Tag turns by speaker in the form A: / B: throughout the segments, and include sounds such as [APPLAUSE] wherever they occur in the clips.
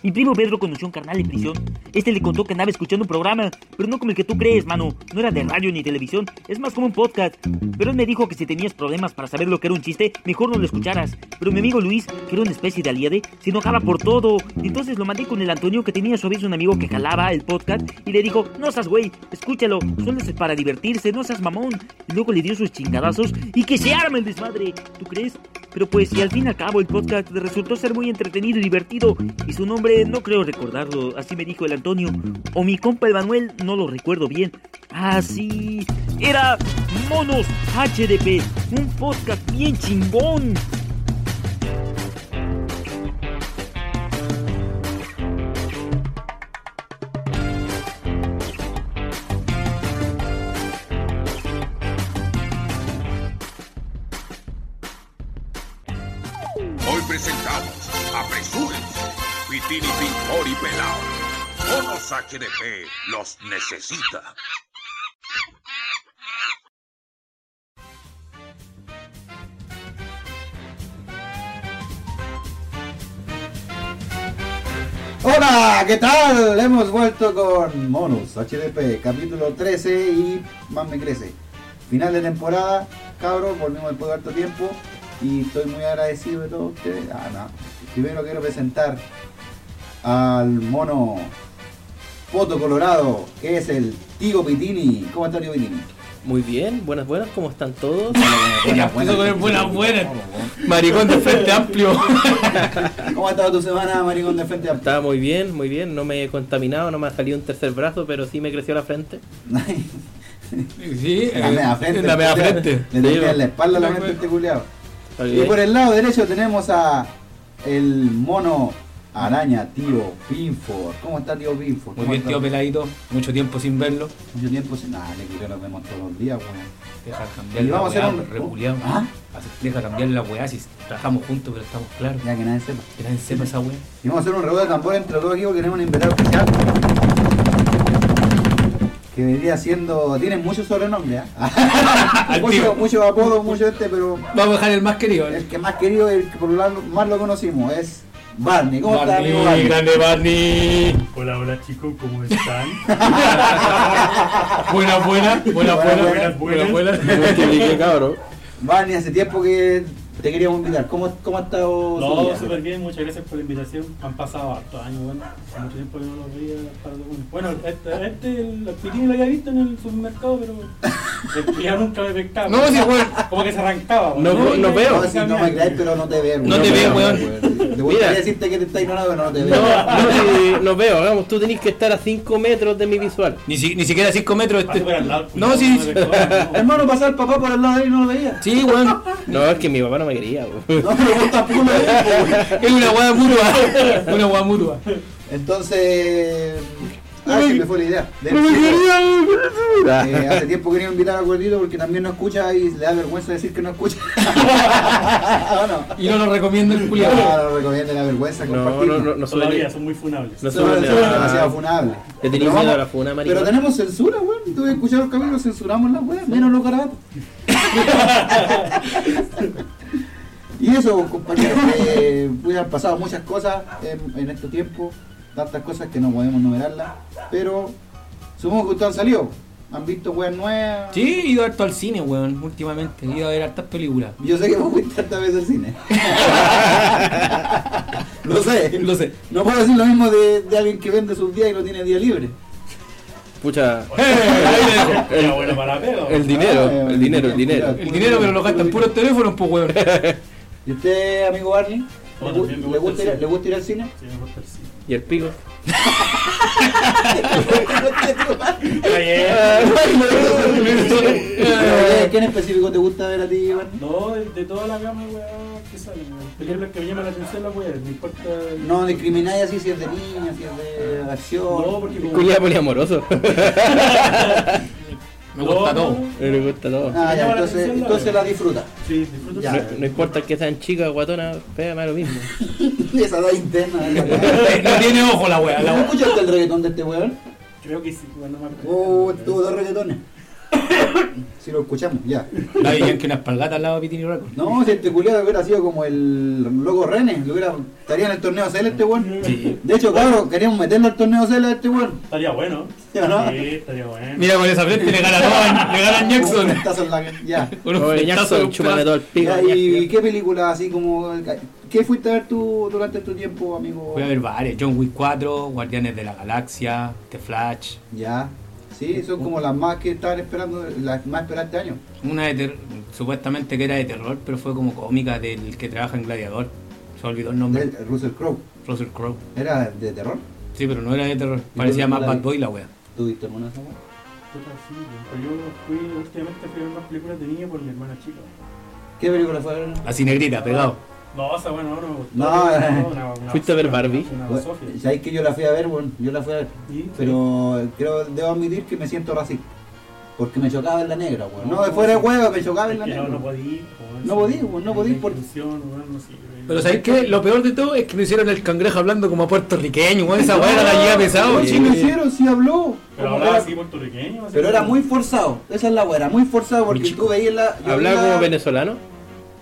A: Mi primo Pedro conoció a un carnal en prisión. Este le contó que andaba escuchando un programa, pero no como el que tú crees, mano. No era de radio ni televisión, es más como un podcast. Pero él me dijo que si tenías problemas para saber lo que era un chiste, mejor no lo escucharas. Pero mi amigo Luis, que era una especie de aliade, se enojaba por todo. Entonces lo mandé con el Antonio que tenía a su vez un amigo que jalaba el podcast y le dijo, no seas güey, escúchalo, solo es para divertirse, no seas mamón. Y luego le dio sus chingadazos y que se arma el desmadre. ¿Tú crees? Pero pues si al fin y al cabo el podcast resultó ser muy entretenido y divertido y su nombre no creo recordarlo, así me dijo el Antonio. O mi compa el Manuel, no lo recuerdo bien. Ah, sí, era Monos HDP, un podcast bien chingón.
B: Hoy presentamos, apresúrense, Pitini Pintor y Pelao. Bonos HDP los necesita.
C: Hola, ¿qué tal? Hemos vuelto con Monos HDP, capítulo 13 y más me crece. Final de temporada, cabros, volvimos después de harto tiempo y estoy muy agradecido de todos ustedes. Ah, no. Primero quiero presentar al mono Poto Colorado, que es el Tigo Pitini. ¿Cómo está Tigo Pitini?
D: Muy bien, buenas, buenas, ¿cómo están todos?
C: Buenas,
E: Eso con el buenas, buenas. Maricón de frente amplio.
C: ¿Cómo ha estado tu semana, maricón de frente a
D: Estaba muy bien, muy bien, no me he contaminado, no me ha salido un tercer brazo, pero sí me creció la frente.
E: Sí,
C: En la media frente.
E: En la media frente.
C: Le tenía en la espalda la mente este culiao. Y
D: Olvidé.
C: por el lado derecho tenemos a el mono araña, tío Pinford. ¿Cómo está tío Pinford?
E: Muy
C: ¿Cómo
E: bien,
C: está?
E: tío peladito. Mucho tiempo sin verlo.
C: Mucho tiempo sin nada, le quiero nos vemos todos los días, weón.
E: Deja
C: Y
E: cambiar la
C: vamos a
E: weá,
C: hacer un-
E: reculeado.
C: ¿Ah?
E: Deja cambiar la weá si trabajamos juntos, pero estamos claros.
C: Ya que nadie sepa.
E: Que nadie sepa esa weá.
C: Y vamos a hacer un rodeo de tambor entre todos aquí porque tenemos un invitado especial. Que vendría siendo. Tienen muchos sobrenombres, ¿ah?
E: Al
C: muchos
E: tiro.
C: muchos apodos, mucho este, pero
E: Vamos a dejar el más querido.
C: el que más querido, el que por lo más lo conocimos, es Barney. ¿Cómo está, amigo Barney?
E: grande Barney.
F: Hola, hola chicos, ¿cómo están?
E: Buena, buena, buena, buena,
F: Buenas,
E: buena,
F: buenas.
E: buena.
C: Barney, hace tiempo que te queríamos invitar. ¿Cómo, cómo ha estado su
F: No,
C: día?
F: súper bien, muchas gracias por la invitación. Han pasado hartos años, bueno, hace mucho tiempo que no los veía. para lo bueno. Bueno, este, este el pitini lo había visto en el
E: [LAUGHS]
F: supermercado, pero el- ya nunca me pescaba.
E: No, sí, weón.
F: Como que se arrancaba.
D: No,
F: bueno.
D: no veo.
C: No, sí, no me crees, pero no te veo.
E: No te veo, weón.
C: Te gustaría
D: Mira.
C: decirte que te está ignorando, pero no te
D: No,
C: veo.
D: no, sí, no veo, vamos, tú tenés que estar a 5 metros de mi visual.
E: Ni, si- ni siquiera 5 metros.
F: Pasó por
E: Este.
F: al lado,
E: No, sí.
F: me pescaba,
E: [LAUGHS]
F: no.
C: Hermano, pasaba el papá por el lado de él y no lo veía.
E: Sí, weón.
D: No, es que mi papá no me quería. bro.
C: No, pero vos tampoco lo veías, po, weón.
E: Es una weá murua. Una weá murua.
C: Entonces. Ah, se me fue la idea. De- Eh, hace tiempo quería invitar a Gordito porque también no escucha y le da vergüenza decir que no [LAUGHS] escucha. ¿O no?
E: Y no lo recomiendo el
C: No,
E: culiado.
C: no recomiendo la vergüenza
D: No,
C: compartirlo.
D: no, no, no
F: Todavía
D: suele.
F: son muy funables.
D: No
C: Eso es
D: suele.
C: demasiado funable. Pero
D: Le tenía miedo a
C: vamos-
D: la funa, maricón.
C: Pero tenemos censura, weón. Tú que escuchar los caminos, censuramos las weas, menos los garabatos.
D: [LAUGHS]
C: y eso, compañeros, eh, pues, han pasado muchas cosas en, en este tiempo, tantas cosas que no podemos numerarlas, pero supongo que ustedes han salido, han visto weas nuevas.
E: Sí, he ido harto al cine, weón, últimamente. He ido a ver hartas películas.
C: Yo sé que vos fuiste tantas veces al
D: [LAUGHS]
C: cine. lo sé.
E: Lo sé.
C: No puedo decir lo mismo de, de alguien que vende sus días y no tiene día libre.
D: Pucha.
F: [LAUGHS] Era bueno para pedo.
D: El dinero, el dinero, el dinero.
E: El dinero, pero lo gastan puros teléfonos, pues, weón.
C: ¿Y usted, amigo Barney?
F: No,
C: ¿Le, gu-
F: también me
C: le
F: gusta
C: gusta
F: el
C: ir, a-
F: cine.
C: ¿Le gusta ir al cine?
F: Sí, me gusta el cine.
D: Y el pico.
F: [LAUGHS] Está
D: [LAUGHS]
F: bien.
C: Eh, ¿Qué en específico te gusta ver a ti, Barney?
F: No, de, de toda la gama, weón, que salen, weón. Películas que me llaman la atención, las weón, no importa.
C: No discrimináis así si es de niña, si es de acción.
F: No, porque como-
D: Culia poliamoroso. [LAUGHS]
E: Me gusta
F: No,
E: todo. Eh.
F: no, no.
D: Me gusta todo.
C: Ah, ya,
F: Me llama la
C: entonces,
F: atención la
C: entonces
F: verdad.
C: la disfruta.
F: Sí, disfruto.
C: Ya.
D: No, no importa que sean chicas, guatonas, fea, me da lo
E: [LAUGHS]
D: mismo.
C: [LAUGHS] Esa da interna.
F: [LAUGHS]
C: ¿verdad?
E: No tiene ojo la weá.
C: ¿No
E: La...
C: escuchaste el reggaetón de este weón?
F: Creo que sí, bueno, no me acuerdo.
C: Oh, tuvo dos reggaetones. [COUGHS] Si lo escuchamos, ya.
E: La que una espalgata al lado de Pitini Records.
C: No, si este culiado hubiera sido como el loco René, lo hubiera, estaría en el torneo Cel este weón.
E: Sí.
C: De hecho, cabrón, queríamos meterlo al torneo Cel a este weón.
F: Estaría bueno.
C: [LAUGHS] ¿Ya no?
F: Sí, estaría bueno.
E: Mira con esa frente le gana todo, le gana a
C: Un
E: Jackson.
C: puñetazo en la- [LAUGHS] Ya.
E: Con un
D: Oye,
E: flechazo
D: Jackson,
E: de un
D: chúpame todo el pico.
C: Ya, ¿Y qué película así como... ¿Qué fuiste a ver tú durante tu tiempo, amigo?
E: Voy a ver varias. John Wick 4, Guardianes de la Galaxia, The Flash.
C: Ya. Sí, son como las más que estaban esperando, las más esperadas este año.
E: Una de ter- supuestamente que era de terror, pero fue como cómica del que trabaja en Gladiador. Se me olvidó el nombre.
C: Del Russell Crowe.
E: Russell Crowe.
C: ¿Era de terror?
E: Sí, pero no era de terror. Parecía
C: no
E: más
C: la
E: Bad
C: vi.
E: Boy la wea.
C: ¿Tú viste alguna de esas, weón?
F: Puta, sí, weón. Pero yo fui, últimamente fui a ver más películas de niña por mi hermana chica. weón.
C: ¿Qué película fue? a ver?
E: Así negrita, pegado.
F: No, o sea, bueno, no, no me gustó.
C: Ah, No, eh.
F: una- una
D: ¿Fuiste a ver
F: basofia,
D: Barbie?
F: Una
C: Bueno,
F: basofia.
C: ¿Sabéis que yo la fui a ver, weón? Yo la fui a ver.
F: Sí.
C: Pero creo, debo admitir que me siento racista. Porque me chocaba en la negra, weón. No,
F: No,
C: de fuera de
F: sí.
C: huevo, me chocaba en
F: Es
C: la
F: que
C: negra.
F: no, no podí. weón.
C: No podí, weón, no podí
F: La
C: por-
F: inclusión, weón, no sirve.
E: Pero ¿sabéis qué? Lo peor de todo es que no hicieron el cangrejo hablando como puertorriqueño, weón. Esa weá era la guía pesado.
C: Pero sí lo hicieron, sí habló.
F: Pero
C: Como
F: hablaba
C: era-
F: así puertorriqueño. así
C: pero era
F: como-
C: muy forzado. Esa es la weá, era muy forzado porque
E: Michico.
C: tú veías la. yo vi
D: Hablaba
C: la-
D: como venezolano.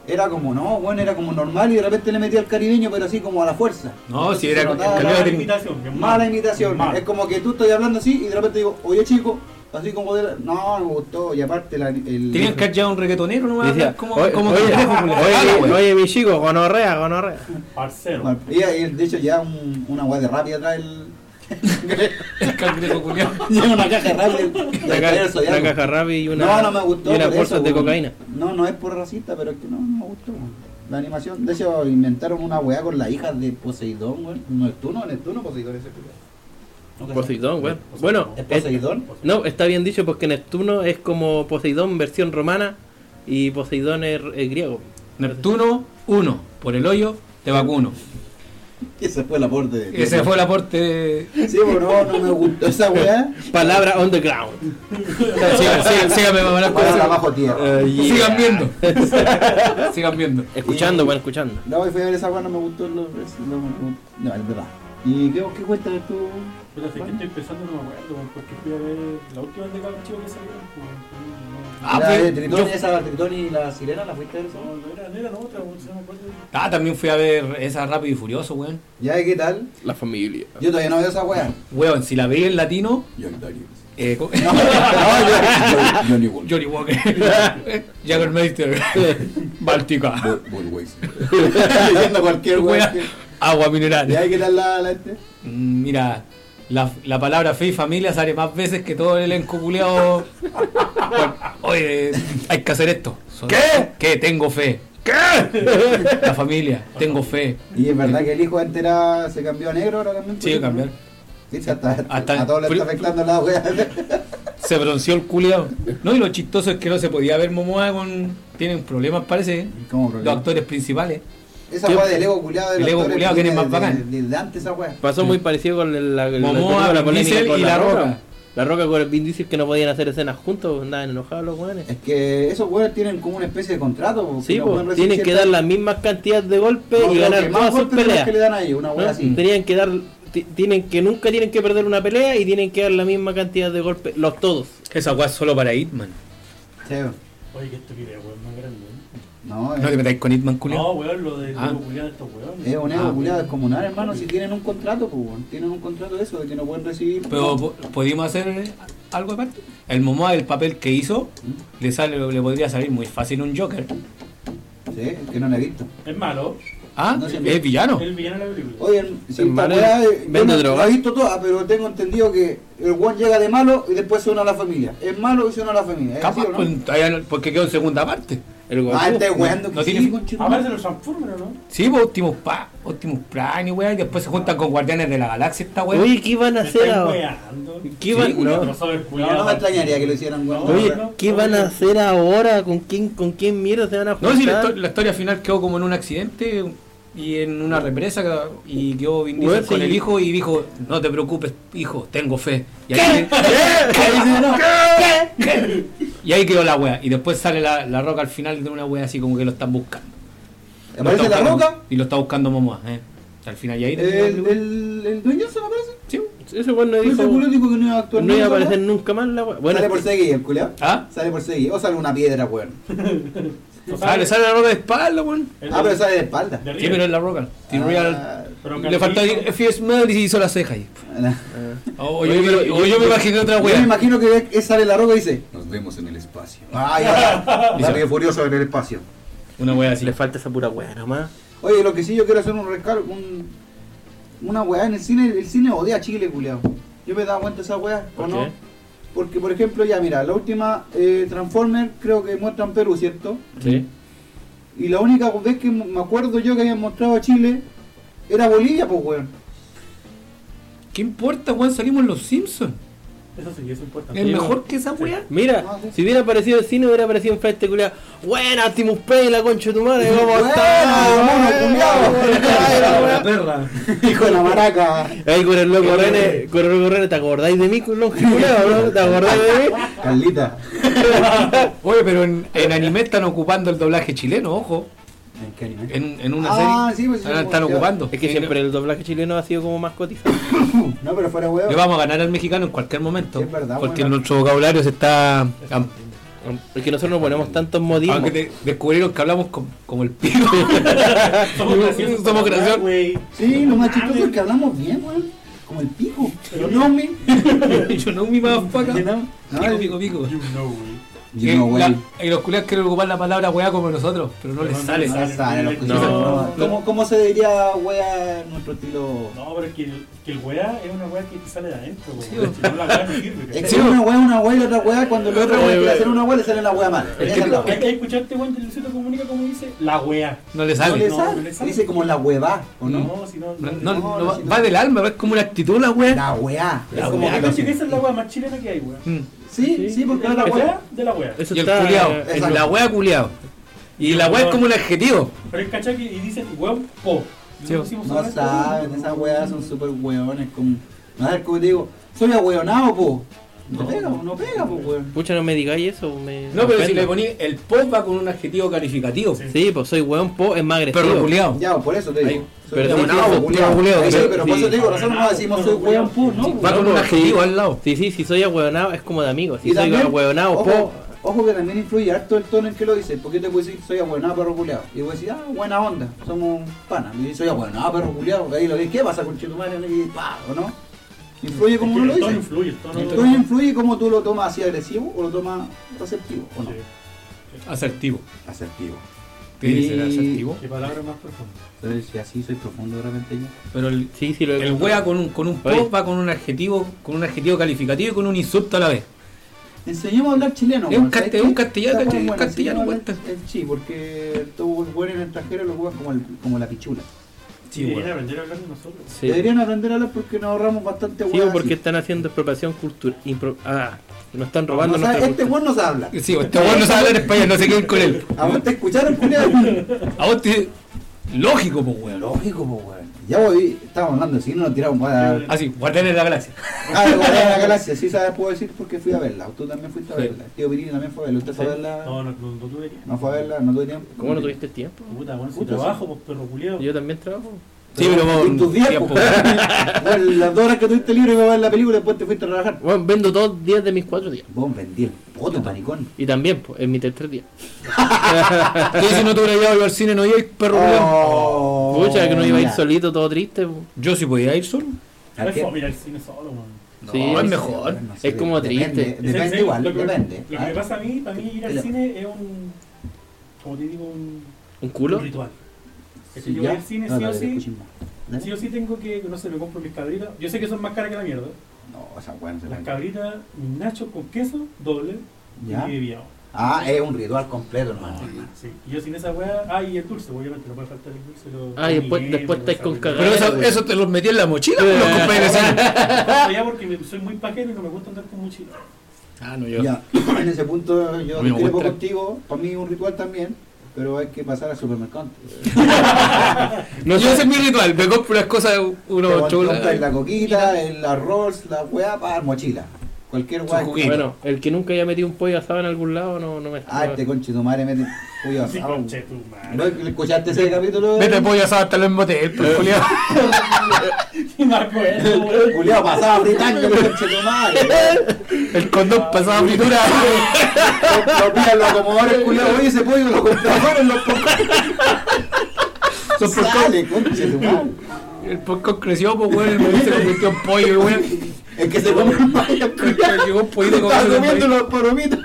C: Era como, no, bueno, era como normal y de repente le metía al caribeño, pero así como a la fuerza.
E: No, si era
C: Mala
E: el cangrejo
F: Mala
E: tenía-
F: imitación. bien
C: Mala
F: mal,
C: imitación.
F: bien mal.
C: Es como que tú estás hablando así y de repente digo, oye chico, así como de la- No, me gustó. Y aparte la, el.
E: Tenían que hallar un reggaetonero, no
D: Y decía,
E: como
D: oye,
E: como
D: oye,
E: cangrejo, culiao. Ah, la
D: oye,
E: wea.
D: oye, mi chico, gonorrea, gonorrea.
F: Parcero.
C: Y, y de hecho ya un- una weá de rápida atrás el. [LAUGHS]
E: El cangrejo culiao.
C: Lleva una caja de rápido.
D: Una, ca- una caja rabi y una,
C: pues. no, no me gustó.
D: y unas
C: por eso,
D: bolsas de
C: weón.
D: cocaína.
C: No, no es por racista, pero es que no, no me gustó. weón. La animación, de hecho, inventaron una weá con la hija de Poseidón, güey. Neptuno, Neptuno, Poseidón, ese culiao. No,
D: Poseidón, weón. Bueno,
C: ¿Es
D: es-
C: Poseidón?
D: no, está bien dicho porque Neptuno es como Poseidón versión romana y Poseidón es, es griego.
E: Neptuno 1, por el hoyo te vacuno.
C: Ese fue el aporte.
D: [LAUGHS]
C: de-
E: Ese fue el aporte de...
C: Sí, pero no, no me gustó esa
D: [LAUGHS]
C: weá.
D: Palabra on the ground.
E: Sigan, sigan, sigan, me van a
C: Para
E: escuchar.
C: abajo
D: Eh.
C: tierra.
E: Eh, Sigan viendo. Sigan viendo.
D: Escuchando, weón, escuchando.
C: No, y fui a ver esa weá, no me gustó. No, no, me gustó. no es verdad. ¿Y qué, qué cuenta de tú?
F: Pero sé que estoy pensando, no me acuerdo, weón, porque fui a ver la última vez de cada chico que salió. weón.
E: Ah,
C: la
E: fue-
C: de Tritón,
E: yo-
C: esa Tritón y la sirena, ¿la fuiste a ver? esa weá?
F: No, no era, no era la otra, weón, si no me acuerdo.
E: Ah, también fui a ver esa Rápido y Furioso, weón.
C: Ya, ¿y qué tal?
D: La familia.
C: Yo todavía no veo esa weá.
E: Weón, si la veía en latino... eh, co-
C: No, no, yo, yo, ni
E: [LAUGHS] Johnny Walker. Jagermeister. Báltica.
C: Leyendo cualquier
E: Weón,
C: weá. que-
E: Agua mineral.
C: ¿Ya hay que dar la, la este?
E: Mm, Mira, la, la palabra fe y familia sale más veces que todo el elenco culeado. oye, hay que hacer esto. ¿Qué? ¿Qué? Tengo fe. ¿Qué? La familia, tengo fe.
C: Y es verdad que el hijo antes era, se cambió a negro ahora también.
E: Sí, cambiar.
C: Sí, hasta,
E: Hasta-
C: a todos les está afectando la wea.
E: Se bronceó el culeado. No, y lo chistoso es que no se podía ver Momoa con. Tienen problemas, parece. ¿eh?
C: ¿Cómo
E: Los
C: problema?
E: actores principales.
C: Esa wea del ego culiado de
E: El
C: los
E: ego
C: actores
E: culiado que es
C: viene
E: más bacán.
C: de- de- de antes esa wea.
D: Pasó muy parecido con el- la, la,
E: Momoa, Vin Diesel y La Roca.
D: La Roca con el Vin Diesel que no podían hacer escenas juntos, pues, andaban enojados los weones.
C: Es que esos weas tienen como una especie de contrato. porque
D: Sí,
C: no
D: po,
C: pueden recibir
D: tienen que
C: cierta-
D: dar las mismas cantidades de golpes
C: No,
D: y
C: creo
D: ganar
C: que más
D: todas sus
C: golpes de las
D: peleas.
C: que le dan a ellos, una wea
D: ¿no?
C: así.
D: Tenían que dar, ti- tienen que nunca tienen que perder una pelea y tienen que dar la misma cantidad de golpes, los todos.
E: Esa weá es solo para Hitman.
C: Che,
F: Oye, que estupidez, weón, más grande. weón.
C: No,
E: No te
C: es,
E: metáis con Hitman,
F: No,
E: culeado.
F: weón, lo de
E: Ah.
F: los culiados de estos weones.
C: es un ego
E: Ah,
C: culiado descomunal, hermano. Si tienen un contrato, pues weón, tienen un contrato de eso, de que no pueden recibir.
E: Pero po- podíamos hacer eh, algo aparte. El Momoa, el papel que hizo, le sale, le podría salir muy fácil un Joker.
C: Sí, es que no la he visto.
F: Es malo.
E: Ah,
C: No sé.
E: es villano.
F: El villano de la película.
C: Oye, el- si esta
D: Hermano,
C: weá, eh, yo
D: vende
C: no-
D: droga.
C: La he visto toda, pero tengo entendido que el one llega de malo y después se une a la familia. Es malo y se une a la familia. ¿Es así
E: Capaz,
C: o no?
E: pues, todavía no- porque quedó en segunda parte.
D: El weón-
C: Ah, este weando
E: no
C: que
E: tiene-
C: sí, conche tu
F: Aparte
C: madre.
F: los Transformers, ¿no?
E: Sí, pues Optimus, pa, Optimus Prime, weá, y después se juntan con Guardianes de la Galaxia esta weá.
D: Oye, ¿qué van a
F: Me
D: hacer
F: estáis
D: ahora?
F: weando.
D: ¿Qué van-
F: No,
D: no.
F: sabe el
C: No,
F: culiado.
C: no me extrañaría que lo hicieran, weón.
F: Oye,
C: Pero-
D: ¿Qué van a hacer ahora? ¿Con quién, con quién mierda se van a
E: No,
D: juntar?
E: si la, histo- la historia final quedó como en un accidente y en una represa y quedó Vin Diesel
D: Weón,
E: con
D: sí.
E: el hijo y dijo, no te preocupes, hijo, tengo fe. Y ahí, [LAUGHS] y ahí dice, "No". Y ahí quedó la weá. Y después sale la, la roca al final de una weá así como que lo están buscando. Lo
C: ¿Aparece
E: está
C: la
E: buscando-
C: roca?
E: Y lo está buscando Momoa, eh. Al final y ahí
C: ¿El, el, el dueño se me aparece?
E: Sí,
D: ese weón no
C: Pero
D: dijo.
C: ese culiao dijo que no iba a actuar
D: No iba a
C: nunca,
D: aparecer
C: ¿no?
D: nunca más la weá. Bueno,
C: sale
D: es
C: por
D: que-
C: Segui el culiao.
E: ¿Ah?
C: Sale por Segui. O sale una piedra, weón.
F: No
E: Ah,
F: sabe.
E: le sale la roca de espalda, weón.
F: El-
C: Ah, pero sale de espalda.
F: de
E: Sí, pero es
F: River.
E: la roca. The
C: Ah,
E: Real.
F: Pero
E: Le faltó
F: Carlito-
E: Fierce Madrid y hizo la ceja ahí.
C: na-
E: O Oh, yo, o yo me imaginé otra
C: Yo me
E: wea.
C: imagino que es- sale la roca y dice: Nos vemos en el espacio. Ah, ya. Rápido y furioso en el espacio.
E: Una wea así.
D: Le falta esa pura weá nomás.
C: Oye, lo que sí yo quiero hacer un recado, un, una weá en el cine, el cine odia a Chile, culiao. Yo me he dado cuenta de esa weá, ¿o
D: ¿Por
C: no?
D: qué?
C: Porque, por ejemplo, ya mira, la última eh, Transformer creo que muestran Perú, ¿cierto?
D: Sí.
C: Y la única vez que me acuerdo yo que habían mostrado a Chile era Bolivia, pues weón.
E: ¿Qué importa, weón? Salimos los Simpsons.
F: Eso sí, eso es importante.
E: Es
D: Sí,
E: mejor
D: weón.
E: que esa wea.
D: Mira,
C: Ah, sí.
D: si hubiera aparecido el cine, hubiera aparecido en frente culiado. Buena, Optimus Prey, la concha de tu madre, ¿cómo
C: Buena,
D: estás?
C: mono culiao.
F: La perra.
C: Hijo de la maraca.
D: [LAUGHS] Ey, con el loco René, con el loco René, ¿te acordáis de mí, con el
C: [LAUGHS]
D: loco culiao, no? ¿Te acordáis de
E: [LAUGHS]
D: mí?
C: Carlita.
E: Oye, pero en, en anime están ocupando el doblaje chileno, ojo.
C: ¿En qué anime?
E: En, en una
C: Ah,
E: serie.
C: sí, pues sí,
E: ahora
C: sí,
E: están
C: ya.
E: ocupando.
D: Es que
E: Y
D: siempre el doblaje chileno ha sido como más cotizado.
C: No, pero fuera
E: Le
C: weón.
E: vamos a ganar al mexicano en cualquier momento.
C: Sí, es verdad,
E: porque
C: bueno.
E: nuestro vocabulario se está. am-
D: Porque nosotros no ponemos tantos modismos.
E: Aunque te- descubrieron que hablamos com- como el [LAUGHS] pico.
F: Somos graciosos.
E: Somos
F: para
E: graciosos.
F: hablar, güey.
C: Sí, lo más chistoso es que hablamos bien, weón. Como el pico.
F: Pero-
C: no me.
E: [LAUGHS] Yo no mi motherfucker. Pico,
C: Ay.
E: pico, pico.
F: You know, güey.
C: Y
E: Que
C: no,
E: la-
C: weón.
E: y los culiados quieren ocupar la palabra weá como nosotros, pero no les
F: no
E: sale.
F: les
C: No, sale, los
F: No.
C: cuchillos. ¿Cómo, ¿Cómo se diría, wea, nuestro estilo?
F: No, pero es que el, que el weá es una weá que te sale de adentro, güey.
E: Sí, güey.
F: Si no, la weá no sirve,
C: Es
F: ¿cachai?
C: que una wea, una wea y la otra wea, cuando el otro wea quiere hacer una wea, le sale la wea mal.
E: que-
C: Esa es la
F: Hay
C: wea.
F: que escucharte, güey, el Luisito comunica como dice, la weá.
E: No les
C: No le
E: sale.
F: No,
C: sale.
F: no le sale.
C: Dice como la hueva, ¿o no?
F: No, si no.
E: No,
F: no-
E: no,
C: no,
E: no va,
C: sí, no.
E: va del alma, es como una actitud la weá.
C: La wea. Es
D: La
C: como
D: wea.
C: que
F: Ah,
C: lo-
F: cacho, que esa es la weá más chilena que hay, weá.
E: Mm.
C: Sí, sí, porque la
F: la
C: wea.
F: weá de la weá.
D: Eso
E: Y el
D: está-
E: culiao.
C: Exacto.
E: La weá culiao. Y la weá es como un adjetivo.
F: Pero es cachai que y dicen weón po.
E: Sí,
F: Nosotros hicimos
C: No
F: solamente
C: saben,
F: uno.
C: esas weas son súper weones. Como... A ver, como te digo, soy ahueonado, po. No, pega, po, no pega, po, weón.
D: Pucha, no me digáis eso. Me
E: No, pero si
D: ofendo.
E: le ponís el post va con un adjetivo calificativo.
F: Sí.
D: Sí, pues soy weón, po, es más agresivo.
E: Perro culiao.
C: Ya, por eso te digo.
D: Ahí,
C: Soy
D: pero sí,
C: ahueonao,
D: sí,
C: po,
D: sí,
C: culiao.
E: culiao,
C: Ahí sí,
E: pero-
C: pero por
D: sí.
C: eso te digo, nosotros no decimos soy weón, po, no, po.
E: Va con un adjetivo al lado.
D: Sí, sí, si soy ahueonado es como de amigo. Si
C: Y
D: soy
C: también,
D: ahueonado,
C: ojo,
D: po.
C: ojo que también influye harto el tono en que lo dices, porque te puedo decir soy abuelado perro culiado. Y voy a decir, ah, buena onda, somos panas. Y soy abuelado perro culiado. Ahí lo ves, ¿qué pasa con Chetumare? Y pa, ¿o no? Influye
F: Es
C: como
F: que
C: uno lo
F: el tono
C: dice.
F: influye, el tono-
C: El tono influye como tú lo tomas así agresivo o lo tomas receptivo, ¿o no?
F: Sí.
E: Asertivo.
C: Asertivo.
E: Tiene que ser
C: Y-
E: asertivo.
F: Qué palabra más profunda.
C: Entonces, si así soy profundo de repente yo.
E: Pero el,
D: Sí, sí, lo he
E: el wea con un, con un
D: Oye.
E: post va con un adjetivo, con un adjetivo calificativo y con un insulto a la vez.
C: Enseñemos a hablar chileno.
E: Es un
C: weón, ¿sabes
E: castell-
C: qué?
E: un castellano,
C: Está
E: cachai,
C: bueno,
E: castellano,
C: enseñemos a hablar
E: cuenta.
C: el- Sí, porque todos los buenos en el extranjero lo juegan como, el- como la pichula.
F: Sí, deberían aprender a hablar de nosotros.
D: Sí,
C: Deberían aprender a hablar porque nos ahorramos bastante
D: Sí,
C: hueá
D: porque
C: así.
D: están haciendo expropiación cultural. Ah, nos están
C: No
D: robando
C: sabe-
D: nuestra
C: este
D: cultura.
C: weón nos habla.
E: Sí, este weón no sabe hablar español, no se queden con él.
C: ¿A vos te escucharon,
E: [LAUGHS]
C: culiado?
E: A vos te. Lógico, pues weón.
C: Lógico, po, weón. Ya voy, estábamos hablando, si no nos tiramos para.
E: Así, guardianes de la galaxia.
C: Ah, de Guardianes de la Galaxia, sí sabes, puedo decir porque fui a verla. Tú también fuiste a
E: Sí.
C: verla. Tío Pirini también fue a verla. ¿Usted fue a verla?
F: No, no, no, no tuve que.
C: No fue a verla, no tuve tiempo.
D: ¿Cómo no tuviste tiempo?
F: Puta, bueno, si
C: Puta,
F: trabajo, pues perro culiado.
D: Yo también trabajo.
E: Sí, pero vos-
C: En tus días, po, [LAUGHS]
E: tiempo.
C: weón, Las dos horas que tuviste libre para ver la película, después te fuiste a trabajar.
D: Bueno, vendo dos días de mis cuatro días.
C: Vos vendí el poto, maricón.
D: Y también, pues, en mi tercer día.
E: Entonces, si no te hubiera llevado yo al cine, no iba a ir, perro culiao.
C: Oh,
D: Pucha, que no iba a ir
C: ya.
D: solito, todo triste. po.
E: Yo sí podía ir solo.
C: ¿A
F: No es
C: qué?
F: fome ir al cine solo, man.
E: No,
D: Sí,
E: es
D: sí,
E: mejor.
C: No sé,
D: Es como
C: depende-
D: triste.
F: Es en
C: Depende
F: serio,
C: igual,
F: lo que-
C: depende.
F: Lo que
C: Ah.
F: me pasa a mí, para mí ir al
C: Pero-
F: cine es un. Como te digo, un,
D: ¿Un culo?
F: un ritual. Que
C: Sí,
F: si yo
C: ya.
F: voy al cine,
C: No,
F: sí o
C: dale,
F: sí,
C: escuchemos. Dale.
F: sí o sí tengo que, no sé, me compro mis cabritas. Yo sé que son más caras que la mierda.
C: No, esa weá no se
F: Las
C: puede.
F: cabritas, mis nachos con queso, doble,
C: Ya.
F: y mi bebida.
C: Ah, es un ritual completo, hermano.
F: Sí. Y yo sin esa weá, ah, y el dulce, obviamente, no puede faltar el dulce. Lo,
D: Ah, y
F: lo
D: después-
F: miel,
D: después
F: lo
D: estáis con
F: sabe,
D: cagada.
E: Pero eso, eso te los metí en la mochila, pues, los compañeros.
F: Ah, ya porque me- soy muy pajero y no me gusta andar con mochila.
E: Ah, no, yo.
C: Ya, [COUGHS] en ese punto
E: A
C: yo
E: mí me
C: discrepo
E: gusta.
C: contigo, para mí es un ritual también, pero hay que pasar al supermercado.
D: No
E: yo
D: sé.
E: ese es mi ritual, me compro las cosas, unos
C: Te compras la
E: cholas.
C: coquita, el arroz, la weá, para mochila. Cualquier
E: Su
C: weá.
E: juguete.
D: Bueno, el que nunca haya metido un pollo asado en algún lado no, no me
C: Ah, este conche tu madre mete pollo
F: Sí,
C: asado.
F: conche tu
C: Ah, ¿No
F: [LAUGHS] madre.
C: escuchaste ese capítulo?
E: pues, Eh. Vete pollo asado hasta los motel, pero culiao.
F: Sí, me acuerdo, weón.
C: Culeado pasaba británico, el conchetumare.
E: El condón pasaba eh. fritura.
C: Lo pillan los acomodadores, culeado. Oye, ese pollo lo compraron los
E: Son por
C: Sale, conchetumare.
E: El podcast creció, pues, weón. El weón se convirtió en pollo, weón.
C: Es que se come el pollo, culeado.
E: Llegó un pollito con
C: Estaba
E: otro
C: comiendo
E: pollo.
C: los palomitos.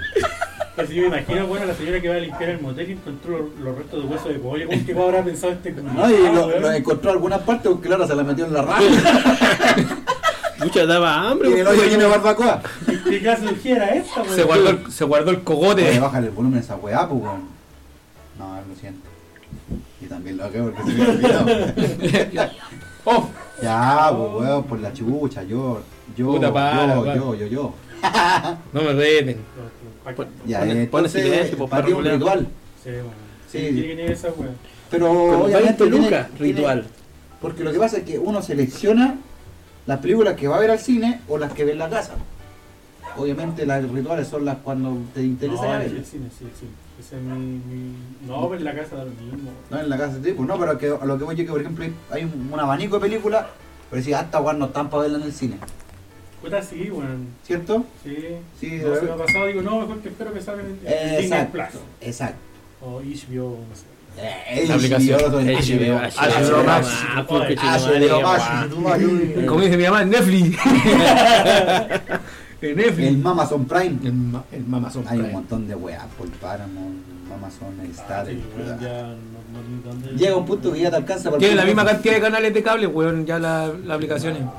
F: Así me imagino, bueno, la señora que va a limpiar el motel y encontró los, los restos de hueso de pollo. Weón, ¿Qué habrá pensado este culo?
C: No, y lo, lo encontró en alguna parte porque Clara se la metió en la rabia.
D: Mucha daba hambre.
C: Y el hoyo lleno de barbacoa.
F: ¿Qué clase de orgía era esta, weón?
E: Se guardó, el, se guardó el
C: Oye,
E: cogote.
C: bájale el volumen a esa weá, pues, weón. No, lo siento. Y también lo hago porque se me olvidó.
E: Oh,
C: ya, pues, weón, por la chucha, yo, yo,
E: Puta, para,
C: yo,
E: para.
C: yo, yo, yo.
E: no me reten.
C: Ya,
D: Pon- pon
C: entonces,
D: silencio, pues,
C: para ti un
D: para regular.
C: ritual.
F: Sí, weón.
C: Sí.
F: Sí, tiene que tener esa weón.
C: Pero
D: Como
C: obviamente
D: 20
C: tiene-
D: lucas,
C: tiene-
D: ritual.
C: Porque lo que pasa es que uno selecciona las películas que va a ver al cine o las que ve en la casa. Obviamente las rituales son las cuando te interesa ir a
F: No,
C: ver.
F: sí, sí, sí, sí. Ese es mi, mi... No, pero en la casa da lo mismo.
C: No en la casa de este tipo, no, pero que, a lo que voy yo que por ejemplo hay- hay un, un abanico de películas, pero si hasta cuando no están para verla en el cine,
F: Puta, sí, weón.
C: ¿cierto?
F: Sí.
C: Sí,
F: No,
C: de-
F: se me ha pasado, digo, no, mejor que espero que salgan en
C: Eh,
F: en Disney
C: exacto.
F: Plus.
C: Exacto.
F: O HBO, no sé.
C: Eh,
E: La aplicación.
C: HBO,
D: Eh,
C: HBO,
D: HBO,
C: HBO Max.
D: ah, pues, que
C: Ah,
D: chingada,
C: HBO
D: ya,
C: Max,
D: guau.
C: Max.
E: Como dice mi mamá,
C: [LAUGHS]
E: en Netflix. en
C: El
E: Netflix.
C: Mamazon Prime.
E: El, ma- el mamazón.
C: Hay un
E: Prime.
C: montón de weas por Paramount, Amazon, Star.
F: Ah, Sí, weón, ya no, no ni dónde-
C: Llega un punto que ya te alcanza para
E: Tiene la misma cantidad de canales de cable, weón, ya la- las aplicaciones.
C: Sí,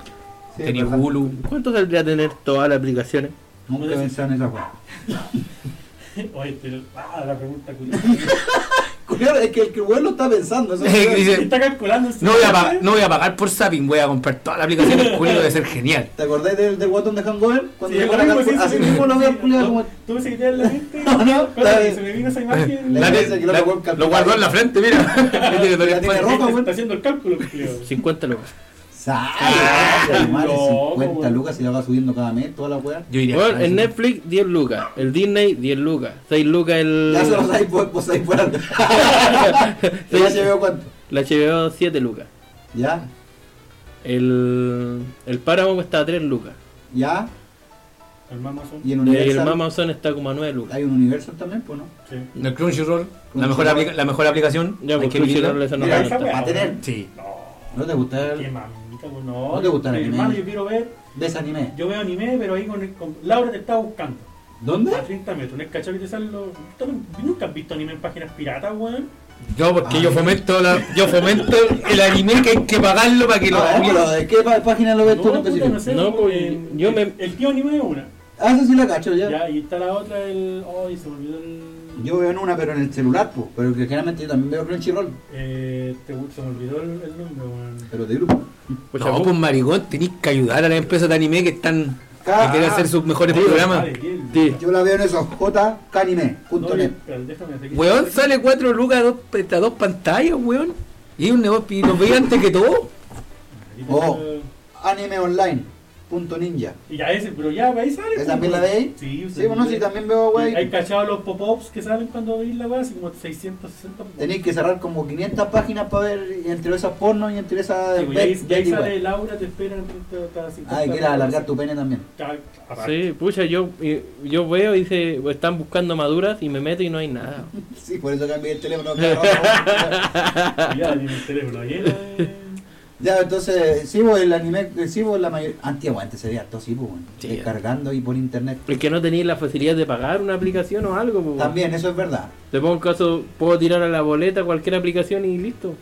C: pues,
E: Tenía
C: verdad.
E: Hulu.
D: ¿Cuánto saldría tener todas las aplicaciones?
C: Nunca pensaba en esa wea.
F: [LAUGHS]
C: [LAUGHS]
F: Oye, pero... Ah, la pregunta culiao.
C: Culiao, Es que el que el weón lo está pensando.
E: [LAUGHS]
C: eso es-
E: Dice,
F: [LAUGHS] Está calculando.
E: no voy, a pagar, no voy a pagar por Zapping, voy a comprar todas las aplicaciones. El culo debe ser genial.
C: ¿Te acordás del, del guatón de Hangover? Cuando
F: Sí,
C: llegó
F: lo
C: la
F: mismo, sí,
C: calcu-
F: sí,
C: así
F: sí.
C: mismo lo veo culiado
F: No,
C: como.
F: Tuve ese que quedar en la mente.
C: [LAUGHS] No, no,
F: Cosa
C: está
F: que
C: bien.
F: Se me vino esa imagen.
C: [LAUGHS] La-
E: La-
C: piensa que lo
E: la-
C: pagó el
E: lo guardó en la frente, mira. Tiene todo
C: [LAUGHS]
E: el
C: La tiene
E: espacio.
C: roja, weón.
F: Está haciendo
C: [LAUGHS]
F: el cálculo, culiao.
D: 50 lucas.
C: ¡Sale! madre,
F: loco,
C: 50
F: weón.
C: lucas y la va subiendo cada mes, toda la weá.
E: Yo diría,
D: Bueno,
E: ah,
D: en
E: sí.
D: Netflix 10 lucas, el Disney 10 lucas, 6 lucas el...
C: Ya se los pues, hay por, por ahí por
F: [LAUGHS]
C: alto. ya se veo cuánto.
D: La HBO 7 lucas,
C: Ya,
D: el, el Paramount está a 3 lucas,
C: ya.
F: El Mamazón.
C: Y en
D: y el
C: Universal.
D: Amazon está como a 9 lucas.
C: Hay un Universal también, pues no.
F: Sí.
E: En el Crunchyroll, la
C: Crunchyroll.
E: mejor, aplica- la mejor aplicación.
D: Ya,
E: hay
D: porque
E: que vivirla.
D: Crunchyroll esa no
C: Mira,
D: la
F: esa
D: cuenta.
F: weá.
C: Para tener.
E: Sí.
C: ¿No te gusta
F: Qué
C: el
F: mamita, weón. No,
C: ¿No te gusta el anime?
F: Hermano, yo quiero ver...
C: desanime?
F: Yo veo anime, pero ahí con, con- Laura te está buscando.
C: ¿Dónde?
F: A 30 metros, ¿no es cachado que te salen los... ¿Tú nunca has visto anime en páginas piratas, weón?
E: No, porque
C: Ah.
E: yo fomento la, yo fomento el anime que hay que pagarlo para que
C: No,
E: lo
C: eh, pero ¿de qué pa- página lo ves tú en específico?
D: No,
F: weón,
D: pues,
F: en-
D: yo me-
F: El tío anime es una.
C: Ah, eso sí la cacho ya.
F: Ya, y está la otra, el... Ay, se me olvidó el...
C: Yo veo en una, pero en el celular, pues. Pero que generalmente yo también veo Crunchyroll,
F: Eh, te, se me olvidó el, el nombre, weón.
C: pero de grupo.
D: Pucha,
E: No,
D: bu-
E: pues maricón, tenéis que ayudar a las empresas de anime que están
C: Ah.
E: que quieren hacer sus mejores programas.
F: Vale, bien.
D: Sí.
C: Yo la veo en esos
F: No,
C: jcanime.net.
F: pero déjame hacer que-
E: Weón, sale 4 lucas dos, este, a dos pantallas, weón. Y es un negocio, y los veía antes que todo.
F: Y-
C: Oh. animeonline.ninja.
F: Y ya ese, pero ya, ahí sale.
C: ¿Esa
F: pues,
C: también la
F: weón.
C: veis?
F: Sí,
C: Sí, bueno, sí, también veo,
F: Hay
C: güey.
F: cachado los pop-ups que salen cuando veis la weá, así como 660 pop-ups.
C: Tenéis que cerrar como 500 páginas para ver entre esas porno y entre esas...
F: Sí, güey, ahí-
C: Bet-
F: y ahí
C: Bet-
F: sale
C: igual.
F: Laura, te esperan. te- te- te-
C: Ah, y quieres alargar tu pene también.
F: Ca- aparte.
D: Sí, pucha, yo, y- yo veo y dice, están buscando maduras y me meto y no hay nada.
C: Sí, por eso cambié el [LAUGHS] teléfono. cabrón.
F: Ya, tiene el teléfono ahí, eh.
C: ya, entonces, sí, vos, el anime, eh, sí, vos, la mayor... Antiguo, antes sería todo, sí, pues, bueno,
D: Sí.
F: eh.
C: descargando y por internet.
D: Es que no tenéis la facilidad de pagar una aplicación o algo. pues.
C: También, eso es verdad.
D: Te pongo un caso, puedo tirar a la boleta cualquier aplicación y listo.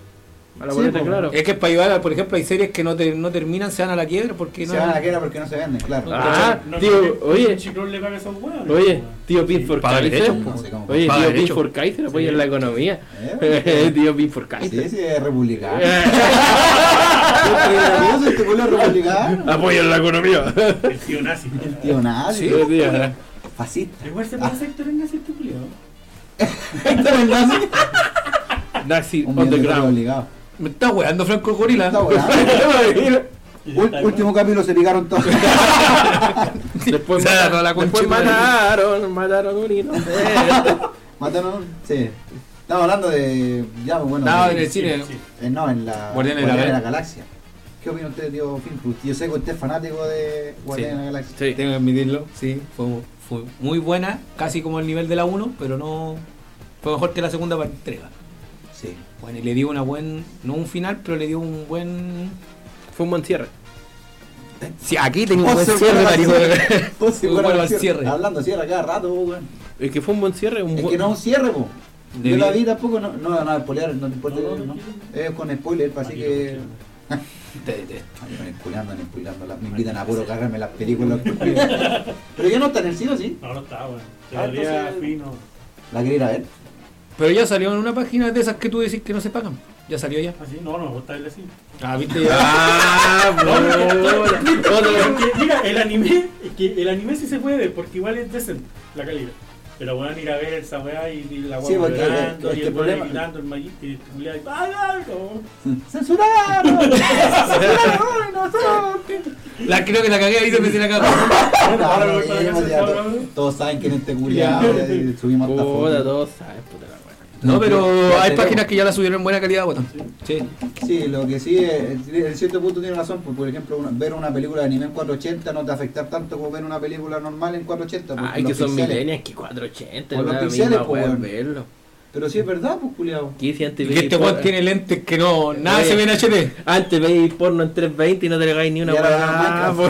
D: A la
C: Sí,
D: boleta,
C: pues.
D: claro.
E: Es que para ayudar, a- por ejemplo, hay series que no, te- no terminan, se van a la quiebra porque no.
C: Se van a la guerra porque no se venden, claro.
D: Ah,
F: No, no,
D: tío,
F: no, no,
D: oye.
F: Chiclón le paga esos huevos,
D: Oye,
F: weón.
D: tío Pin for
E: Paga
D: Kaiser.
E: derechos,
C: po. No sé cómo.
D: Oye,
E: Paga
D: tío Pin
E: derechos.
D: for Kaiser, apoya
F: Sí.
D: la economía.
F: [LAUGHS]
C: Eh,
D: [LAUGHS] tío Pin for
C: Sí,
D: [LAUGHS] Kaiser.
C: sí, es republicano. este
E: [LAUGHS]
D: Apoya la economía.
F: El tío nazi.
C: El tío nazi.
E: Sí.
D: Buenos días.
C: Fascista.
F: El güey se pasa sector en nazi, este culiao.
D: Nazi
C: Un millón de dólares
D: underground.
C: obligado.
E: Me está weando Franco el Gorila. [LAUGHS]
C: Está volando.
F: Y
C: Ul-
F: está ahí,
C: último capítulo se ligaron
E: [LAUGHS]
C: todos.
D: Después,
E: Se
D: mata-
E: agarró la
D: después
E: concha,
D: mataron, mataron un inocente. [LAUGHS]
C: Mataron. Sí. Estamos hablando de. Ya, pues, bueno.
E: Estaba
C: de-
E: en el
F: Sí,
E: cine.
F: sí.
C: eh, no, en la.
E: Guardianes de la
C: Guardianes
E: Gal-
C: Galaxia. ¿Qué opina usted, tío Fincruz? Yo sé que usted es fanático de Guardianes
E: Sí.
C: de la Galaxia.
D: Sí.
E: Tengo que admitirlo, sí, fue, fue muy buena, casi como el nivel de la 1, pero no fue mejor que la segunda par- entrega.
C: Sí.
E: Bueno, y le dio una buen, no un final, pero le dio un buen...
D: Fue un buen cierre.
E: Sí, aquí tengo
C: Oh,
E: [LAUGHS] un buen
C: se
E: cierre,
C: fuera al
E: marico.
C: cierre. Oh, se
E: Muy
C: fuera
E: bueno
C: al
E: al cierre.
C: Hablando cierre cada rato, weón.
D: El que fue un buen cierre, un
C: Es
D: buen- [LAUGHS]
C: que no es un cierre, po. Yo
E: Debí-
C: la vi tampoco, no, no, no, spoiler, no te importa,
F: No, no,
C: no.
F: tranquilo.
C: Es con spoiler, pues, así
F: Tranquilo,
C: que.
F: tranquilo.
E: Te detesto.
C: Ay, van esculeando, van esculeando, las- Me invitan a puro cagarme las películas. [LAUGHS] Pero ya no está en el cine, sí.
F: No, no está, weón.
C: Ah,
F: Todavía
C: entonces-
F: fino.
C: La quería ir a ver.
E: Pero ya salió en una página de esas que tú decís que no se pagan. Ya salió ya.
F: Así, Ah, no, no me gusta el así.
E: Ah, [LAUGHS] viste Ah,
F: Porque,
C: [LAUGHS]
F: mira, el anime, es que el anime sí se puede ver, porque igual es decente la calidad. Pero bueno, ir a ver esa weá y, y la weá
C: Sí, porque
F: llorando,
C: es
F: y
C: que
F: el
C: el
F: weón
C: problema-
F: gritando, el mallito, y el culiao, y ¡Ah, no! [LAUGHS]
C: ¡Censurar! [LAUGHS] ¡Censurar! ¡No, no!
E: La creo que la cagué, viste que se la cagué.
C: Bueno, ahora lo
F: Ahora
C: vimos
F: lo
C: ya,
F: vemos.
C: to- Todos saben quién es este [LAUGHS] culiado.
F: Ya.
C: y Subimos hasta
D: Puta,
C: foto.
D: todos saben, puta la wea.
E: No, pero
C: Ya
E: hay
C: tenemos.
E: páginas que ya la subieron en buena calidad, guatón. Sí.
C: Sí, lo que sí es, en cierto punto tiene razón, porque por ejemplo, una- ver una película de anime en 480 no te va a afectar tanto como ver una película normal en 480. porque
D: Ay, que
C: los
D: son
C: pixeles-
D: milenias, que 480,
C: Por los
D: una
C: pixeles,
D: misma
C: po,
D: wea
C: weón.
D: verlo.
C: Pero sí es verdad, pues culiado.
D: ¿Qué si antes
E: Y que este
D: porno-
E: weón tiene lentes que no. Nada
D: Oye.
E: se ve en HD.
D: Antes veis porno en 320 y no te regáis ni una
C: Y ahora
D: wea.
C: Minecraft.
D: po.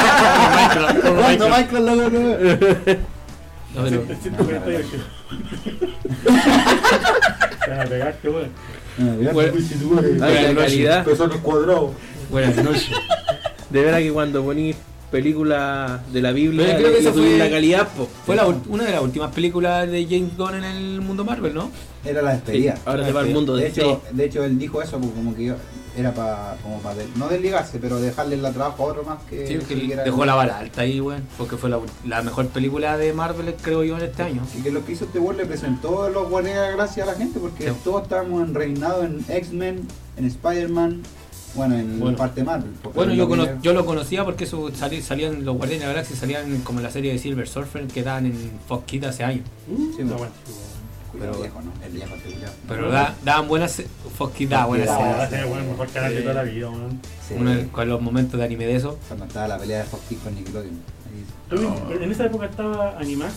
D: Minecraft, porno
C: ¿Cuándo
D: Minecraft.
C: Michael lo
E: [LAUGHS] No, pero.
F: 148.
C: [LAUGHS]
F: Te van a pegarte, weón.
C: Ah, eh.
D: Ay, la calidad.
C: los cuadrados.
E: Buenas noches.
D: [LAUGHS] De veras que cuando ponís películas de la Biblia,
E: Pero yo creo que
D: le
E: esa
D: subís
E: fue-
D: la calidad, po.
E: Fue la ul- una de las últimas películas de James Gunn en el mundo Marvel, ¿no?
C: Era la despedida.
D: Ahora se va al mundo
C: de
D: de
C: hecho,
E: este.
C: de hecho, él dijo eso porque como que yo era para como para no desligarse, pero dejarle la trabajo a otro más que,
E: Sí, que
C: Eh, que era-
E: dejó la bala alta ahí, weón. Porque fue la, la mejor película de Marvel, creo yo, en este año.
C: Y que lo que hizo este weón le presentó los Guardianes de la Galaxia a la gente porque
E: Sí.
C: todos estábamos enreinados en X-Men, en Spider-Man, bueno, en
E: Bueno.
C: parte Marvel. porque
E: Bueno,
C: es
E: yo,
C: lo que
E: cono-
C: era-
E: yo lo conocía porque eso sali- salían los Guardianes de la Galaxia, salían como en la serie de Silver Surfer que daban en Fox Kids hace años.
C: Sí,
F: No,
C: bueno.
F: bueno.
C: Cuidado,
E: pero-
C: viejo, ¿no? El viejo, el viejo.
E: Pero da- daban buenas. se- Fox Kids daba buenas.
C: Ah. Daba
E: series.
F: Ah, ese es el mejor canal de toda la vida, weón.
C: Sí.
E: Uno de- con los momentos de anime de eso.
C: Cuando estaba la pelea de Fox Kids con Nickelodeon. Ahí dice,
F: Tú, En esa época estaba Animax.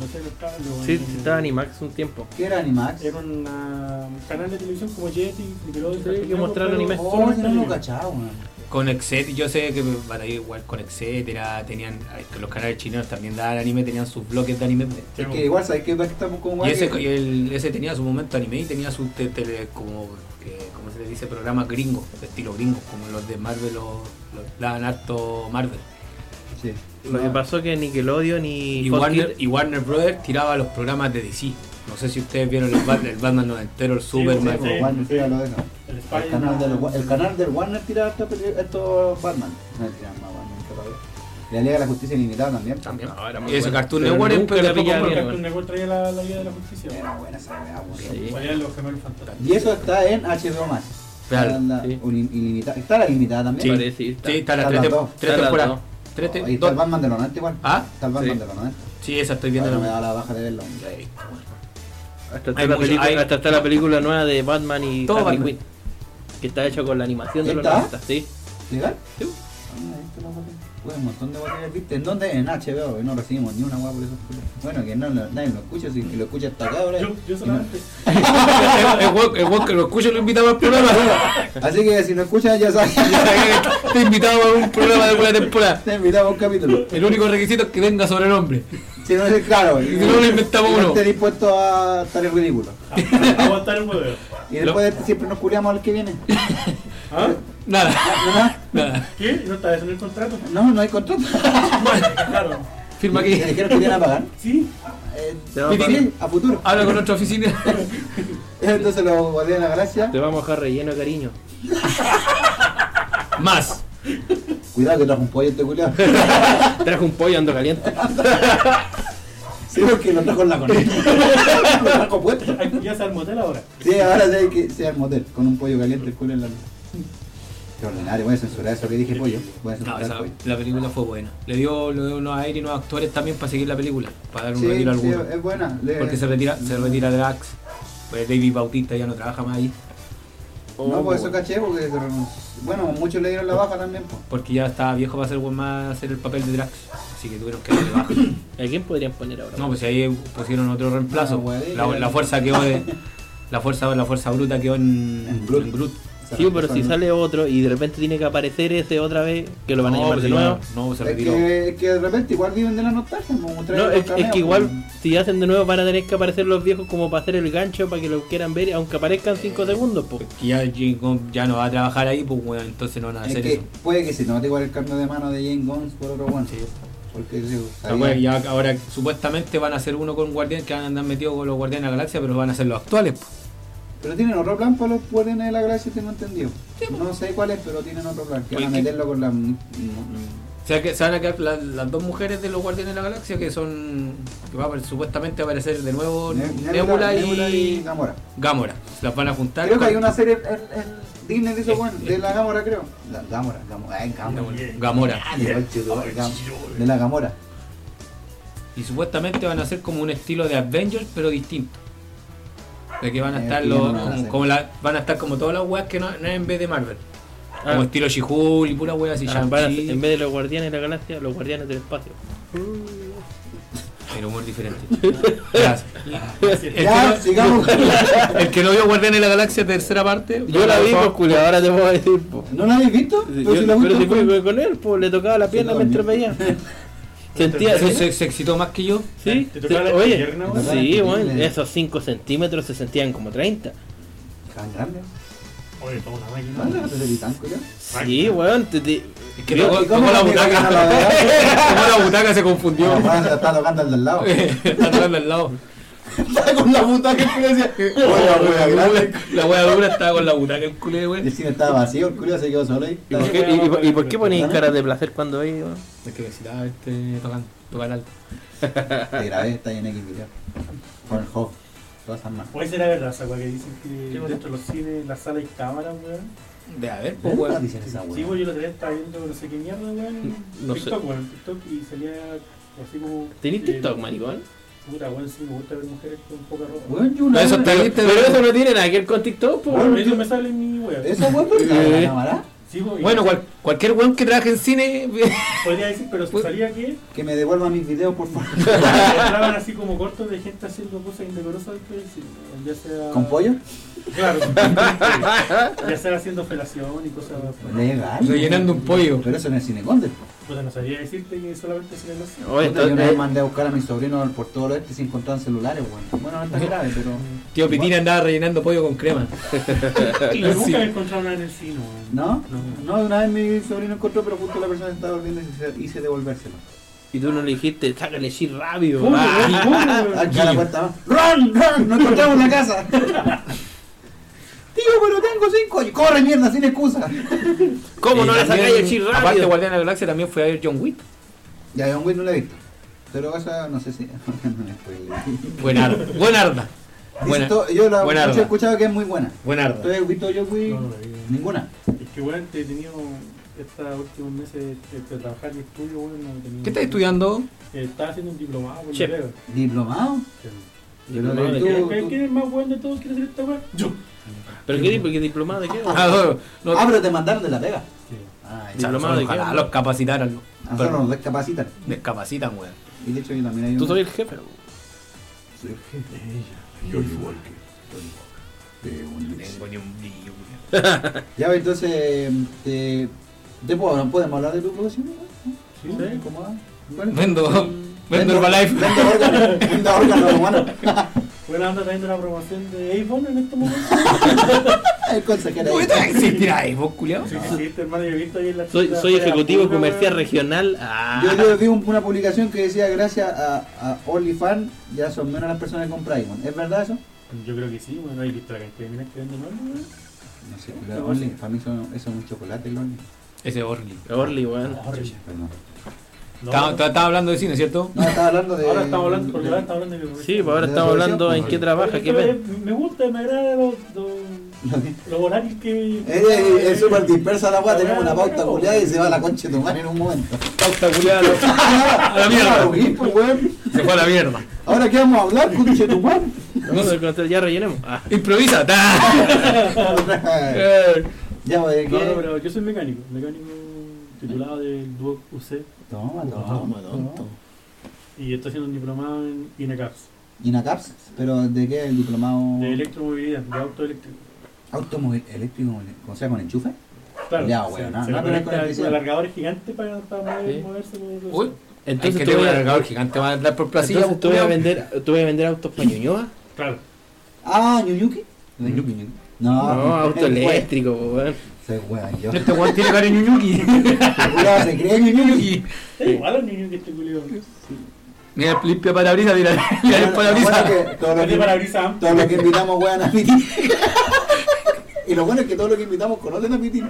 F: No sé, no estaba. no,
D: Sí, sí,
F: no, no.
D: estaba Animax un tiempo.
C: ¿Qué era Animax?
F: Era una- un canal de televisión como Jetty, Nickelodeon.
D: Sí,
F: Cartoon
D: que mostraron
F: Network,
D: anime.
F: pero
C: Oh,
F: solamente
C: yo no lo
F: anime.
C: cachaba, weón.
E: Con Etcétera, yo sé que para ir igual con Etcétera, tenían. ay, que Los canales chilenos también daban anime, tenían sus bloques de anime.
C: Es que igual, ¿sabes qué? Estamos con
E: Y
C: weón
E: ese,
C: que-
E: y el- ese tenía su momento anime y tenía su te- tele- como, que, ¿cómo se le dice? Programas gringos, de estilo gringo, como los de Marvel, los, los daban harto Marvel.
C: Sí.
D: Lo que pasó que Nickelodeon y
E: Y
D: Fox
E: Warner,
D: Kids-
E: y Warner Brothers tiraba los programas de DC. No sé si ustedes vieron el, Bat- el Batman noventero, el Superman.
F: sí, sí.
C: Warner tira lo de eso.
F: El
C: El canal, del,
F: Spider-Man.
C: el canal del Warner tira estos estos Batman. No tira más Batman que la vez. Y la Liga de la Justicia Ilimitada también.
E: También.
D: No, era muy
E: y ese
D: bueno.
E: Cartoon
D: Pero
E: Network,
D: nunca
E: pero
D: la
E: después
D: pillaba
E: como-
D: bien.
F: Cartoon Network traía la, la guía de la justicia.
C: Era buena esa weá, weón.
D: Sí.
F: Traía los gemelos fantásticos.
C: Y eso está en HBO Max.
E: Claro,
C: Está la-
D: sí.
C: un- ilimitada. Está la limitada
D: Sí.
C: también.
D: Parece, está-
E: Sí, está las
C: Están
E: tres,
C: las
E: tem-
C: dos.
E: tres
D: Están las
E: temporadas.
D: dos.
E: Tres
C: Oh,
E: tem-
C: y está el
E: dos-
C: Batman de los 90 igual.
E: ¿Ah?
C: Está el Batman
D: Sí.
C: de los 90.
E: Sí, esa estoy viendo
C: Ahora me
E: la
C: da la baja de verlo.
E: Sí.
D: Hasta está,
E: Hay
D: la
E: mucho-
D: película,
E: hay-
D: hasta está la película nueva de Batman y
E: Todo
D: Harley
E: Batman.
D: Quinn. Que está hecha con la animación de los
C: ¿Está?
D: 90, sí.
C: ¿Legal?
D: Sí.
C: Ah, ahí está la guata. Uy, Pues, un montón de guaterías, ¿viste? ¿En dónde? En HBO, que no recibimos ni una guapa por eso. Bueno, que no, lo- nadie lo escucha, si que lo escucha hasta acá ahora.
F: Yo, yo
C: y no-
F: solamente. [LAUGHS]
E: El- [LAUGHS] el weón- El weón que lo escucha lo invitaba al programa.
C: Así que si no escuchas, ya sabes.
E: Te invitaba a un programa de una temporada.
C: [LAUGHS] Te invitamos a un capítulo.
E: El único requisito es que tenga sobrenombre.
C: Si no es claro, y
E: Si no, lo inventamos
C: y no
E: uno.
C: estés dispuesto a estar en ridículo.
F: ah, Aguantar el hueveo.
C: Y después de este siempre nos culiamos al que viene.
F: ¿Ah?
E: Nada,
C: ¿No más?
E: nada.
F: ¿Qué? ¿No está eso en el
D: [LAUGHS]
F: contrato?
C: No, no hay contrato.
F: Claro.
E: Firma
C: ¿Te
E: aquí.
C: dijeron que te iban a pagar?
F: Sí.
C: Eh,
D: Te vamos a
C: sí,
D: pagar.
C: a futuro.
E: Habla con nuestra oficina.
C: Entonces lo guardé en la gracia.
D: Te vamos a dejar relleno,
E: [LAUGHS]
D: cariño.
E: Más.
C: Cuidado que trajo un pollo este culiado.
D: Trajo un pollo ando caliente.
C: Sí, porque lo trajo en la coneta. lo trajo puesto.
F: Ay, Ya se armó de la hora.
C: Sí, ahora sí hay que sea el motel, con un pollo caliente el culo en la luz. Qué ordinario, voy a censurar eso que dije pollo. Voy a
E: No,
C: censurar
E: esa-
C: pollo.
E: la película fue buena. Le dio, le dio unos aires y unos actores también para seguir la película. Para dar un
C: Sí,
E: retiro
C: sí,
E: alguno.
C: es buena. le-
E: Porque se retira, se retira Drax. Pues David Bautista ya no trabaja más ahí.
C: no,
D: Oh,
C: por eso
D: bueno.
C: caché, porque se renunció. Bueno, muchos le dieron la baja también, pues.
E: Porque ya estaba viejo para hacer, weón, más hacer el papel de Drax. Así que tuvieron que darle baja.
D: ¿A quién podrían poner ahora?
E: No, pues ahí pusieron otro reemplazo.
C: Ah, güey,
E: la,
C: güey.
E: la fuerza quedó
C: [LAUGHS]
E: de, la fuerza, la fuerza bruta quedó en,
C: En Groot.
E: en Groot.
C: Se
D: sí, pero
C: reemplazó,
D: si
C: ¿no?
D: sale otro y de repente tiene que aparecer ese otra vez, que lo van a
E: No,
D: llamar
E: pues
D: de
E: sí,
D: nuevo.
E: No, se
C: Es
E: retiró.
C: que, es que de repente igual viven de la nostalgia, pues, como traer
D: No,
C: los
D: es, es
C: cameos,
D: que igual
C: pues.
D: si hacen de nuevo van a tener que aparecer los viejos como para hacer el gancho para que lo quieran ver, aunque aparezcan 5 segundos, pues. po.
E: Y ya Jane Gump ya no va a trabajar ahí, pues bueno, entonces no
D: Ah,
E: van a
C: Es
E: hacer
C: que
E: eso.
C: puede que se note igual el cambio de mano de Jane Gons por otro one. Porque sí,
E: Ah, bueno, ya ahora supuestamente van a hacer uno con Guardián que van a andar metidos con los Guardianes de la Galaxia, pero van a ser los actuales. pues.
C: Pero tienen otro plan para los Guardianes de la Gracia, tengo entendido. No sé cuál es, pero tienen otro plan. Que
D: Pues
E: Oye,
C: van a
E: ¿qué-
C: meterlo con la.
E: O sea que se van a quedar las, las dos mujeres de los Guardianes de la Galaxia que son. que va a apare- supuestamente a aparecer de nuevo
C: Ne-
E: Nebula,
C: Nebula
E: y.
C: Gamora.
E: Gamora. Las van a juntar.
C: Creo que
E: con-
C: hay una serie en, en Disney de esos
E: Es-
C: weón, de la Gamora, creo. La Gamora, Gamora, ay, Gamora.
E: Nebula, Gamora.
C: Ah, de Gamora, Gam- De la Gamora.
E: Y supuestamente van a ser como un estilo de Avengers, pero distinto. De que van a
C: Eh,
E: estar
C: que
E: los,
C: no lo
E: como,
C: hacen.
E: como la- van a estar como todas las weas que no, no es en vez de Marvel.
D: Ah.
E: Como estilo She-Hulk y pura wea así.
D: Ah, van a ser-
E: Shang-Chi,
D: en vez de los guardianes de la galaxia, los guardianes del espacio.
E: pero humor diferente. [LAUGHS] Gracias. El, que
C: Ya, [LAUGHS]
E: no,
C: sigamos.
E: el que no vio Guardián de la Galaxia tercera parte.
D: [LAUGHS] Yo la vi,
E: por
D: pues, culo, ahora te puedo decir, po.
C: ¿No la habéis visto?
D: Yo-
C: Pero Pues si la
D: pero si
C: gustan,
D: fui con él, pues le tocaba la pierna
C: Sí,
D: mientras
C: también. [LAUGHS]
D: veía. Sentía,
E: se,
D: pues, sí,
E: se- se excitó más que yo.
D: sí,
F: ¿Te tocaba la
D: oye,
F: pierna,
C: weón?
D: sí,
C: Te tocaba la
D: weón,
C: pierna.
D: esos 5 centímetros se sentían como 30.
C: Tan grande.
F: Oye, toda una máquina.
C: ¿Dónde se le tanco [LAUGHS] ya?
D: Sí, weón, te- te-
E: Es que
D: Yo-
E: tocó,
C: ¿y cómo
E: tocó la
C: no digo que
E: butaca.
C: no la vea?
E: [LAUGHS] Tocó la butaca, se
C: No,
E: [LAUGHS] confundió.
C: ahora se Ah, [LAUGHS] está tocando al del lado.
E: Está tocando
C: [LAUGHS]
E: al lado.
C: Está con la puta que le decía. Oye,
E: La
C: wea, grande.
E: wea- La wea dura estaba con la butaca en culé, wey.
C: El cine estaba vacío, el curioso se quedó solo ahí.
D: ¿Y por qué, y- y por- y por qué ponéis caras de placer cuando veis, weón?
E: Es que me excitaba este tocan, tocar alto.
C: Te grabé, está ahí en X video. Pornhub, todas esas más.
F: Puede ser la verdad, esa weá que dicen que dentro
E: cosa?
F: de los cines, la sala hay cámaras, weón.
E: De a ver, pues,
C: ¿Cómo
E: weón.
C: dicen esa
F: Sí,
C: wea?
F: pues yo la otra vez estaba viendo no sé qué mierda, weón.
D: No sé.
F: TikTok, weón, TikTok y salía así como.
D: ¿Tenéis
F: eh,
D: TikTok, maricón?
F: Puta, weón, sí, me gusta ver mujeres con poca ropa.
C: Weón, yo una
E: Eso
C: vez-
E: está-
D: Pero, pero eso no tiene nada que ver con TikTok, po.
F: Bueno, eso me sale en mi weón.
C: Esa wea pues, está en
D: Eh.
C: la cámara.
F: Sí, pues, y-
E: Bueno, cual- cualquier weón que trabaje en cine. [LAUGHS]
F: podría decir, pero salía que
C: Que me devuelvan mis videos, por favor. [LAUGHS]
F: entraban así como cortos de gente haciendo cosas indecorosas dentro del cine, weón, ya sea.
C: ¿Con pollo?
F: Claro, ya sea haciendo felación y cosas.
C: Legal.
E: Rellenando un pollo.
C: Pero eso en el cine Condel. po.
F: Pues no sabía decirte que solamente se le hacía.
D: Oye,
C: Puta, Yo una
D: entonces,
C: vez mandé a buscar a mi sobrino por todo lo este sin encontrar celulares, weón. Bueno, no está grave, pero.
E: Tío Pitina andaba rellenando pollo con crema.
F: Pero nunca me encontraron en el cine, weón.
C: ¿No? No, una vez mi sobrino encontró, pero justo la persona estaba volviendo y se- hice devolvérselo.
D: y tú no le dijiste, sácale shit rápido.
F: ¿Cómo,
D: Ah,
F: weón? ¿Cómo, weón?
C: Aquí a la puerta. ¡Run, run! ¡Nos encontramos en la casa! [LAUGHS] Tío, pero tengo cinco. ¡Corre, mierda, sin excusa!
D: ¿Cómo no
E: Y
D: le
E: también,
D: sacáis el shit rápido?
E: Aparte, Guardián de la Galaxia también fue a ver John Wick.
C: Ya, John Wick no la he visto. Pero esa, no sé si... [LAUGHS] no me spoilé.
E: Buenarda. [LAUGHS] Buenarda. Buena,
C: Esto- yo la
E: buena
C: mucho
E: arda.
C: he escuchado que es muy buena. ¿Tú
E: buenarda.
C: has visto John Wick?
F: No, no la vi.
C: Ninguna.
F: Es que, weón, te he tenido estos últimos meses de, de trabajar y estudio, weón. No he tenido-
E: ¿Qué estás estudiando?
F: Eh, estaba haciendo un diplomado, por
D: Che.
F: lo veo.
C: ¿Diplomado? Yo creo
D: ¿Diplomado
C: que
D: de
C: tú-
F: ¿Quién
C: tú-
F: quién es el más weón de todos? ¿Quiere hacer esta weón? Yo.
D: ¿Pero qué, di- qué diplomado de qué? weón?
E: Ah, no, no,
C: Ah, pero te mandaron de la pega.
F: Sí.
C: Ah, ya.
D: Diplomado de qué?
E: ojalá
D: weón?
E: los capacitaran.
C: Ah,
E: Pero-
C: solo nos descapacitan.
E: Descapacitan, weón.
C: Y de hecho yo también hay
D: Tú
C: un-
D: soy el jefe. weón.
C: Soy el jefe.
E: Tengo ni un brillo, weón.
C: Ya, pues, entonces... Te, te puedo, ¿Podemos hablar de tu profesión? no?
F: Sí.
C: ¿Cómo va? ¿Cuál es?
E: Vendo, vendo [LAUGHS] Herbalife.
C: Vendo órganos. Vendo órganos, humano.
F: Bueno, anda trayendo la promoción de iPhone en este momento.
C: Ah, El consejero. ahí.
E: Uy, ¿Existirá ahí, vos, culiao?
F: [LAUGHS] Sí, sí, sí, hermano, yo he visto ahí en la
D: Soy,
F: tienda
D: soy
F: Fea
D: ejecutivo
F: Pulga,
D: comercial
F: weón.
D: regional. Ah,
C: Yo, yo vi un- una publicación que decía gracias a, a OnlyFans ya son menos las personas que compran iPhone. ¿Es verdad eso?
F: Yo creo que sí, bueno, ¿has visto la cantidad de minas que venden hoy, weón?
C: No sé, pero OnlyFans para mí son, eso es un chocolate el Only.
E: Ese Orly.
D: Orly, weón.
C: Perdón.
F: Ah, No,
E: Estaba
F: no.
E: estaba hablando de cine, ¿cierto?
C: No, estaba hablando de...
F: Ahora estamos hablando, porque ahora
C: [LAUGHS]
F: estamos hablando de que
D: Sí, pues ahora
C: ¿De
D: estamos
C: la
D: hablando
C: profesión?
D: en qué trabaja, qué
F: Pero, eh,
D: ve.
C: [LAUGHS]
F: Me gusta, me agrada los, los, los horarios que.
C: Eh, Es- Es súper eh, dispersa la weá, tenemos una pauta culiada y se va la concha de tu madre en un momento.
E: Pauta culiao, [LAUGHS] no. Se
C: ¡A
E: la mierda.
C: weón.
E: fue a la mierda.
F: [LAUGHS]
C: Ahora qué vamos a hablar, concha de tu madre?
D: No, el control, ya rellenemos. Ah.
E: Improvisa. ta.
C: ya, güey,
F: No, no,
C: ¿qué?
F: pero yo soy mecánico, mecánico titulado del Duoc UC
C: Toma,
E: Toma,
C: toma,
E: tonto.
C: toma.
F: y estoy haciendo un diplomado en INACAPS
C: ¿Y una CAPS? ¿Pero de qué? ¿El diplomado?
F: de electromovilidad, de auto eléctrico.
C: Automóvil eléctrico, o sea, con enchufe.
F: Claro,
C: Ya,
F: se-
C: bueno, nada,
F: se
C: nada que ver
F: conecta
C: con
F: con
C: electricidad.
F: alargadores gigantes para, para mover-
E: Sí.
F: moverse. por-
E: Uy, hay
D: Entonces,
E: que
D: tú
E: tener un
D: voy a-
E: alargador gigante. Van a entrar por
D: entonces
E: placilla.
D: tú voy a vender, tú voy a vender autos para Ñuñoa.
F: Claro,
C: Ah, ñuñuki. Ñuñuki. No, [LAUGHS]
D: No, auto
C: el güey.
D: eléctrico, po, weón.
C: Se weón, yo. [LAUGHS]
E: Este weón tiene cara de ñuñuki.
C: Ya, se cree ñuñuki.
F: es igual al niño que este culiado.
E: [LAUGHS] Mira, el limpia parabrisas, mira, mira el
C: Lo
E: parabrisas.
C: bueno es que todo lo
F: Tiene
C: que-
F: parabrisas amplio.
C: Todo lo que invitamos, weón, a pitín. [LAUGHS] Y lo bueno es que todo lo que invitamos conocen a pitín.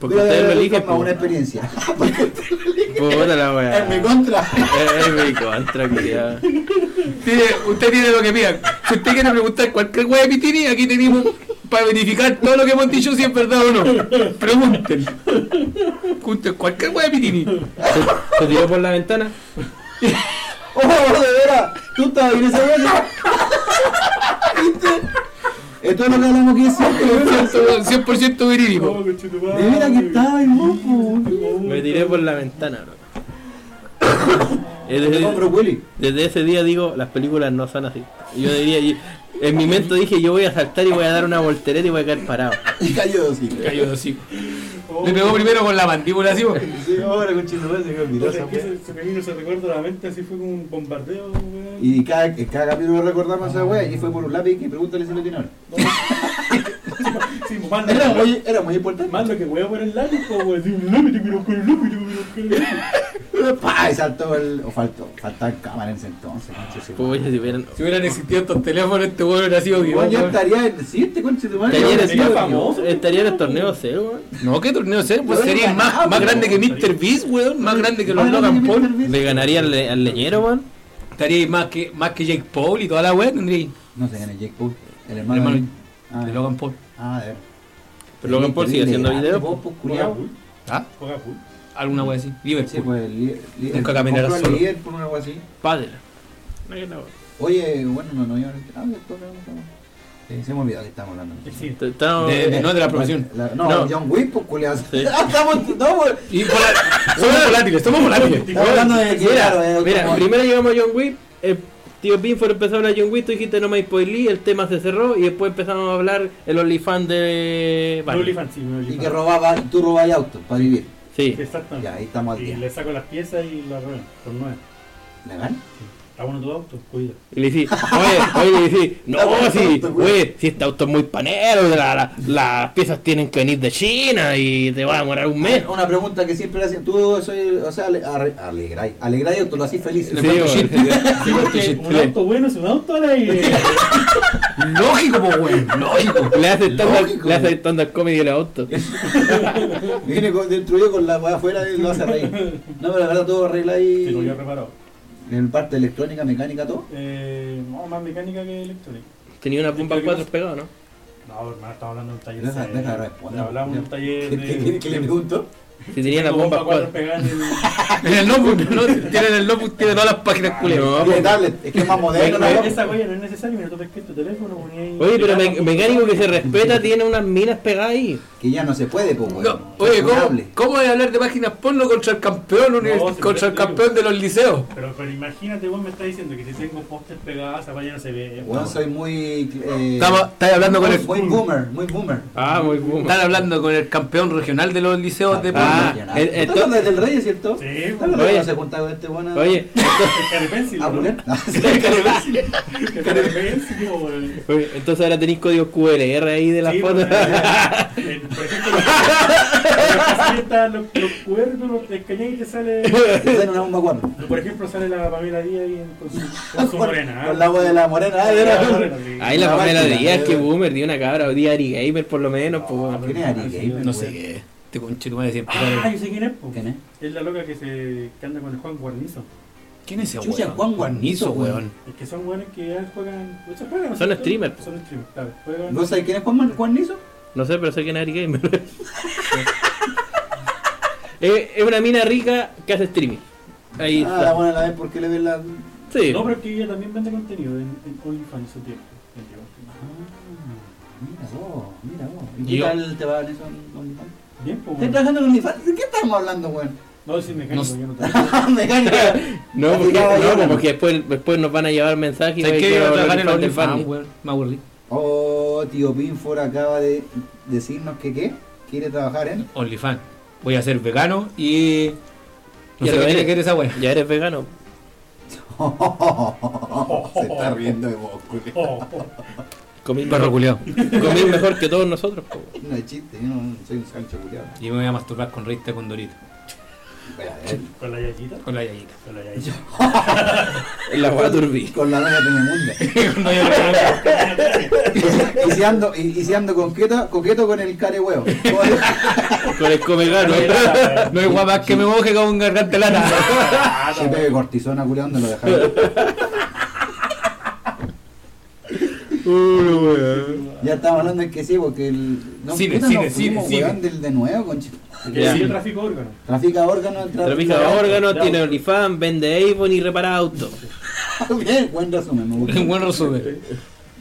D: Porque
C: Mira, mira,
D: ustedes lo
C: mira,
D: eligen, pues,
C: forma
D: po.
C: una
D: [LAUGHS]
C: experiencia. [LAUGHS]
D: Puta la weá.
C: En mi contra. [LAUGHS]
D: Es mi contra, culiao.
E: Tiene- Usted tiene lo que pida. Si usted quiere preguntar cualquier weá de Pitini, aquí tenemos para verificar todo lo que hemos dicho si es verdad o no. Pregunten. Pregunten cualquier weá de Pitini.
D: Se- Se tiró por la ventana.
C: ¡Oh, de veras! ¡Tú estabas en esa mesa! [LAUGHS] ¿Viste? Esto es lo que hablamos que es cierto.
E: 100%
F: Oh,
E: verídico.
F: conchetumare.
C: De veras que estaba en mopo.
F: Oh,
D: Me tiré por la ventana, bro. Es
C: Te
D: decir,
C: compro, Willy.
D: Desde ese día digo, las películas no son así. Yo diría, yo- en mi mente dije, yo voy a saltar y voy a dar una voltereta y voy a caer parado.
C: Y cayó dos hijos.
E: Cayó de hocico.
F: oh,
E: Le pegó primero con la mandíbula así. weón.
C: Sí, ahora con pues. chino se me olvidó
F: Entonces,
C: esa
F: que
C: wea.
F: se, se me vino ese recuerdo a la mente, así fue como un bombardeo, weón.
C: Y cada, en cada capítulo recordamos esa wea y fue por un lápiz y pregúntale si lo tiene ahora.
F: Sí, pues, más
C: Era
F: lo,
C: muy, era muy importante.
F: más lo que huevo por el lápiz, po, weón. Sí, un lápiz, pero con el lápiz, pero con el lápiz.
C: ¡Pah! Y saltó el. O faltó. Faltaba cámara en ese entonces, conche su madre.
D: Pues si hubieran...
E: Si hubieran existido estos teléfonos, este weón hubiera sido
C: Igual yo
E: guión.
C: estaría en el siguiente conche de madre.
D: Estaría en
F: Sería
D: el-
F: famoso.
D: Estaría en el torneo C, weón.
E: No, ¿qué torneo ser? Pues
C: Lo
E: sería
C: hemos
E: más,
C: ganado,
E: más grande que
F: weón.
E: Mr. Beast, weón. Más grande que los
C: Más grande
E: Logan
C: que Mr.
E: Paul.
C: Beast.
D: Le ganaría al, le- al leñero, weón.
E: Estaría más que, más que Jake Paul y toda la weá. Tendría
C: No sé, en el Jake Paul. El
E: el
C: hermano.
E: hermano
C: Ah,
E: de Logan Paul.
C: Ah, de ver.
D: Pero Logan Paul sigue haciendo videos.
C: Vos, pues, culiao.
F: Juega full,
E: ¿Ah?
F: Juega full.
E: Alguna weá así.
C: Sí,
E: Liverpool.
C: pues el líder. líder.
E: Nunca caminarás
C: Compró al
E: solo.
C: líder por una wea así.
D: Padre.
C: Oye, bueno, no, no, yo. Ah, después hablamos, hablamos. Eh, se me olvidó que estamos hablando.
F: Eh, Sí.
D: Te- estamos-
E: De- de- no, la profesión.
C: La- no,
D: No.
C: John Wick, pues, culiao.
D: Sí.
C: [LAUGHS] Estamos. No, pues.
E: Y vola-
C: [LAUGHS]
E: somos volátiles, somos volátiles.
C: Estamos hablando de. claro, eh,
D: Mira,
C: de
D: mira,
C: automóvil.
D: primero llegamos a John Wick, el tío Pinford empezó a hablar de John Wick, tú dijiste no me spoilí, el tema se cerró y después empezamos a hablar el OnlyFans de...
F: No
D: Barney.
F: olifan, sí, no
C: Y
F: olifan.
C: que robaba, tú robabas autos para vivir.
D: Sí.
F: Exactamente.
C: Ya, ahí estamos al
F: Y
C: día.
F: le saco las piezas y las ruedan por nueve.
C: ¿Legal?
F: Está bueno tu auto, cuida.
D: Y le dice, oye, oye,
C: [LAUGHS]
D: le dice, no, si, oye, si este auto es muy panero, la- la- las piezas tienen que venir de China y te va a demorar un mes.
C: Una pregunta que siempre le hacen. Tú soy, o sea, ale- arre- alegráis. Alegráis auto, lo hacís feliz.
E: Le
D: Sí,
E: falta
D: weón.
E: shit.
F: Sí, porque un auto bueno es un auto al aire.
E: Lógico, po, weón. Lógico.
D: Le hace stand
C: Lógico.
D: le hace stand-up comedy el auto.
C: Viene con, destruido con la weá afuera y lo hace reír. No, pero la verdad todo
F: Sí, Este lo había
C: arregláis.
F: reparado.
C: En parte electrónica, mecánica, todo.
F: Eh, no, más mecánica que electrónica.
D: Tenía una pompa
F: ¿Qué
D: 4
F: pasa?
D: pegada, ¿no?
F: No, hermano, estamos hablando de un taller.
C: Deja,
F: serio.
C: deja de responder.
F: Hablamos de un taller.
C: ¿Qué, qué, qué,
F: de-
C: qué le pregunto?
D: Si tenía la
F: Tengo
D: pompa
F: bomba cuadro
D: 4.
F: pegada
D: [LAUGHS]
F: en el-
E: En el notebook, [LAUGHS] ¿no? Tiene en el notebook, tiene todas las páginas culeras.
C: Tiene tablet, es que es
E: [LAUGHS]
C: más moderno. la weá.
F: Esa huella no es necesaria, mira, tú pesqué tu teléfono, poní ahí-
E: pues,
D: Oye, pero me-
F: Tirado,
D: mecánico que se respeta tiene unas minas pegadas ahí.
C: Que ya no se puede, pues, weón.
E: No, oye, ¿cómo,
C: Funable.
E: ¿cómo voy a hablar de páginas porno contra el campeón univers-
F: No, si
E: contra el
F: te digo.
E: campeón de los liceos?
F: Pero, pero imagínate, vos me estás diciendo que si tengo postes pegadas, esa huella no se ve.
C: Weón, soy muy. Eh,
E: Estaba- Estás hablando con el
C: muy boomer, muy boomer.
D: Ah, muy boom.
E: están hablando con el campeón regional de los liceos de porno.
D: Ah,
C: el,
D: el- el
C: ¿Estás hablando del rey, es cierto?
F: Sí,
C: ¿Estás
F: weón.
C: hablando de
D: Oye.
C: que se junta con este weón? a-
D: Oye,
F: El Carpensil,
C: ¿A
F: ¿no?
C: Buller?
E: [LAUGHS]
C: [LAUGHS] No, sí.
F: El Carpensil, weón.
D: oye, entonces ahora tenéis código QLR ahí de las
F: Sí,
E: pues,
D: fotos.
F: porque, eh, Por ejemplo, los- los- los los cuernos, los escaneas y te sale.
C: Esa era una bomba guapa.
F: Por ejemplo, sale la Pamela Díaz ahí en- con su, con su morena. ¿ah?
C: Con la agua de la morena. Ah, era.
F: La morena, sí.
D: Ahí la
C: Una
D: Pamela
C: máquina,
D: Díaz,
C: eh.
D: que boomer, dio una cabra, o di Ari Gamer por lo menos, pues.
C: No,
D: bueno.
C: ¿Quién es Ari Gamer,
E: No
C: weón?
E: sé qué. Este conche tu madre siempre.
F: Ah, yo sé quién es, po.
C: ¿eh? ¿Quién es?
F: la loca que se que anda con el Juan Guarnizo.
E: ¿Quién es ese
C: Chucha,
E: weón?
C: Juan Guarnizo, weón.
F: Es que son buenos que ya juegan. muchos juegan
D: Son
F: ¿cierto?
D: streamers, po.
F: Son streamers, claro. Juegan.
C: ¿No sabes quién es Juan, Man- Juan Niso?
D: No sé, pero sé que es Ari
E: [LAUGHS]
D: Gamer. [LAUGHS] es, es una mina rica que hace streaming. Ahí
C: Ah,
D: está.
C: la Ah, buena la vez porque le ves la.
D: Sí.
F: No, pero es que ella también vende contenido en, en OnlyFans en su tiempo.
C: Mira vos, mira vos. ¿Y
D: Y
C: qué
D: yo-
C: tal te va en eso en OnlyFans?
F: Bien,
C: ¿Estás
F: pues, bueno.
C: trabajando en OnlyFans? ¿De qué estamos hablando, weón? [LAUGHS] Ah,
F: No, sí, mecánico,
E: No-
F: yo no trabajo.
C: Mecánica.
D: [LAUGHS] No, porque,
C: Ya, ya,
D: no,
C: ya.
D: porque después, después nos van a llevar mensajes. y
E: ¿Sabes
D: hay
E: qué?
D: que
E: Iba a
D: hablar
E: trabajar
D: del
E: en Ah,
D: fan del
E: OnlyFans,
D: fan.
E: weón. Me aburrí.
C: Oh, tío Pinford acaba de decirnos que qué. Quiere trabajar en. [LAUGHS]
E: OnlyFans. Voy a ser vegano y. No
D: Ya
E: sé
D: lo
E: qué tiene
D: eres.
E: que ver esa wea.
D: Ya eres vegano.
C: Se está riendo de vos, culiao.
F: Oh, oh.
E: [LAUGHS]
D: Comís
E: [LAUGHS] Perro
D: mejor,
E: culiao.
D: comís mejor que todos nosotros. pues. po.
C: No es chiste, yo no soy un sancho culiado.
E: Y me voy a masturbar con rista con dorito.
F: Con la yayita.
E: Con la yayita.
F: Con la yayita.
D: En la agua
E: [LAUGHS]
D: turbina.
C: Con la media tengo
E: No, yo
C: Y
E: no-
C: si ando, y, y si ando con queta- coqueto con el care
E: [LAUGHS]
C: huevo.
D: Con el come gano.
E: no hay guapa que me moje con un garganta lana.
C: Ah, Se pegue cortisona culiado, no lo dejaron. Ya estamos hablando de que sí, porque el. No,
E: Cine,
C: puta,
E: cine,
C: nos
E: cine,
C: fuimos,
E: cine.
C: weón, del de nuevo, concha.
F: Porque si yo trafico órganos.
C: Trafica órganos, tra-
D: Trafica órganos, tiene OnlyFans, vende Avon y repara autos.
C: [LAUGHS] Bien, buen resumen, me gustó.
E: [LAUGHS] Un [LAUGHS] buen resumen.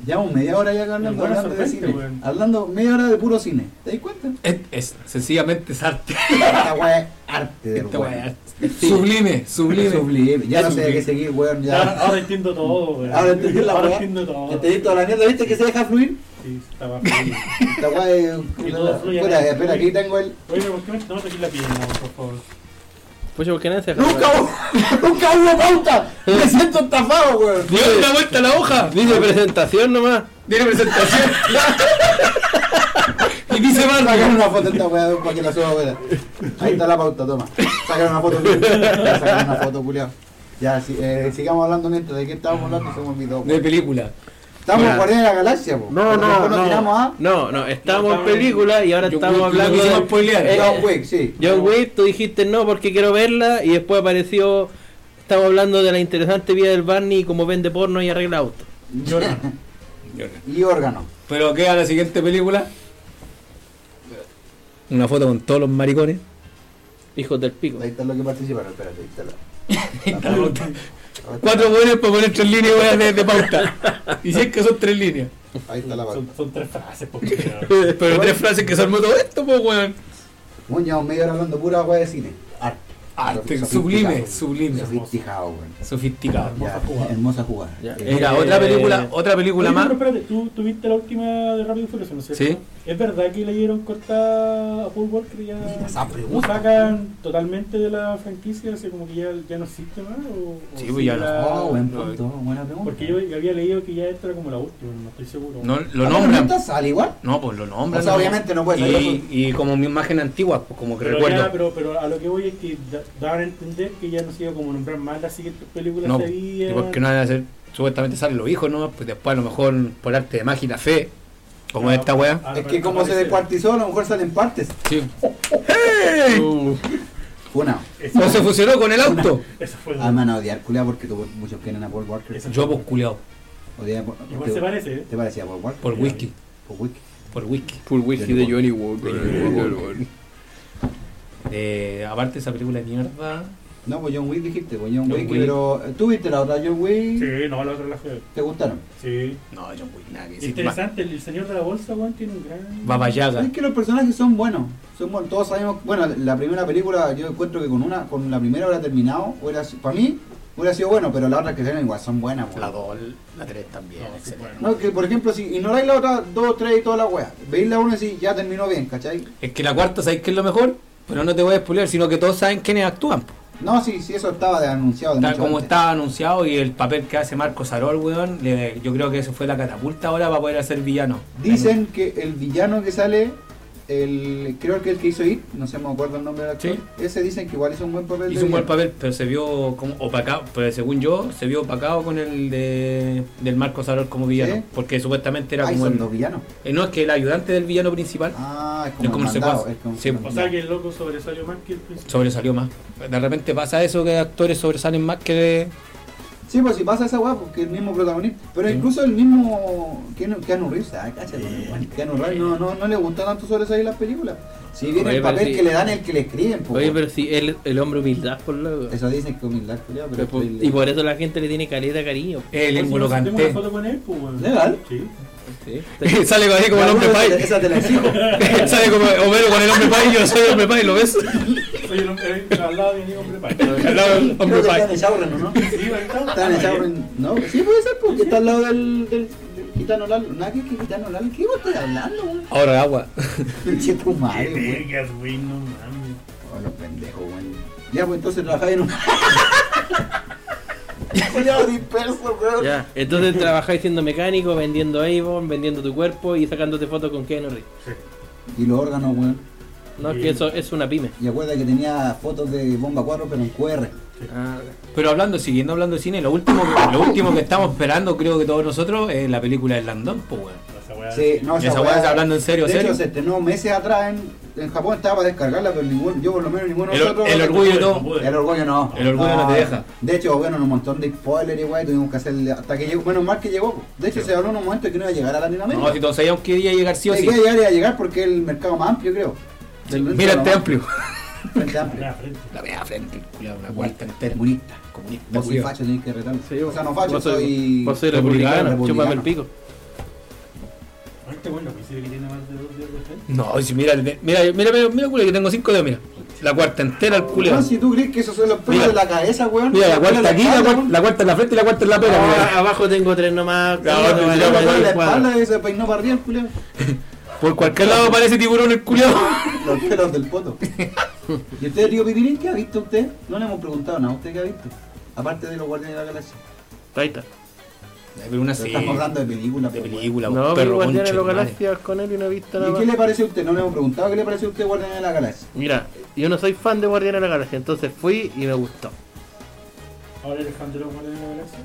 C: Llevamos media hora ya hablando,
F: Buena
C: hablando de
F: sorpresa,
C: cine.
F: weón.
C: Hablando media hora de puro cine. ¿Te das
E: [LAUGHS]
C: cuenta?
E: Es, es sencillamente es arte.
C: Esta weá es arte del
E: Esta
C: weón.
E: wea es arte. Sublime, sublime.
C: Sublime. Ya
E: Es
C: no sé de qué
E: sublime.
C: seguir, weón.
F: Ahora,
C: Ya.
F: ahora entiendo todo, güey.
C: Ahora entendí la
F: Ahora
C: weá.
F: entiendo
C: Que
F: todo.
C: te di toda la mierda, ¿viste que se deja fluir?
F: Sí, estaba bien.
C: Esta weá es.
F: Que todo fluya.
C: Espera, espera, aquí tengo el.
F: Oye, pero ¿por qué me tomas aquí la pierna, por favor?
D: Pues ¿por qué nadie se
C: ¡Nunca hubo, [LAUGHS] ¡Nunca hubo pauta! ¡Me siento estafado, weón!
E: Dio una vuelta a la hoja.
D: Dice presentación nomás.
E: Tiene [LAUGHS] presentación. y dice
C: Sacar
E: más.
C: una foto de esta weá weón, para que la suba, weón. Ahí está la pauta, toma. Sacar una foto, [LAUGHS] weón. Ya, Sacar una foto, culiao. Ya, si- eh, sigamos hablando mientras de qué estábamos hablando, se me olvidó. weón.
E: De película.
C: Estamos en
D: Ya.
C: Guardianes de la Galaxia, po. Pero después nos tiramos a
D: No, Eh, no, estamos en
F: Estamos en-
D: película y ahora
E: Yo-
D: estamos
E: yo-
D: hablando
E: yo- yo-
D: de.
E: spoilear.
D: Eh,
C: John Wick, sí. [LAUGHS]
D: John Wick, tú dijiste no porque quiero verla y después apareció. Estamos hablando de la interesante vida del Barney y cómo vende porno y arregla autos.
C: Y órgano.
E: Pero queda la siguiente película. Una foto con todos los maricones.
D: Hijos del pico.
C: Ahí está lo que participaron, espérate, ahí está la.
E: Cuatro buenos para poner tres líneas weas, de, de pauta. Y si es que son tres líneas.
C: Ahí está la pauta.
F: Son, son tres frases, por
C: [LAUGHS]
F: favor.
E: Pero tres frases que son todo esto, pues weón.
C: Bueno, llevamos media hora hablando pura agua de cine. Arte.
E: Arte,
C: Sofisticado.
E: Ah, sublime, sublime.
C: Sofisticado, weón.
E: Sofisticado.
C: Ya,
F: Hermosa jugada.
C: Hermosa jugada.
D: Ya.
C: Eh,
E: Era otra película, otra película
F: Oye,
E: más.
F: pero espérate, tú tuviste la última de Rápido y Furioso, ¿no es cierto?
E: Sí.
F: ¿Es verdad que le dieron corta a Paul Walker y ya
C: esa
F: lo
C: pregunta.
F: sacan totalmente de la franquicia? Así como que ya, ya no existe más. O,
E: Sí,
F: o
E: pues ya
F: sigue
E: no.
F: la-
C: Oh, buen punto, buena pregunta.
F: Porque yo había leído que ya entra como la última, no estoy seguro.
E: No, lo
C: Ah,
E: nombran.
C: pero no sale igual?
E: No, pues lo nombran.
C: O sea,
E: ¿no?
C: obviamente no puede salir
E: Y, y como mi imagen antigua, pues, como que
F: pero,
E: recuerdo.
F: ya, pero, pero a lo que voy es que da- daban a entender que ya no se iba como a nombrar más las siguientes películas
E: no, y
F: serían.
E: porque no van a ser, supuestamente salen los hijos, ¿no? Pues después a lo mejor por arte de magia y la fe, como
F: Ah,
E: esta weá.
F: ah,
C: Es que como se descuartizó, a lo mejor salen partes.
E: Sí. Uh.
C: Una.
E: ¿No se fusionó con el auto?
F: Esa fue
C: Ah, me van a odiar, culiao, porque tuvo muchos que eran a Paul Walker.
F: Esa-
E: Yo, pues, culiao,
C: Odiaba a Paul-
F: Igual se parece, ¿eh?
C: ¿Te parecía Paul Walker?
E: por whisky,
C: Paul Wick.
E: por whisky.
D: Full
C: whisky de Johnny
D: Walker.
E: Eh, aparte esa película de mierda,
C: No, pues John Wick dijiste, pues John,
E: John
C: Wick,
E: Wick.
C: pero eh, tú viste la otra John
E: Mm.
C: Wick,
F: Sí, no, la otra la fue.
C: ¿te gustaron?
F: Sí.
E: no, John Wick, nada que decir. Va-
F: Interesante, el, el señor de la bolsa, weón, tiene un gran.
E: Baba Yaga.
C: Es que los personajes son buenos, son buenos, todos sabemos, bueno, la primera película yo encuentro que con una, con la primera hubiera terminado, hubiera, si- para mí hubiera sido bueno, pero las otras que salen igual son buenas, pues.
E: la 2, la 3 también,
F: No,
E: etc.
F: bueno.
C: No, que por ejemplo, si ignoráis la otra, dos, tres y toda la wea, veis la una y decís, ya terminó bien, ¿cachai?
E: Es que la cuarta, ¿sabéis que es lo mejor? Pero no te voy a spoiler, sino que todos saben quiénes actúan. po.
C: No, sí, sí, eso estaba de anunciado de
E: Tal
C: mucho
E: como
C: antes.
E: estaba anunciado y el papel que hace Marco Sarol, weón, le- yo creo que eso fue la catapulta ahora para poder hacer villano.
C: Dicen que el villano que sale, el creo que el que hizo IT, no sé, me acuerdo el nombre del actor, ese dicen que igual hizo un buen papel de
E: Hizo un buen
C: villano.
E: papel, pero se vio como opacado, pero según yo, se vio opacado con el de, del Marco Sarol como villano,
C: Sí.
E: porque supuestamente era
C: Ah,
E: como
C: son
E: el,
C: dos villanos.
E: eh, no, es que el ayudante del villano principal
C: Ah, es
E: Es
C: como,
E: como
C: el
E: el
C: mandado,
E: secuaz.
C: es como-
E: Sí,
F: O sea que el loco sobresalió más que el principal.
E: sobresalió más. De repente pasa eso que actores sobresalen más que
C: Sí, pues si pasa esa weá, porque el mismo protagonista. Pero
E: Sí.
C: incluso el mismo Keanu, Keanu Reeves, ah, cáchate, weón, Keanu Reeves no, no, no le gusta tanto sobresalir las películas. Si bien
D: Oye,
C: el
D: pero
C: papel
D: sí.
C: que le dan es el que le escriben, po,
E: Pues,
D: Oye,
C: weón.
D: pero si el, el hombre humildad, por la.
C: Eso dicen que humildad, culiao, pero.
D: Pero pues, por-
C: el-
D: Y por eso la gente le tiene caleta cariño. pues,
E: el
F: Oye,
E: ángulo
F: si no, si Tengo una
E: canté.
F: foto con él, pues, weón.
C: ¿Legal?
F: Sí.
E: [LAUGHS] Sale ahí como el hombre
C: Alguna
E: pay.
C: Esa te la
D: [LAUGHS]
C: exijo.
E: Sale como Homero con el hombre pay y yo soy el hombre pay,
D: [LAUGHS]
E: ¿lo ves?
F: Soy el hombre eh, al lado de mi hombre país.
E: Al lado del
C: Creo que
E: hombre
C: está en
E: pay.
C: el Shaoran, ¿o
D: [LAUGHS]
C: ¿no?
F: Sí, ¿verdad?
C: Está en el Shaoran, ¿no? Sí, puede ser, porque está al lado del, del, del gitano Lalo. Nada que que gitano Lalo. ¿Qué vos estás hablando, güey?
E: Ahora agua.
C: Pinche tu
F: Qué
C: madre, güey.
F: vergas, güey, no mames.
C: Oh, los pendejos, güey. Ya, pues entonces trabajáis en un. [LAUGHS] Ya disperso, güey.
D: Ya, entonces trabajáis siendo mecánico, vendiendo Avon, vendiendo tu cuerpo y sacándote fotos con Keanu Reeves.
C: Y los órganos, güey.
D: No, es que eso es una pyme.
C: Y acuerda que tenía fotos de Bomba 4, pero en QR.
D: Ah,
E: Pero hablando, siguiendo hablando de cine, lo último que, lo último que estamos esperando, creo que todos nosotros, es la película del Landón, pues weón.
F: Esa weá.
C: Sí, no,
E: Esa weá está hablando en serio,
C: Ah, De
E: serio.
C: hecho, se estrenó meses atrás en, en Japón, estaba para descargarla, pero ningún, yo por lo menos ninguno de
E: El,
C: nosotros.
E: el orgullo no.
C: El orgullo no. Ah,
E: El orgullo no te deja.
C: De hecho, bueno, un montón de spoilers y guay, tuvimos que hacerle hasta que llegó. Bueno, mal que llegó. De hecho, se habló en un momento que no iba a llegar a Latinoamérica.
E: No, si todos sabíamos que iba a llegar sí o
C: Sí,
E: sí.
C: que iba a llegar, iba a llegar porque es el mercado más amplio, creo. El
E: Mira
C: mercado
E: este
C: más-
E: amplio.
C: frente amplio.
F: Acá, frente.
E: La vea frente, culiao, una cuarta entera.
C: Comunista.
E: Comunista,
C: Vos soy
E: culiao.
C: facho, tenés que retarme.
D: sí,
C: o sea, no
D: vos
C: facho, soy.
D: Vos soy republicano,
C: republicano.
D: chúpame el pico.
F: Ahorita, Ah, este bueno, coincide que tiene más de dos días de frente.
E: No, si mira, mira, mira, mira, mira, culiao, que tengo cinco dedos, mira. La cuarta entera, el culiao.
C: Weón, si tú crees que esos son los pelos
E: Mira.
C: de la cabeza, weón.
E: Ah, Mira, la cuarta aquí, la,
C: espalda,
E: cuarta-
C: weón.
E: la cuarta en la frente y la cuarta en la pera. mira.
D: Ah, abajo tengo tres nomás.
E: Ya,
D: cuatro,
E: te
D: vale, vale,
E: tiraba
C: Pero la
D: cuatro.
C: espalda y se peinó para arriba el culiao.
E: Por cualquier lado aparece tiburón el culiao. [LAUGHS]
C: Los pelos del poto. ¿Y usted, tío Pitirín, qué ha visto usted? No le hemos preguntado nada, ¿usted qué ha visto? Aparte de los Guardianes de la Galaxia.
D: Ahí está.
E: Pero una
C: Pero
E: sí,
C: Estamos hablando de películas.
E: de
C: pues,
E: película, un
D: No, pero
E: perro
D: Guardianes de
E: concha
D: los
E: de madre.
D: Galaxias con él y no he visto nada
C: weón. ¿Y
D: más.
C: qué le parece a usted? No le hemos preguntado, ¿qué le parece a usted Guardianes de la Galaxia?
D: Mira, yo no soy fan de Guardianes de la Galaxia, entonces fui y me gustó.
F: Ahora el Alejandro Moreno de la Galaxia.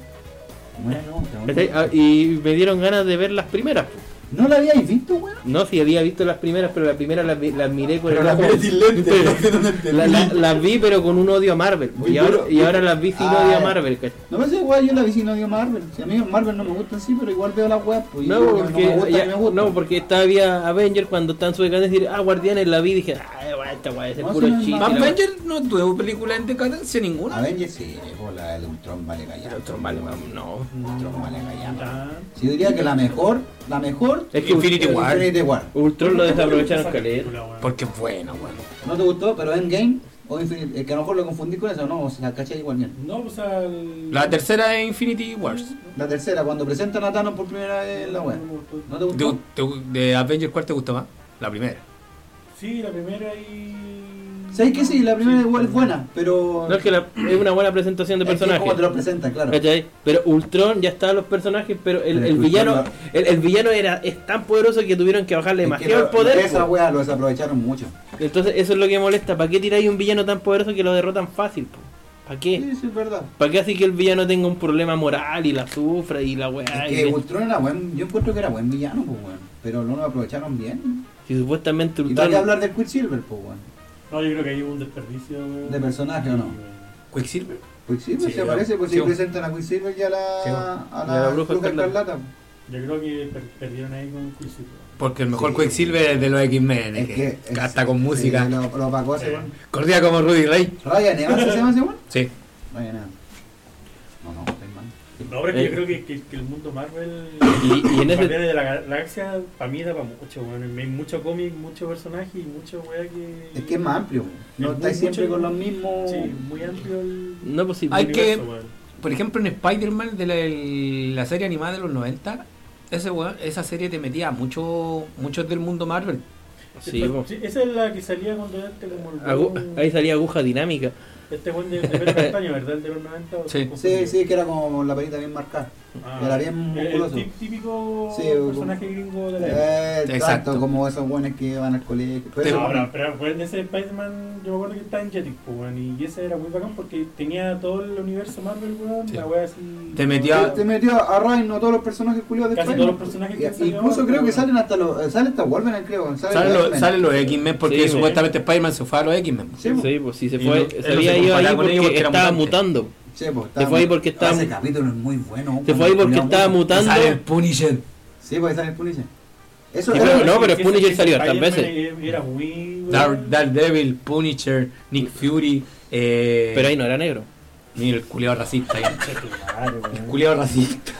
C: Buena pregunta, weón.
D: ¿Cachai? Ah, Y me dieron ganas de ver las primeras.
C: ¿No la habíais visto, weón?
D: No, si había visto las primeras, pero las primeras las, vi- las miré con
C: Pero
D: el
C: la
D: ojo.
C: vi sin lente, no sé dónde entendí.
D: La- la- las vi, pero con un odio a Marvel.
C: Muy
D: Y ahora,
C: duro.
D: y ahora las vi sin
C: Ah,
D: odio a
C: ya.
D: Marvel. ¿cachai?
C: No me sé, weón, yo la vi si no dio Marvel. Si a mí Marvel no me gusta, sí, pero igual veo las weas, pues. y
D: No,
C: yo,
D: porque,
C: no me gusta,
D: ya-
C: que me gusta.
D: no, porque todavía Avenger cuando están sus ganas decir, ah, Guardianes la vi, dije, ah, guay, esta guay es el
C: No,
D: puro
C: si no es
D: chiste.
C: Marvel.
D: la guay".
E: Avenger no tuvo película en decadencia ninguna.
C: Avengers sí, viejo, la del Ultron vale callar.
D: Otro mal, mam, no.
C: Ultron vale callar.
F: Ah,
C: Si yo diría que la mejor, la mejor.
D: Es que
E: Infinity
D: Ultron-
E: War.
C: Infinity War.
D: Ultron lo desaprovecharon
F: esa
D: caleta.
F: película, weón.
E: Porque es buena, weón.
C: ¿No te gustó? Pero Endgame o Infinite, eh, que a lo mejor lo confundí con eso, no, o sea, ¿cachai igual bien.
F: No, pues al.
E: La tercera es Infinity Wars.
C: La tercera, cuando presentan a Thanos por primera vez en la web. ¿No te
E: ¿Te
C: gustó?
E: gu- te gu- ¿De, Avenger cuál te gusta más? La primera.
F: Sí, la primera y.
C: ¿Sabes que sí? La primera igual es buena, pero.
D: No es que la- es una buena presentación de
C: es que es como te
D: personajes.
C: lo presentan, claro.
D: ¿Cachai? Pero Ultron ya estaban los personajes, pero el,
C: Pero
D: el
C: Ultron
D: villano
C: no-
D: el, el villano era es tan poderoso que tuvieron que bajarle
C: Es que
D: demasiado el
C: lo-
D: poder.
C: Esa
D: po.
C: wea lo desaprovecharon mucho.
D: Entonces eso es lo que molesta. ¿Para qué tiráis un villano tan poderoso que lo derrotan fácil? po? ¿Para qué?
C: Sí, sí, es verdad.
D: ¿Para qué así que el villano tenga un problema moral y la sufra y la weá?
C: Es
D: y
C: que
D: le-
C: Ultron era buen, yo encuentro que era buen villano, pues weón. Pero no lo aprovecharon bien.
D: Si supuestamente
C: Y para qué
D: Ultron...
C: hablar del Quicksilver, pues weón.
F: No, yo creo que ahí hubo un desperdicio, weón. Eh,
C: ¿De personaje o no?
E: Quicksilver.
C: Quicksilver
E: Sí,
C: se aparece, pues
E: sí,
C: si
E: weón.
C: presentan a Quicksilver y a la,
E: Sí, weón.
C: a
D: Y a
C: la,
D: la Bruja
C: Bruja
D: Escarlata.
C: Escarlata.
F: Yo creo que per- perdieron ahí con Quicksilver.
E: Porque el mejor
C: Sí.
E: Quicksilver es de los X-Men. eh,
C: Es que.
E: que Hasta con música.
C: Sí, lo, lo opacó ese weón.
E: Corría como Rudy Ray.
C: Ryan Evans se llama ese weón.
E: Sí.
C: Ryan Evans. No, no, estoy mal.
F: No, pero es que
D: Eh.
F: yo creo que, que- que el mundo Marvel.
D: Y- y en ese-
F: Guardianes de la Gal- galaxia, para mí da para mucho, weón. Hay mucho cómic, mucho personaje y mucho weá que.
C: Es que es más amplio. No
F: Es
C: estáis
F: mucho-
C: siempre con los mismos.
F: Sí, muy amplio el.
D: No, pues sí,
E: Hay
D: porque-
E: que-
F: universo, weón.
E: Por ejemplo, en Spider-Man de la, el- la serie animada de los 90, ese weón, esa serie te metía a mucho, muchos del mundo Marvel.
D: Sí, po.
F: Sí, esa es la que salía cuando era este como el
D: Agu-
F: weón-
D: ahí salía aguja dinámica.
F: Este buen de, de pelo castaño, ¿verdad? El de los 90. o-
E: Sí.
C: Sí, sí, que era como la perita bien marcada.
F: Ah,
C: Era bien
F: el- el
C: musculoso.
F: tip- típico
C: Sí,
F: personaje gringo de la época.
C: Eh, exacto.
E: Exacto.
C: como esos buenos que van al colegio. Pero
E: Te-
C: eso,
F: No, pero,
C: bueno,
F: pero fue en ese Spider-Man, yo me acuerdo que estaba en Jetix, pues, weón, y ese era muy bacán porque tenía todo el universo Marvel, weón,
E: Sí.
F: la wea así...
E: Te metía-
C: te- te metió a Ryan no todos los personajes culiados de
F: Casi
C: Spider-Man.
F: todos los personajes que
C: Y-
F: han salido
C: Incluso
F: ahora,
C: creo que
F: pero-
C: salen hasta los. eh, Sale hasta Wolverine, creo. Sale
E: Salen los,
C: X-Men.
E: salen los X-Men porque
D: Sí,
E: supuestamente Spider-Man se fue a los X-Men.
C: Sí, po.
D: Sí, pues sí, se
E: Y
D: fue.
E: no- él
D: se había
E: no se
D: ido
E: comparaba
D: ahí
E: con ellos
D: porque
E: porque era
D: estaba
E: mutante.
D: mutando.
C: Sí, po,
D: Te fue ahí porque estaba-
C: Ese capítulo es muy bueno.
D: Se fue ahí porque
C: culiao,
D: estaba
C: bueno.
E: Y
D: mutando.
E: Sale el Punisher.
C: Sí, porque sale el Punisher. Eso
D: Y
C: era-
D: pero no, pero
F: Ese-
D: Punisher
F: ese
D: salió hartas
F: Spider-Man Era muy... weón.
E: Dar- Daredevil, Punisher, Nick Fury. Eh,
D: Pero ahí no era negro.
E: Mira el culiao racista. ahí.
F: Claro,
E: El
F: weón.
E: culiao racista.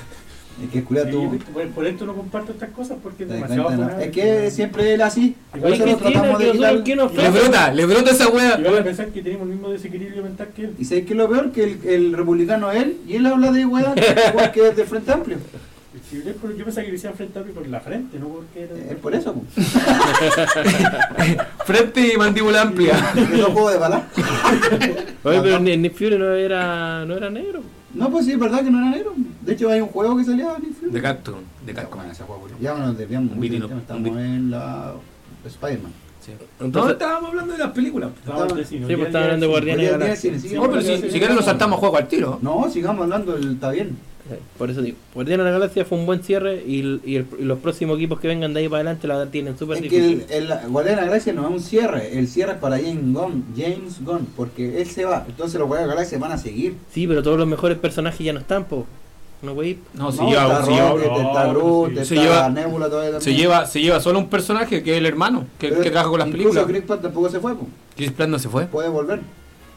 C: Es que el culiao
F: Sí,
C: tuvo-
F: viste, por, por esto no comparto estas cosas porque es
C: ¿Te das
F: demasiado
C: cuenta, no?
F: funable.
C: Es que siempre él así. Por
D: Oye,
C: eso
D: ¿qué
C: lo tratamos
D: tiene?
C: de
D: Que
C: quitar.
D: nosotros, ¿qué nos
E: Le
D: falta?
E: brota, le brota esa
F: Y
E: wea.
F: van a pensar que tenemos el mismo desequilibrio mental que él.
C: Y sabes que lo peor que el, el republicano es él y él habla de
D: [LAUGHS]
C: weá, igual que es del Frente Amplio.
F: Si yo- pero Yo pensaba que le decían frente a mí por la frente, no porque era.
C: Es por eso, po.
E: Frente y mandíbula amplia.
C: Eso juego de bala.
D: Oye, pero ni- ni Fury no era, no era negro.
C: No, pues sí, es verdad que no era negro. De hecho, hay un juego que salía Nick Fury.
E: De cacto, de cacto.
C: Ya, bueno, Ya nos desviamos
E: Un
C: mucho del
E: vinilo,
C: tema.
E: un
C: Estamos
E: vinilo.
C: en la Spider-Man.
E: Sí. No,
D: Entonces,
E: estábamos hablando de las películas.
F: Estábamos vecinos,
D: Ah, Sí, pues
F: ya-
D: estaban
F: ya-
D: hablando de Guardianes de la
C: Podría-
D: Galaxia.
C: tiene- sí,
E: No, pero si, si quieren nos saltamos juego al tiro.
C: No, sigamos hablando, el- está bien.
D: Eh, Por eso digo, Guardianes de la Galaxia fue un buen cierre y, l- y el- y los próximos equipos que vengan de ahí para adelante la tienen súper
C: Es que el,
D: difícil.
C: el Guardián de la Galaxia no es un cierre, el cierre es para James Gunn, James Gunn, porque él se va, entonces los Guardianes de la Galaxia van a seguir.
D: Sí, pero todos los mejores personajes ya no están, po. No, wey.
E: No, si
C: No,
E: lleva,
C: está
E: si lleva-
C: Rocket,
F: no,
C: está Groot,
F: sí.
C: está
E: Se lleva-
C: Nebula todavía también.
E: se lleva, se lleva solo un personaje que es el hermano, que,
C: Pero
E: que trabaja con las
C: Eh, incluso
E: películas.
C: Chris Pratt tampoco se fue, po.
E: Chris Pratt no se fue.
C: puede volver.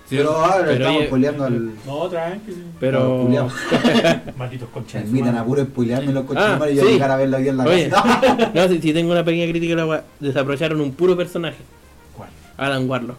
E: Sí,
C: pero ahora
D: pero
C: estamos
D: oye-
C: spoileando al...
F: No, tranqui.
D: Pero.
C: Julián.
F: Malditos
C: Se
F: conchas.
C: invitan a puro spoilearme los coches
D: Ah,
C: y yo
D: sí.
C: llegar a verlo bien en la
D: Oye,
C: casa.
D: [LAUGHS] [LAUGHS] no, si, si tengo una pequeña crítica, la wea- desaprovecharon un puro personaje.
F: ¿Cuál?
D: Alan Warlock.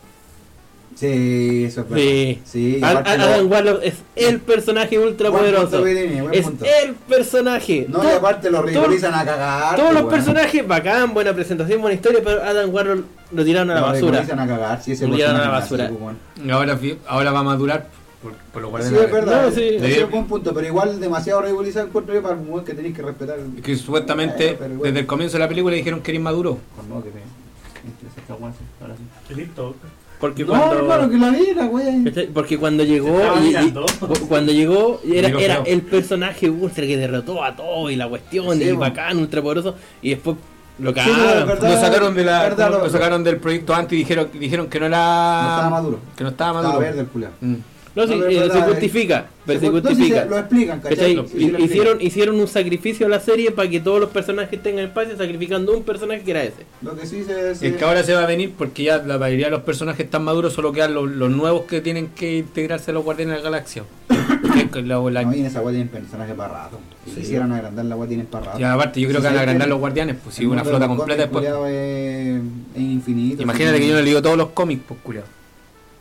C: Sí, eso es verdad.
D: Sí.
C: Sí,
D: Al-
C: aparte
D: Al-
C: lo-
D: Alan Warlock es el personaje ultra
C: Buen punto,
D: poderoso.
C: Vidini, buen
D: Es
C: punto.
D: el personaje.
C: No, y
D: Todo-
C: aparte lo ridiculizan a cagar.
D: Todos
C: po,
D: los
C: weón.
D: personajes, bacán, buena presentación, buena historia, pero Adam Warlock lo tiraron a la
C: Lo
D: basura.
C: ridiculizan a cagar, sí, ese
D: Lo tiraron a la
C: personaje
D: basura.
C: nazi, po,
E: Y Ahora, fi- ahora va a madurar por, por lo cual
C: weón. pues, Sí, es verdad,
D: No,
C: es-
D: sí.
C: ese es
E: Sí.
C: un buen punto, pero igual demasiado ridiculizado encuentro yo para un weón que tenéis que respetar.
E: Que supuestamente
C: Eh, pero igual.
E: desde el comienzo de la película dijeron que era inmaduro.
C: Con no, que me... este, se está guaso, ahora sí. [LAUGHS]
F: Listo.
D: Porque
C: No,
D: cuando.
C: hermano, que la vida, güey.
D: ¿Cachai? Porque cuando llegó,
F: estaba
D: y- y-
F: mirando.
D: cu- cuando llegó era,
E: Digo,
D: era
E: feo.
D: el personaje ultra que derrotó a todo y la cuestión,
C: Sí,
D: y
C: bueno.
D: bacán, ultra poderoso, y después lo
C: pero
D: cagaron.
C: verdad-
E: Lo sacaron de la
C: verdad,
E: lo
C: lo-
E: sacaron del proyecto antes y dijeron dijeron que no era
C: No estaba maduro.
E: que no estaba maduro.
C: Estaba verde el culiao.
E: Mm.
D: no, sí,
C: no, pero
D: eh,
C: verdad,
D: se
C: eh.
D: justifica, pero se,
C: No, sí,
D: justifica.
C: se- lo explican,
D: ¿Cachai?
C: ¿cachai? Sí, sí, lo explican.
D: Hicieron, hicieron un sacrificio a la serie para que todos los personajes tengan espacio, sacrificando un personaje que era ese.
C: Lo que sí se... se-
E: Es que ahora se va a venir porque ya la mayoría de los personajes están maduros, solo quedan los, los nuevos que tienen que integrarse a los Guardianes de la
C: [COUGHS]
E: Galaxia. Que es la- la-
C: No, y en esa guay tienen personajes para rato. Si quisieran agrandar la guay tienen para rato.
E: y aparte, yo creo
C: Sí,
E: que van a
C: sí,
E: agrandar
C: sí.
E: los Guardianes, pues si
C: El
E: una
C: mundo de
E: flota
C: los
E: completa
C: cómics,
E: después.
C: culiao, Es, es infinito.
E: Imagínate que yo no le digo todos los cómics, pues culiao.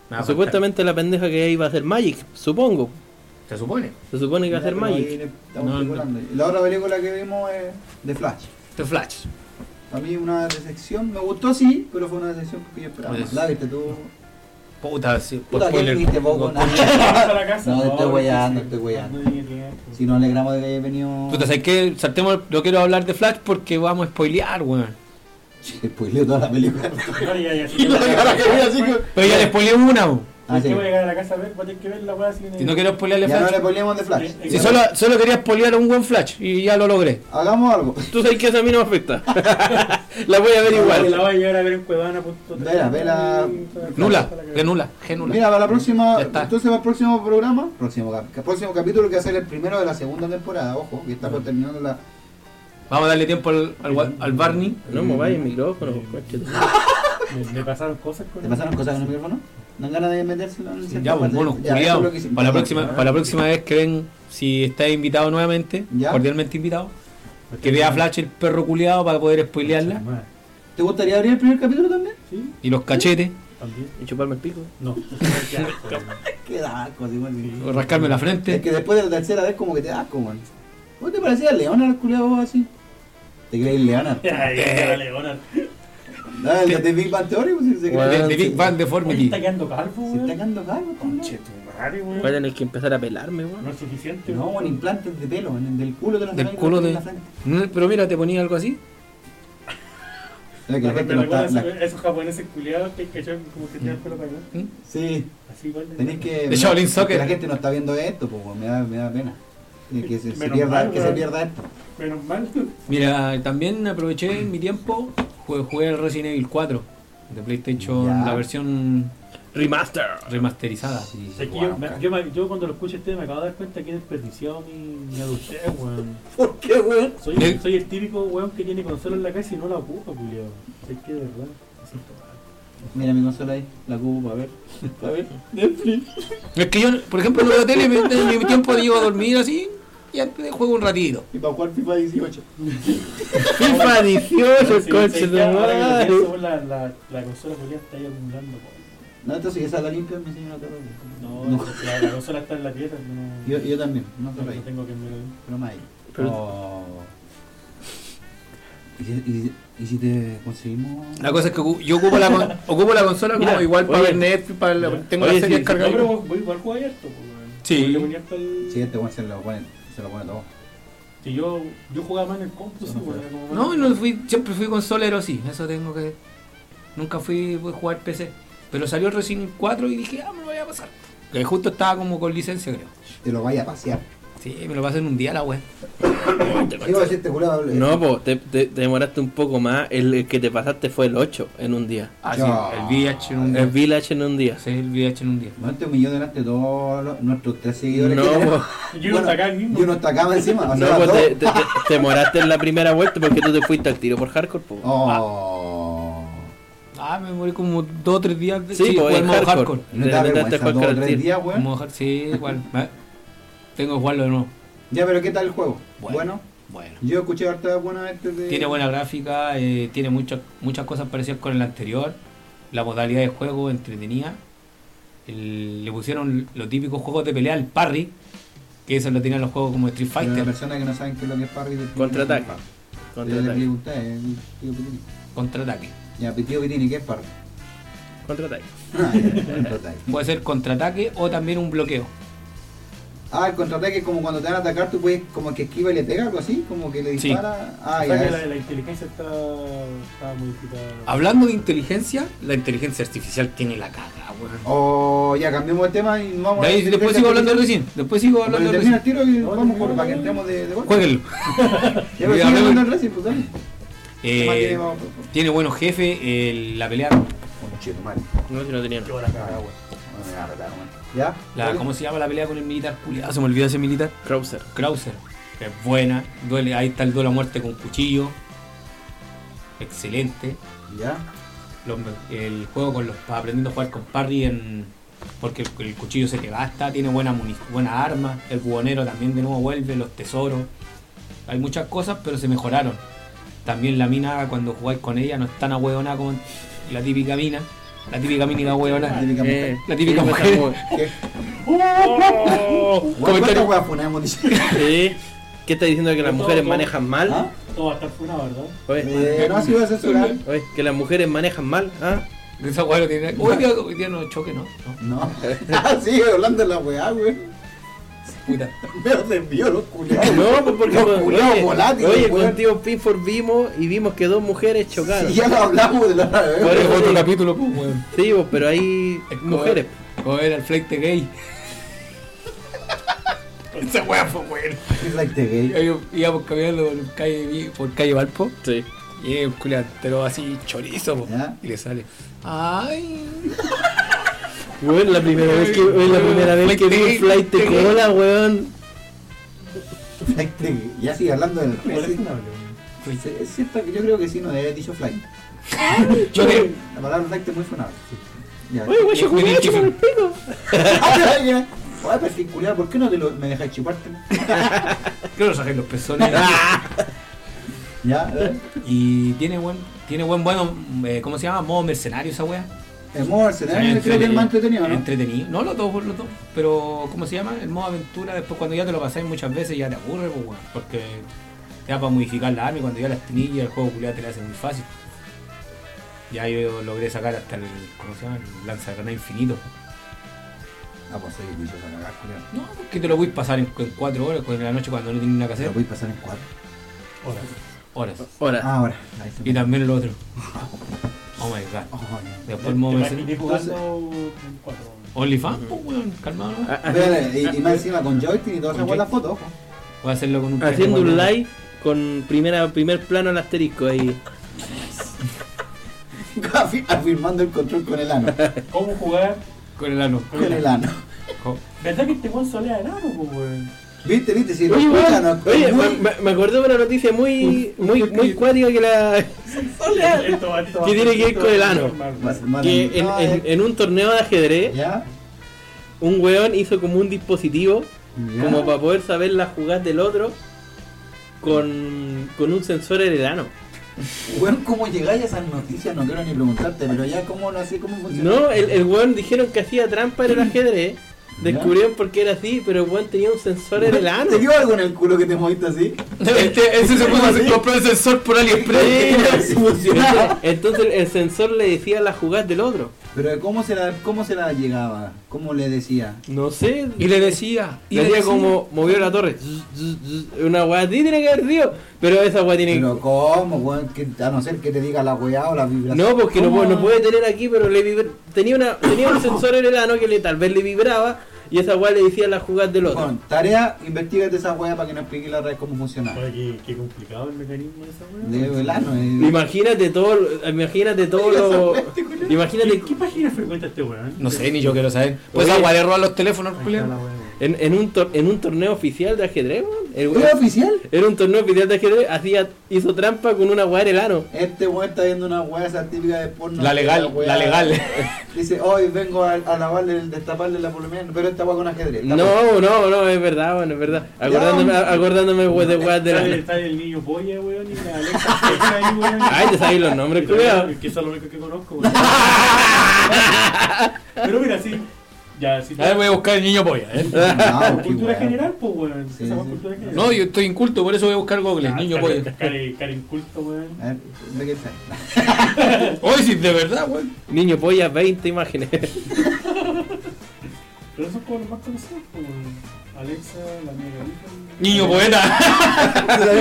E: Me va a
D: Supuestamente la pendeja que iba a ser Magic, supongo.
E: faltar. Se supone.
D: Se supone que va a ser Magic.
E: No, no.
C: La otra película que vimos es The Flash.
E: The Flash.
C: A mí una decepción, me gustó sí, pero fue una decepción porque yo esperaba
E: Pues-
C: más. La viste tú.
E: Puta, sí,
C: Puta,
E: por
C: ¿qué
E: spoiler.
C: viste vos?
E: Por-
C: weón?
F: Vamos a la casa.
C: No, te estoy
F: no,
C: weyando,
F: sí.
C: te estoy weyando.
F: No tenía tiempo.
C: Si nos alegramos de que haya venido...
E: Puta, ¿sabes qué? Saltemos, no quiero hablar de Flash porque vamos a spoilear,
C: [LAUGHS]
E: weón.
C: Che, spoileo toda la película.
F: Ahora
C: [LAUGHS]
F: ya, ya, sí.
E: Pero ya le spoileé una, weón.
C: Ah,
F: Es
C: sí.
F: que voy a llegar a la casa a ver, voy a tener que ver la weá así. en el-
E: Si no quiero spoilearle
C: Ya no
E: Flash.
C: le spoileamos The Flash.
F: Sí,
E: Si solo, solo quería spoilear a un buen Flash y ya lo logré.
C: Hagamos algo.
D: Tú sabes que eso a mí no me afecta. [LAUGHS] la voy a ver
F: Igual. La
D: igual.
F: voy a llegar a ver en Cuevana.tv.
C: Vela, vela.
E: Nula, genula, genula.
C: Mira, para la próxima,
E: Ya está.
C: entonces para el próximo programa, próximo, cap- próximo capítulo que va a ser el primero de la segunda temporada, ojo, que estamos terminando la...
E: Vamos a darle tiempo al, al, gua- al Barney.
D: No mováis el micrófono, pues, coche.
F: Me, me pasaron cosas con
C: ¿Te pasaron cosas con el micrófono? ¿No dan ganas de metérselo en el
E: Ya, pues, monos culiados. Para la próxima, para la próxima vez que ven, si estáis invitado nuevamente,
C: Ya.
E: cordialmente invitado, que vea Flash el perro culiado para poder spoilearla.
C: ¿Te gustaría abrir el primer capítulo también?
F: Sí,
E: Y los cachetes,
F: también.
D: Y chuparme el pico.
F: [LAUGHS] No.
C: Qué da asco, sí, bueno, sí.
E: o rascarme la
C: Es
E: frente.
C: que después de la tercera vez como que te da asco, man. ¿Vos te parecías Leonard, culiado, vos así? ¿Te crees Leonard?
F: Ay, dale, Leonard.
C: No, el de The Big Bang Theory, pues, si se cree.
E: De, de Big Bang
F: Oye,
E: Deformity.
F: está quedando calvo,
C: Se está
F: weón.
C: cagando calvo,
F: Conche
C: conche.
F: tu madre, weón.
D: Voy a tener que empezar a pelarme,
F: No
D: weón.
F: es suficiente,
C: No, en implantes de pelo, en el del culo de los
E: Del culo de. Mm, Pero mira, te ponía algo así.
C: que la gente no está...
F: Recuerda
C: la-
F: esos- Esos japoneses culiados que cachan como que tienen el pelo para allá.
C: Sí.
F: Así igual.
C: Tenéis que.
E: De Shaolin
C: porque
E: Soccer.
C: La gente no está viendo esto, pues me da, me da pena. Y Que se, se
F: Menos
C: pierda,
F: mal,
C: que se
F: weón.
C: pierda esto. [LAUGHS]
F: Menos mal.
E: Mira, también aproveché mi tiempo, jugué, jugué el Resident Evil 4 de PlayStation,
C: Ya.
E: la versión
D: Remaster.
E: remasterizada.
C: Sí,
F: O sea, que
C: guau,
F: yo, me-
C: cacho.
F: yo, me- yo cuando lo escucho a este me acabo de dar cuenta que he desperdiciado mi, mi adultez, weón.
C: ¿Por qué, weón?
F: Soy,
E: ¿Eh?
F: soy el típico weón que tiene consola en la casa y no la ocupa, culiado. Es que de verdad. me siento mal.
C: Mira mi consola ahí, la cubo para ver. [LAUGHS] Para ver. Netflix.
E: Es que yo, por ejemplo, no veo tele, me- en mi tiempo llego a dormir así, y antes de juego un ratito.
C: Y para jugar FIFA 18.
D: FIFA 18,
F: Sí,
D: coche
F: sí,
D: de
F: ahora que lo
D: madre.
F: pienso, la, la, la consola culiá está ahí acumulando. po.
C: No, entonces esa la limpia mi señora Carolina.
F: No, La, la consola está en la pieza. No,
C: Yo, yo también, no
F: no,
C: por ahí,
F: tengo que mirar.
C: pero más ahí.
D: Pero-
C: Oh. ¿Y, si- y, y si te conseguimos?
E: La cosa es que ocu- yo ocupo la, [LAUGHS] con- ocupo la consola como
D: Mira,
E: igual para
D: oye.
E: ver Netflix, para la-
F: Ya.
E: tengo
D: Oye,
E: la serie
D: sí,
F: No,
E: descargada.
F: pero voy, voy igual jugar harto, po, weón.
E: Sí.
F: Voy a poner harto el-
C: Sí, este weón se lo pone, se lo pone todo.
F: Si yo, yo jugaba más en el compu, sí,
C: No,
F: weón,
C: no.
F: era como-
E: No, no fui, siempre fui consolero, sí, eso tengo que. Nunca fui a jugar PC. Pero salió el Resident 4 y dije, ah, me lo voy a pasar. Que justo estaba como con licencia, creo.
C: Te lo vaya a pasear.
E: Sí, me lo pasé en un día la wea.
C: Iba a decirte culado.
D: No, po, te, te- te demoraste un poco más. El, el que te pasaste fue el 8 en un día.
E: Ah,
C: Ya.
E: sí, el VH en un
D: El
E: día.
D: Village en un día.
E: Sí, el VH en un día.
C: No te humilló delante de todos los- nuestros tres seguidores. [LAUGHS]
D: No,
C: que tenemos.
D: po.
F: Yo iba a
C: Bueno,
F: atacar mismo.
C: Y uno está acá más encima. O sea,
D: No, pues
C: dos.
D: te,
C: [LAUGHS]
D: te- te- te demoraste en la primera vuelta porque tú te fuiste al tiro por hardcore, po.
C: Oh.
E: Ah, me morí como dos o tres días de
D: Sí, po,
E: jugué
D: en
E: el modo
D: hardcore.
E: hardcore.
C: ¿No
D: De
C: te da
D: repente
C: vergüenza
D: juegas
C: dos o
D: Call of
C: tres
D: Duty.
C: días,
E: El
C: weón?
E: modo hard- sí,
D: [LAUGHS]
E: igual.
D: Ah.
E: me- Tengo que jugarlo de nuevo.
C: Ya, pero ¿qué tal el juego?
E: Bueno.
C: Bueno.
E: Bueno.
C: Yo escuché harta buena este de...
E: Tiene buena gráfica, eh, tiene muchas muchas cosas parecidas con el anterior. La modalidad de juego entretenida. El- le pusieron los típicos juegos de pelea, el parry, que eso lo tenían los juegos como Street
C: Para las
E: Fighter,
C: personas que no saben qué es lo que es Parry... del-
D: Contraataque.
C: Yo
D: Contra
C: le
D: ataque.
C: pregunté, eh, tío Pitini.
E: contraataque.
C: Ya, tío Pitini, ¿qué es Parry? [LAUGHS]
D: Contra ataque.
C: Ah, ya, contraataque.
E: Puede ser contraataque o también un bloqueo.
C: Ah, el contraataque es como cuando te van a atacar, tú puedes como que esquiva y le pega algo así, como que le
E: Sí.
C: dispara. Ah,
F: O sea
C: ya.
F: que
C: es-
F: la, la inteligencia está, está modificada.
E: Hablando de inteligencia, la inteligencia artificial tiene la caga, weón.
C: Oh, ya cambiamos de tema y vamos
E: De ahí- después sigo hablando recién. Después sigo
C: Bueno,
E: hablando
C: termina
E: recién.
C: el tiro y
F: No,
C: vamos
F: termina,
C: por, para que
F: no,
C: entremos de, de golpe.
E: [LAUGHS] Jueguenlo.
C: Ya, pero
E: Y
C: sigue
E: hablemos-
C: hablando del Racing, pues dale.
E: Eh,
C: Más tiene, vamos, pues,
E: tiene buenos jefes, el- la pelea,
C: pues. Como chido, madre.
D: No, si no tenía nada.
F: Yo la cagada, weón.
C: Bueno, me va a retar, man. ¿Ya?
E: la,
C: ¿Vale?
E: ¿cómo se llama la pelea con el militar? culiao? Ah, se me olvidó ese militar.
D: Krauser.
E: Krauser, que es buena, duele, ahí está el duelo a muerte con cuchillo, excelente. Ah,
C: ¿Ya?
E: Los me- el juego con los aprendiendo a jugar con parry en porque el, el cuchillo se te gasta, tiene buena muni- buena arma, el buhonero también de nuevo vuelve, los tesoros. Hay muchas cosas, pero se mejoraron. También la mina cuando jugáis con ella no es tan ahueonada como la típica mina, la típica mina ahueonada.
C: Típica mujer.
D: Eh,
E: La típica
D: sí,
E: mujer.
C: ¿Qué?
F: Oh,
C: Bueno, ¿Cuántas weas funamos?
E: [LAUGHS]
C: dice?
D: Sí. ¿Qué estás diciendo que las mujeres manejan
C: ¿Ah?
D: mal?
F: Todo va a estar funado, ¿verdad?
D: Oye,
C: Eh, no, si voy a censurar.
D: oye, que las mujeres manejan mal, ¿ah?
E: [LAUGHS] Esa hueá no tiene- Hoy día, hoy día no choque, no. no.
C: No. [LAUGHS] Ah, sigue hablando de la weá, weón.
E: Puta.
C: Me los desvío [LAUGHS] los culiados.
D: No, pues porque
C: Los
D: con-
C: culiados
D: oye,
C: volátiles,
D: oye,
C: weón.
D: con tío Pinford vimos y vimos que dos mujeres chocaron.
C: [LAUGHS] Sí, ya lo hablamos de la otra vez.
D: Por
E: Es
D: eso,
E: otro
D: sí.
E: capítulo, pues, weón.
D: Sí, vos, pero hay mujeres.
E: O era el flight gay. Esa weá fue buena.
C: Es like the gay.
E: Yo- Íbamos caminando por calle, Vi- por calle Valpo.
D: Sí.
E: Y el culiantero así chorizo, po.
C: ¿Ya?
E: Y le sale. Ay.
D: Weón, la primera vez que, weón, la primera vez que vi un flight de cola, weón.
C: Like the gay. Ya sigue hablando del
F: Igual es
C: Racing.
F: funable, weón.
C: Sí, Es cierto que yo creo que sí, no debe dicho fly.
E: Yo te.
C: La palabra flight es muy funable. Ya.
D: Oye, weón, yo
E: Me
D: jugué
E: identifico.
D: con el pico.
C: Ay, [LAUGHS] ya. Oye, particular, ¿por qué no te lo, me dejas chuparte?
E: Yo lo saqué en los pezones.
C: Ya, eh.
E: [LAUGHS] y tiene buen. Tiene buen bueno. eh, ¿Cómo se llama? Modo mercenario esa weá.
C: El modo
E: Sí,
C: mercenario creo que es el más entretenido, ¿no?
E: Entretenido. No los dos, los dos. Pero, ¿cómo se llama? El modo aventura, después cuando ya te lo pasáis muchas veces ya te aburre, pues, weón, Porque te da para modificar la arma y cuando ya las tenías el juego culiado te la hace muy fácil. Ya yo logré sacar hasta el, ¿cómo se llama? El lanzagrana infinito.
C: Ah, pues soy bicho para cagar, culiao.
E: No, porque te lo voy a pasar en, en cuatro horas, en la noche cuando no tienes nada que
C: Te lo
E: hacer.
C: voy a pasar en cuatro.
F: Ahora,
E: Horas.
D: Ahora,
C: Ah, ahora. Ahí se me-
E: Y también el otro. Oh my god.
C: Oh, ya.
E: Después el modo
F: te imaginé
E: mercenario.
F: jugando en cuatro, weón.
E: OnlyFans, pues, weón, calmado.
C: Ah,
E: ¿no?
D: a- a-
C: Espérate, y, y más encima con joystick y todo se
E: Con
C: fue la foto. ojo.
E: Voy a hacerlo con un traje
D: haciendo un
E: cuando-
D: live con primera, primer plano al asterisco ahí.
C: Afi- [LAUGHS] Afirmando el control con el ano.
F: ¿Cómo jugar?
E: Con el ano.
C: Con el
D: [LAUGHS]
C: ano.
E: Jo-
F: ¿Verdad que este weón solea de nano, po, weón?
C: ¿Viste, viste? Si lo
D: Oye,
C: escuchan,
D: weón, oye,
C: muy-
D: me, me- me acordé de una noticia muy, muy, muy cuática que la.
F: Esto va- esto va-
D: ¿Qué tiene que ver
F: esto
D: con
F: va-
D: el ano?
F: esto va-
C: Más- más-
D: que en,
C: no,
D: en-
C: eh,
D: en un torneo de ajedrez,
C: ¿Ya?
D: un weón hizo como un dispositivo
C: Ya.
D: como para poder saber las jugadas del otro con, con un sensor en el ano.
C: Weón, ¿cómo llegáis a esas noticias? No quiero ni preguntarte, pero ya, ¿cómo no sé cómo funciona?
D: No, el, el weón dijeron que hacía trampa
E: Mm.
D: en el ajedrez.
C: Ya.
D: Descubrieron por qué era así, pero el weón tenía un sensor en el ano.
E: [LAUGHS]
C: ¿Te dio algo en el culo que te moviste así?
E: Este, ese se puso a comprar el sensor por
C: [LAUGHS]
E: AliExpress.
C: Sí, funcionaba.
D: [LAUGHS] Entonces el sensor le decía las jugadas del otro.
C: Pero ¿cómo se, la, ¿cómo se la llegaba? ¿Cómo le decía?
D: No sé.
E: Y le decía, y
D: Le
E: le
D: hacía
E: decía
D: como movió la torre. Zzz, zzz, zzz. Una weá así tiene que haber sido. Pero esa weá tiene
C: Pero ¿cómo, weón? Que, a no ser que te diga la weá o la vibración.
D: No, porque no, puede- no puede tener aquí, pero le vibra- tenía, una, tenía un sensor en el ano que le, tal vez le vibraba y esa weá le decía las jugadas del otro.
E: Oh,
C: Bueno, tarea, investigate esa weá para que nos explique la red cómo funcionaba.
F: Oye, qué, qué complicado el mecanismo de esa weá.
C: De velano, eh.
D: Imagínate todo, imagínate todo lo... Imagínate
F: ¿Qué, ¿Qué página frecuenta este weón?
E: No sé, ni yo quiero saber. Pues
D: Oye.
E: agua le roban los teléfonos,
F: Ahí está la
E: Julián.
F: weá.
D: en, en un tor- en un torneo oficial de ajedrez, weón, el
C: ¿Fue
D: weón-
C: oficial?
D: Era un torneo oficial de ajedrez, hacía, hizo trampa con una weá en el ano.
C: Este weón está viendo una weá esa típica de porno.
E: La legal,
C: weá-
E: la legal.
C: Dice, hoy vengo a, a lavarle, el- destaparle la polomía, pero esta weá con ajedrez. Está bien.
D: No, pues. no, no, es verdad, bueno, es verdad. Acordándome,
C: Ya,
D: acordándome we- de weas del
F: Sale,
D: ano.
F: sale el niño polla, weón, y la Alexa Alexa ahí, weón.
D: Ay, te sabéis los [LAUGHS] nombres, culiao.
F: Que es lo único que conozco, weón. Pero mira, sí. Ya, sí. Ah,
E: A ver, voy a buscar el niño polla.
C: [LAUGHS]
E: ¿eh?
C: No, qué
F: [LAUGHS] Cultura
C: weá.
F: general, pues, weón.
C: Sí,
F: Esa weá
C: sí.
F: cultura general.
E: No, yo estoy inculto, por eso voy a buscar Google,
F: Ah,
E: niño
F: cara-
E: polla.
F: cara- cara inculto, weón.
C: A ver, ¿de qué está?
E: Hoy sí, de verdad, weón.
D: Niño polla, 20 [LAUGHS] imágenes.
F: Pero eso es como lo más conocido, pues, weón. Alexa, la megalita.
E: Niño poeta.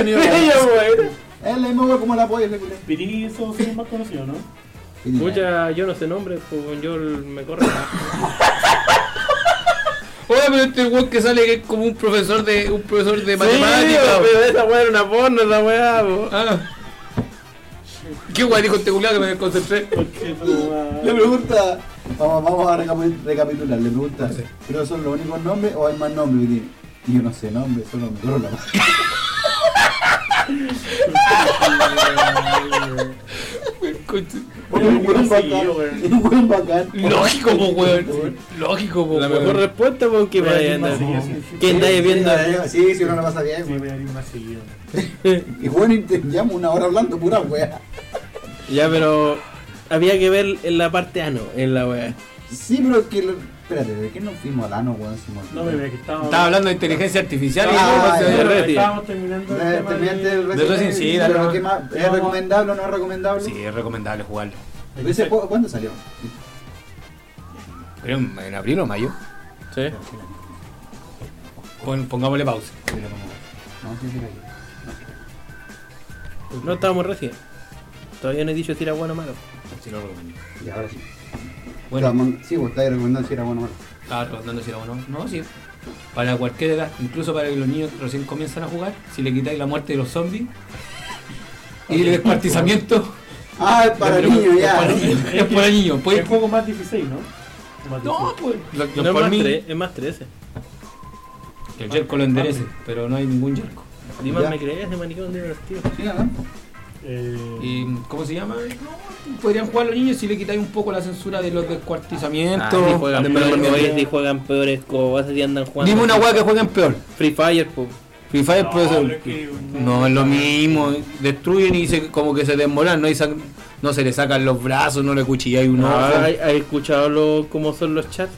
D: Niño polla.
C: [LAUGHS] Es la misma weá como la polla, le
F: Pitini, eso sí es más conocido, ¿no?
D: Mucha, yo no sé nombres, pues yo me [LAUGHS] corro.
E: Oye, pero este weón que sale que es como un profesor de un profesor de
D: Sí,
E: matemáticas.
D: pero esa weá era una porno, esa weá, po.
E: Ah. ¿Qué guay dijo este culiao que me desconcentré?
F: Porque eso como
C: [LAUGHS]
F: va-
C: Le pregunta, vamos, vamos a recapi- recapitular, le pregunta, ¿pero son los únicos nombres o hay más nombres? Y dice, yo no sé nombres, solo me acuerdo la [LAUGHS] madre.
F: Oye,
C: Un buen
F: sí,
C: bacán.
F: weón.
C: Un buen bacán.
E: Lógico, po, weón. Lógico, po,
D: La mejor
E: weón.
D: respuesta, pues, que
F: Voy a
D: vaya
F: ir
D: a
F: más
D: andar.
F: seguido, sí, sí.
D: ¿Quién
C: Sí,
D: andáis viendo?
C: Sí, si uno la pasa bien.
F: Sí,
C: güey.
F: voy a ir más seguido.
C: Y bueno, y te llamo una hora hablando, pura wea.
D: Ya, pero había que ver en la parte ano, en la weá.
C: Sí, pero que... lo- Espérate, ¿de qué nos fuimos al ano, weón? Si me olvidó.
F: No, bebé, que estábamos.
E: Estaba hablando de inteligencia artificial y
C: Ah,
E: no, no
D: ya.
E: se-
D: Red,
F: estábamos terminando el
C: Eh,
F: tema
C: terminaste
F: de-
C: el
E: de
C: Resident
E: Resident
C: Evil,
E: Evil,
C: pero
E: ¿no?
C: ¿qué más? ¿Es recomendable o no es recomendable?
E: Sí, es recomendable jugarlo.
C: Pero ese juego, ¿Cuándo salió?
E: Pero en, en abril o mayo.
D: Sí.
E: Pon- pongámosle pausa.
C: No, sí, sí, sí.
D: No estábamos recién. Todavía no he dicho si era bueno o malo.
E: Si no lo recomiendo.
C: Y ahora sí.
E: Bueno.
C: Bueno, sí, vos estáis recomendando si era bueno o malo.
E: Estaba preguntando si era bueno. No, sí. Para cualquier edad, incluso para que los niños recién comienzan a jugar, si le quitáis la muerte de los zombies y el descuartizamiento,
C: Ah, es para niños,
E: es para
C: ya.
E: niños. Es para niños.
F: El
E: Puedes
F: juego más 16, ¿no? Más
E: No,
F: 16.
E: pues. Lo, lo
D: No es
E: por
D: más
E: mí,
D: 3, es más 13.
E: que el Jerko lo enderece, pero no hay ningún Jerko.
D: Ni más
C: Ya.
D: me crees, de manicón divertido.
C: Sí, ¿no?
F: Eh,
E: ¿Y cómo se llama? No, podrían jugar los niños si le quitáis un poco la censura de los descuartizamientos.
D: Ah, si juegan
E: de
D: peores,
E: peor.
D: oye, si juegan peores cosas y andan jugando.
E: Dime una
D: Free-
E: weá que jueguen peor.
D: Free Fire, pues.
E: Free Fire,
F: No,
E: profesor.
F: pero es que-
E: no es lo mismo. Destruyen y se, como que se desmoran, no, Y sac- no se le sacan los brazos, no le cuchilláis
D: Ah,
E: un ojo.
D: ¿Has escuchado lo, cómo son los chats?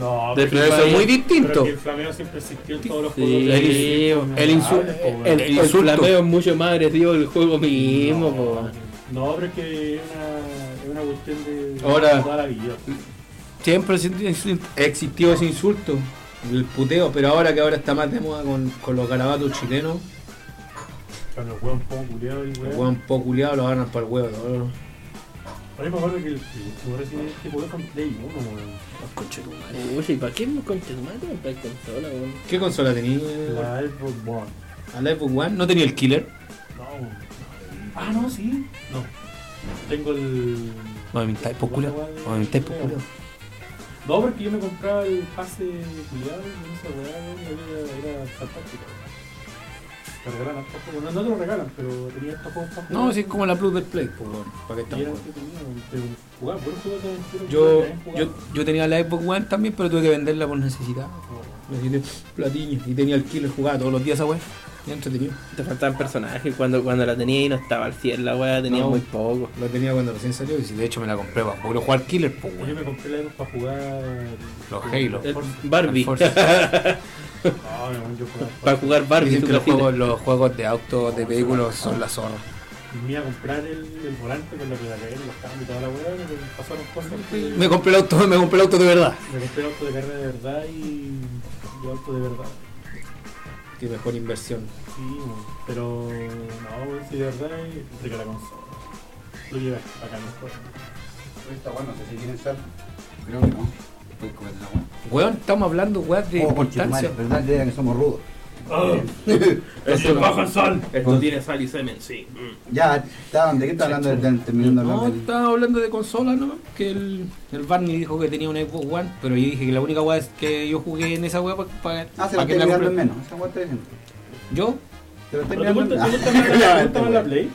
F: No,
D: De
E: Pero eso es muy distinto.
F: Pero que el flameo siempre existió en todos los
D: Sí,
F: juegos. de-
D: el-
F: Inmamables,
E: el insu-
F: po, weón.
E: el-
D: Ah, El,
E: el insulto.
D: flameo es mucho más agresivo que el juego mismo, po.
F: no, no, pero es que es una, es una cuestión de
E: Ahora-
F: toda la vida.
E: Siempre se- se- existió ese insulto, el puteo, pero ahora que ahora está más de moda con, con los garabatos chilenos,
F: Cuando los huevos pongo culiado y
E: los
F: huevos.
E: huevos poco culiados los agarran para el huevo. ¿no?
F: A mí me acuerdo que el juego Residente jugó con Play 1, weón.
D: Uy, ¿y para qué me conches más de comprar consola, weón?
E: ¿Qué consola tenía?
F: La Xbox One.
E: ¿A la Xbox One? ¿No tenía el killer?
F: No. weón. Ah, no, sí. No. Tengo el.
E: No me mintáis, po, culiao. No me mintáis, po, culiao.
F: No, porque yo me compraba el pase culiado y esa weá, weón, era, era fantástica. Te regalan hartos juegos. No, no te lo regalan, pero tenía estos juegos tan
E: No, si es como la Plus del Play, pues, weón, para que
F: Y era
E: estamos.
F: entretenido, pero jugaba, puros juegos de aventura que
E: Yo,
F: también jugaba.
E: yo, yo tenía la Xbox One también, pero tuve que venderla por necesidad. Necesité platillo y tenía el kilo y jugaba todos los días esa weá. Y entretenido.
D: Te faltaban personajes cuando, cuando la tenía y no estaba al cielo la weá, tenía
E: No.
D: muy poco.
E: Lo tenía cuando recién salió y si de hecho me la compré para poder jugar Killer, pues
F: Yo
E: weón.
F: me compré la Xbox para jugar.
E: Los Halo.
D: El-
F: Forza.
D: Barbie.
E: Al Forza.
F: No, no, yo jugaba.
D: Para jugar Barbie,
E: Dicen
D: tu
E: que los
D: casita.
E: juegos, los juegos de autos, de vehículos son la zorra.
F: Me iba a comprar el, el volante con la pedalera, los cambios y toda la weá, pero pasaron cosas que
E: Me compré el auto, me compré el auto de verdad.
F: me compré el auto de carrera de verdad y yo auto de verdad.
E: Qué mejor inversión.
F: Sí, bueno, pero no, weón, si de verdad es rica la consola. Lo llevas acá mejor.
C: Esta bueno, no sé si quieren sal. Creo que no. Puedes comer la agua.
E: Weón, estamos hablando weón de
C: Oh, conchetumare,
E: importancia. Ah.
C: ¿verdad? Idea que somos rudos.
D: Esto no-
B: baja el sol.
D: Esto tiene sal y semen, sí.
C: [LAUGHS]
D: Mm.
C: Ya, ¿estaban de qué está hablando? Están terminando de
E: No,
C: hablar del...
E: estaba hablando de consola, ¿no? Que el, el Barney dijo que tenía una Xbox One, pero yo dije que la única weá es que yo jugué en esa weá para
C: Ah, se lo
E: que
C: estoy
E: la
C: mirando
E: compré.
C: en menos. Esa agua está diciendo.
E: Yo,
C: Se lo estoy
F: ¿Pero te
C: mirando en
F: gusta,
C: menos.
F: te gusta
D: [LAUGHS]
F: más la- te gusta más la Play? o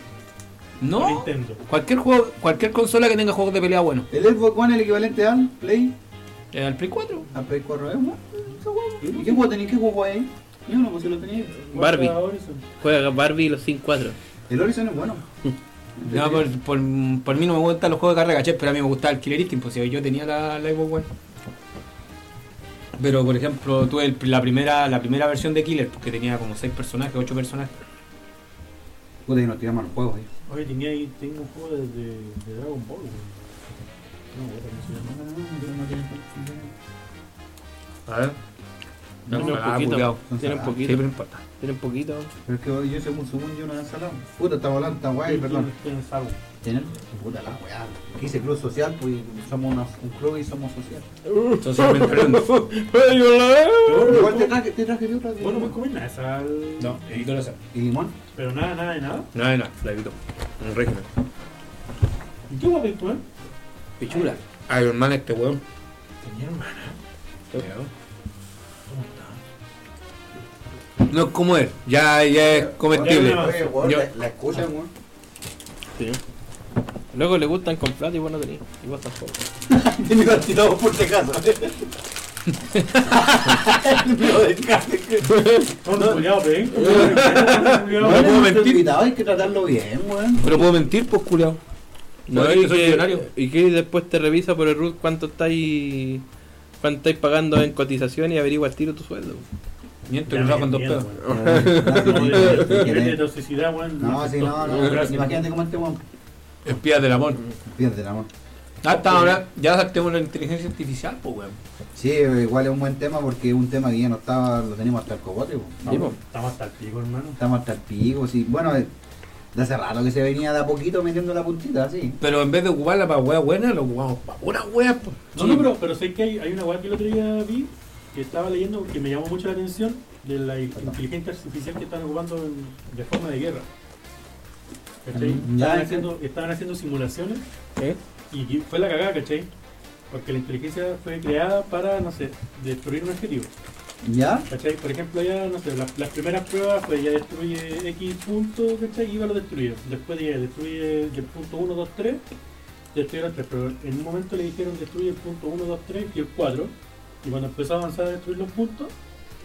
E: no.
F: Nintendo.
E: Cualquier juego, cualquier consola que tenga juegos de pelea bueno.
C: El Xbox One es el equivalente al Play,
E: Eh, El Play 4.
C: a Play 4. Es bueno, esa hueá. ¿Y qué juego tenía? ¿Qué juego hay ahí? Yo no, pues se lo tenía ahí.
D: Barbie.
F: Guarda Horizon.
D: Juega Barbie y los 5-4.
C: El Horizon es bueno.
E: No, por, por, por mí no me gustan los juegos de carrera, caché, pero a mí me gustaba el Killer Instinct, pues si yo tenía la, la Xbox One. Pero por ejemplo, tuve el- la primera la primera versión de Killer, porque tenía como 6 personajes, 8 personajes.
C: Puta, y nos tiramos los juegos ahí.
F: Oye, tenía ahí, tengo un juego de, de, de Dragon Ball. weón. No, weón, ¿cómo se llama?
E: A ver.
D: Tiene un
E: Ah,
D: poquito.
E: culiao.
D: Tiene un
E: Sí,
D: poquito.
E: pero no importa.
D: Tiene un poquito.
C: Pero es que yo según según yo no he salado. Puta, está volando, está guay, perdón.
F: ¿Quién es algo?
C: Tener- Puta la weá. Quise club social, pues somos una- un club y somos social.
E: Socialmente hablando.
F: Oh.
C: Igual te traje, te traje yo otra de-
F: Vos no me comes nada de sal.
E: No, evito la sal.
C: ¿Y limón?
F: Pero nada, nada de nada.
E: No, no, la evito. Un régimen.
F: ¿Y qué guapo, weón?
D: Pichula.
E: Ay, hermano, este weón.
F: Tenía hermana. ¿Cómo está?
E: No es como él, ya, ya es comestible.
F: Ya,
C: Oye, weón,
E: Yo-
C: la- La escuchan, weón.
D: Sí. Luego le gustan con plata y vos no tenés. Y vos tampoco.
C: Tiene que tirado por si acaso. No, descarte que-
F: Tonto, culiao,
C: [LAUGHS]
F: pe. Culiao.
E: No, puedo mentir.
C: invitado, hay que tratarlo bien, weón.
E: [LAUGHS] Pero puedo mentir, pues, culiao. No,
D: No,
E: es
D: y,
E: que soy millonario.
D: que, y que después te revisa por el RUT cuánto estáis cuánto estáis pagando en cotización y averigua al tiro tu sueldo.
E: Miento,
F: Ya
E: que
F: me
E: con dos
F: entiendo,
E: pedos.
F: weón. Nivel de
C: No,
F: toxicidad, weón.
C: sí, no, no.
F: Gracias.
C: Imagínate cómo este weón.
E: Espías del amor.
C: Fíjate, amor.
E: Hasta Ah, ahora, ya saltemos la inteligencia artificial, pues, weón.
C: Sí, igual es un buen tema porque es un tema que ya no estaba, lo tenemos hasta el cogote, weón.
D: Sí, po.
F: Estamos hasta el pico, hermano.
C: Estamos hasta el pico, sí. Bueno, eh, de hace rato que se venía de a poquito metiendo la puntita, así.
E: Pero en vez de ocuparla para weas buenas, lo ocupamos para una wea, pues.
F: No, no, pero, pero sé que hay, hay una weá que el otro día vi, que estaba leyendo, que me llamó mucho la atención, de la inteligencia artificial que están ocupando en- de forma de guerra. ¿Cachai?
C: Mm, ya,
F: Estaban
C: sí.
F: haciendo, estaban haciendo simulaciones
D: ¿Eh?
F: y que- fue la cagada, ¿cachai? Porque la inteligencia fue creada para, no sé, destruir un objetivo.
C: ¿Ya?
F: ¿Cachai? Por ejemplo, ya, no sé, las, las primeras pruebas fue ya destruye X punto, ¿cachai? Y iba a lo destruir. Después ya destruye del punto 1, 2, 3, destruyeron 3. Pero en un momento le dijeron destruye el punto 1, 2, 3 y el 4. Y cuando empezó a avanzar a destruir los puntos,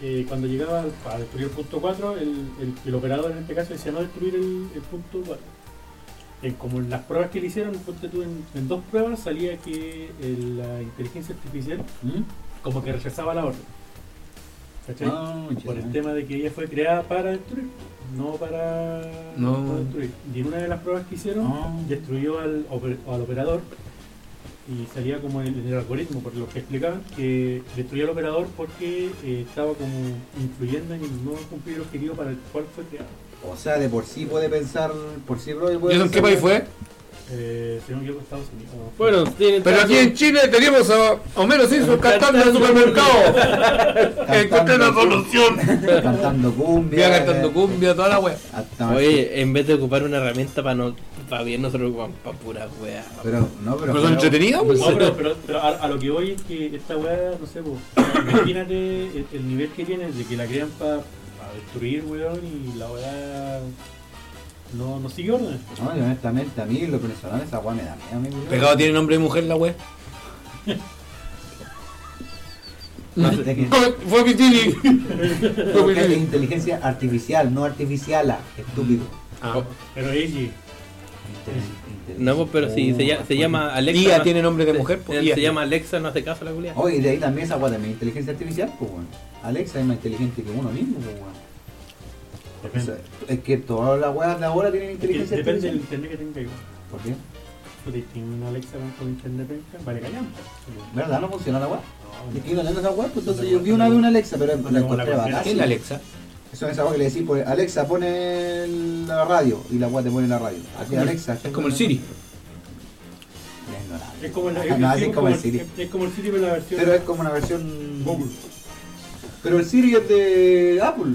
F: eh, cuando llegaba al- a destruir el punto 4, el, el, el operador en este caso decía no destruir el, el punto 4. En como en las pruebas que le hicieron, ponte tú, en, en dos pruebas salía que eh, la inteligencia artificial
C: ¿Mm?
F: como que rechazaba la orden. ¿Cachai?
C: Ah,
F: Por el
C: ya.
F: tema de que ella fue creada para destruir, no para
E: No.
F: no destruir. Y en una de las pruebas que hicieron,
C: Ah.
F: destruyó al, oper- al operador y salía como en el, algoritmo, por lo que explicaban, que destruyó al operador porque eh, estaba como influyendo en no cumplir el objetivo para el cual fue creado.
C: O sea, de por sí puede pensar, por sí propio
E: ¿Y
C: puede
E: eso en qué país fue?
F: Eh, si no me equivoco, Estados Unidos.
D: Bueno, tienen
E: Pero aquí en Chile tenemos a Homero Simpson cantando en el [LAUGHS] supermercado. Encontré la solución.
C: Cantando cumbia. eh,
E: Voy cantando cumbia, toda la wea.
C: Hasta
D: Oye, en vez de ocupar una herramienta para no para bien nosotros ocupamos para pura wea.
C: Pero, no, pero.
E: ¿Pero son entretenidos? pues?
F: No, pero, pero- pero a, a lo que voy es que esta weá, no sé, po, imagínate el, el nivel que tiene de que la crean para a destruir, weón, y la weá no, no sigue orden.
C: No, y honestamente, a mí lo personal esa weá me da miedo, amigo.
E: Pecado tiene nombre de mujer la wea.
C: No sé, que-
E: [LAUGHS] Fue [LAUGHS] Pitini. Fue
C: que es
E: Pitini.
C: inteligencia artificial, no artificiala, estúpido.
E: Ah.
F: Pero Iggy,
C: Intel-
D: No, pues, pero si
C: Oh,
D: se, lla- se llama Alexa.
E: Tía
D: no-
E: tiene nombre de
D: se-
E: mujer, pues,
D: Se,
E: tía.
D: se llama Alexa, no hace caso la culia.
C: pues Oye, y de ahí también esa weá también es inteligencia artificial, pues weón. Alexa es más inteligente que uno mismo, pues weón. O sea,
F: depende.
C: Es que todas las weas de ahora tienen
F: Es que
C: inteligencia
F: Depende del
C: artificial.
F: internet que tenga. weón.
C: ¿Por qué?
F: Porque tiene una Alexa con con internet, penca, vale, callamos.
C: ¿Verdad? ¿No funciona la wea?
F: No,
C: Y no tengo esa wea, pues entonces yo vi una vez una Alexa, pero la encontré barata.
E: ¿Qué es la Alexa?
C: Eso es esa wea que le decís, pues, Alexa, pone la radio. Y la wea te pone la radio. Así, Alexa.
E: Es como el Siri.
C: Es ignorante.
F: Es como el,
C: Ah, no, así es como el Siri.
F: Es, como el Siri, pero la versión.
C: Pero es como una versión...
F: Google.
C: Pero el Siri es de Apple.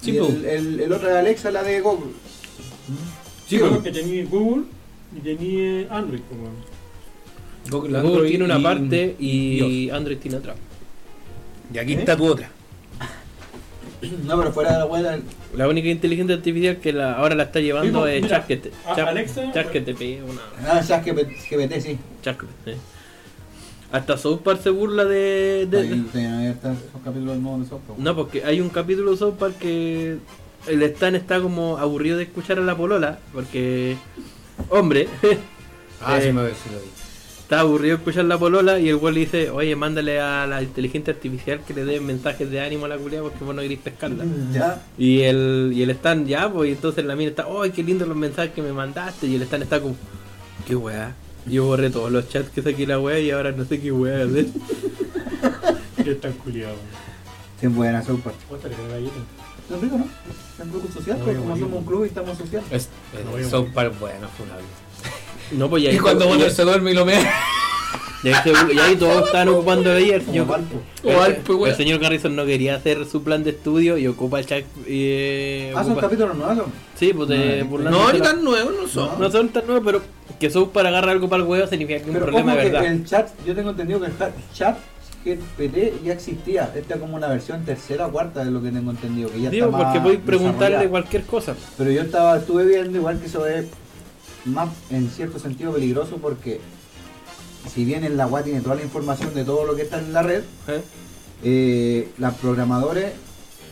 E: Sí,
C: Y
E: po.
C: el, el, el otro de Alexa es la de Google.
E: Sí,
F: Yo creo
E: pero
F: que tenía Google y tenía Android, como.
E: Google,
D: Google tiene una
E: y-
D: parte y Android tiene otra.
E: Y aquí está tu otra.
C: No, pero fuera de la wea...
D: La única inteligencia artificial que la, ahora la está
F: Sí,
D: llevando
F: pues,
D: es
F: mira,
D: ChatGPT.
F: a-
D: Chat-
F: Alexa- pues.
D: ChatGPT, una-
C: Ah, ya es GPT, sí.
D: ChatGPT. Hasta South Park se burla de- de, de,
C: Ahí tenían abiertas esos capítulos nuevos de software.
D: No, porque hay un capítulo de South Park que el Stan está como aburrido de escuchar a la polola, porque, hombre, [LAUGHS]
E: Ah,
D: Eh.
E: sí, me ve, sí lo vi.
D: está aburrido de escuchar a la polola y el güey le dice, oye, mándale a la inteligencia artificial que le dé mensajes de ánimo a la culia porque vos no querés pescarla.
C: Ya,
D: Y el, y el Stan ya, pues, y entonces la mina está, ¡ay, qué lindos los mensajes que me mandaste! Y el Stan está como, ¡qué weá! Yo borré todos los chats que saqué la weá y ahora no sé qué weá hacer. [LAUGHS]
F: Que tan culiado.
C: sí, buena sopa.
F: Otra que la galleta.
C: Es rico, ¿no? Es un grupo social,
F: No,
C: pero
F: yo
C: como
F: morí,
C: somos un
F: güey.
C: club y estamos social.
E: Es,
F: No, yo-
E: es South Park, bueno, fue una vida.
D: No, pues ya
E: Y Este, cuando uno se duerme y lo mea.
D: Y ahí, se- y ahí todos estaban ocupando de ella. El
C: Como
D: señor,
C: Valpo.
E: [LAUGHS] O
D: el-
E: pues,
C: pues,
E: Alpe,
D: el,
E: wea.
D: señor Garrison no quería hacer su plan de estudio y ocupa el chat. Eh,
C: Ah, son
D: ocupa-
C: capítulos nuevos. son.
D: sí, pues de
C: No,
D: burlándose
E: No, ni
D: la-
E: tan nuevos no son.
D: no son tan nuevos, pero que son para agarrar algo para el huevo significa que es un
C: Pero
D: problema
C: como
D: de
C: que
D: verdad.
C: el chat, yo tengo entendido que el chat, chat GPT ya existía. Esta es como una versión tercera o cuarta de lo que tengo entendido. Que ya
D: Digo,
C: está más
D: porque voy a preguntarle
C: desarrollada.
D: cualquier cosa.
C: Pero yo estaba, estuve viendo igual que eso es más en cierto sentido peligroso porque si bien en la web tiene toda la información de todo lo que está en la red,
D: ¿eh?
C: eh, las programadores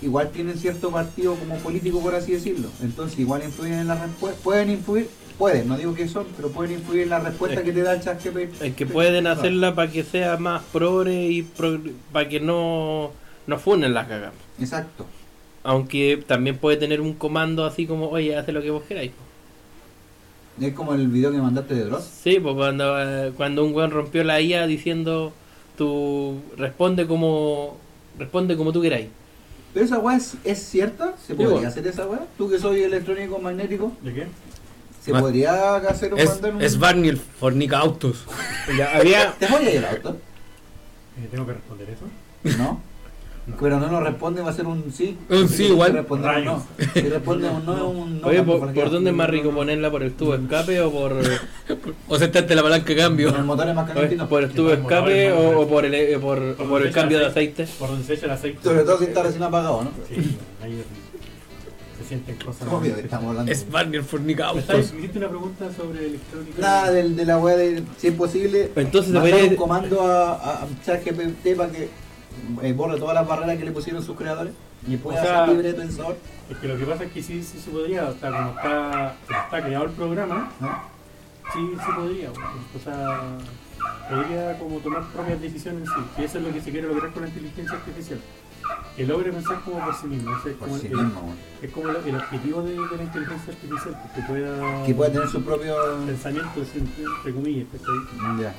C: igual tienen cierto partido como político, por así decirlo. Entonces igual influyen en las respuestas. Pueden influir, pueden, no digo que son, pero pueden influir en la respuesta
D: Es
C: que te da el chat GPT.
D: Es que pueden hacerla para que sea más progre y para que no, no funen las cagas.
C: Exacto.
D: Aunque también puede tener un comando así como, oye, hace lo que vos queráis.
C: Es como el video que mandaste de Dross.
D: Sí, pues cuando, eh, cuando un weón rompió la IA diciendo tú responde como responde como tú queráis.
C: Pero esa weá es, es cierta, se
D: Digo-
C: podría hacer esa weá. Tú que soy electrónico magnético,
F: ¿De qué? Eh,
C: se
E: Ma-
C: podría hacer un
E: Es,
C: mandar un-
E: es Barney el fornica [LAUGHS] autos.
D: Ya había
C: ¿Te voy a ir al auto?
F: Eh, tengo que responder eso.
C: No. Pero no nos responde, va a ser un sí.
E: Un sí, igual.
C: Si responde un no. Si responde un no, es un no.
D: Oye,
C: cuando
D: ¿por,
C: forjea.
D: por dónde es más rico ponerla por el tubo de escape o por,
E: O sentarte la palanca de
C: Con
D: [LAUGHS]
C: el
E: cambio.
C: motor es más calentito.
D: por el tubo de escape o, o por el eh, por, o por el cambio de aceite?
F: Por donde se echa el aceite.
C: Sobre todo si está recién apagado, ¿no?
F: Sí, ahí se sienten cosas.
C: Obvio que estamos hablando.
E: Es Barney el fornica
F: Me estabas-
E: autos.
F: me hiciste una pregunta sobre electrónica.
C: Nada de, de la weá de si es posible.
D: Entonces
C: mandar
D: debería-
C: un comando a, a, a ChatGPT para que eh, borre todas las barreras que le pusieron sus creadores y pueda
F: O sea-
C: ser libre de pensador.
F: Porque lo que pasa es que sí, sí se podría, o sea, como está, está creado el programa,
C: ¿no?
F: sí se podría. O sea, podría como tomar propias decisiones en sí. Y eso es lo que se quiere lograr con la inteligencia artificial. Que logre pensar como por Pues sí mismo. Ese es
C: Por
F: como,
C: sí
F: el,
C: mismo, weón.
F: es como el, el objetivo de, de la inteligencia artificial, que pueda...
C: Que pueda tener su propio.
F: Pensamientos, entre, entre comillas, ¿cachai?
C: Ya.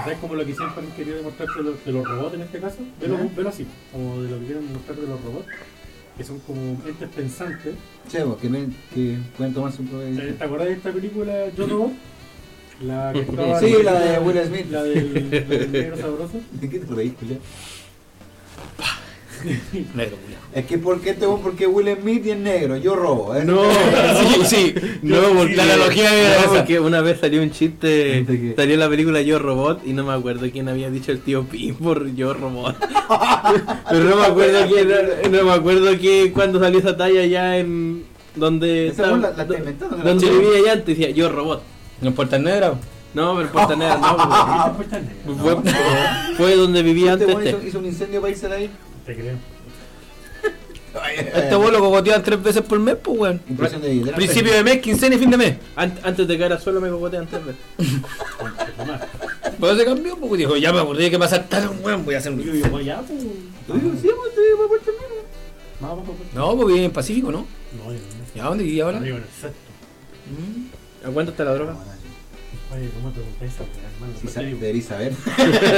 F: O sea, es como lo que siempre han querido demostrar de los, de los robots en este caso. Velo,
C: Ujú.
F: velo así, como de lo que quieren demostrar de los robots, que son como entes pensantes.
C: Chevo, que, me- que pueden tomar su propio.
F: ¿Te, te acordás de esta película Yo Robot? La que estaba
C: Sí, la de Will Smith. [LAUGHS]
F: La del, la del negro sabroso.
C: ¿De qué te reís, culiao?
E: Negro, culiao.
C: Es que ¿por qué, te, porque Will Smith es negro? Yo robo. ¿eh?
D: No,
E: [LAUGHS] Sí, sí. No, porque la analogía era
D: No,
E: esa.
D: porque una vez salió un chiste,
C: ¿De qué?
D: salió la película Yo Robot y no me acuerdo quién había dicho el tío Pim por Yo Robot. Pero no me acuerdo quién, era- no me acuerdo que cuando salió esa talla ya en donde
C: Esa
D: estaba-
C: weá la- la está inventando, la
D: donde
C: está
D: vivía ya antes decía Yo Robot.
E: ¿No importa el negro?
D: No, pero Puerta Negra no.
C: [LAUGHS]
F: Ah,
D: porque-
F: pues está negro.
D: Fue, fue donde vivía
C: Este
D: antes.
C: weón
D: este.
C: hizo, hizo un incendio para irse de ahí.
F: Te creo.
E: Este bolo cocotean tres veces por mes, pues, weón.
C: Impresión de vidrio.
E: Principio de mes, quincena y fin de mes.
D: An- antes de caer al suelo me cocotean tres veces.
E: Por eso se cambió, pues dijo, ya me acordé que pasar tal un weón, voy a hacer
F: Yo
E: un.
F: vivo para allá, pues.
C: Tú digo, sí, weón, te digo, por favor, mira.
F: Más abajo, pues.
E: No, porque vive en Pacífico, ¿no?
F: No, yo no.
E: ¿Y a dónde vivía ahora?
F: Arriba en el sexto.
D: ¿A cuánto está la droga?
F: Oye, ¿cómo te preguntáis esa weá, hermano?
C: Sí,
F: Después
C: sa-
F: te digo. [LAUGHS]
C: deberías saber.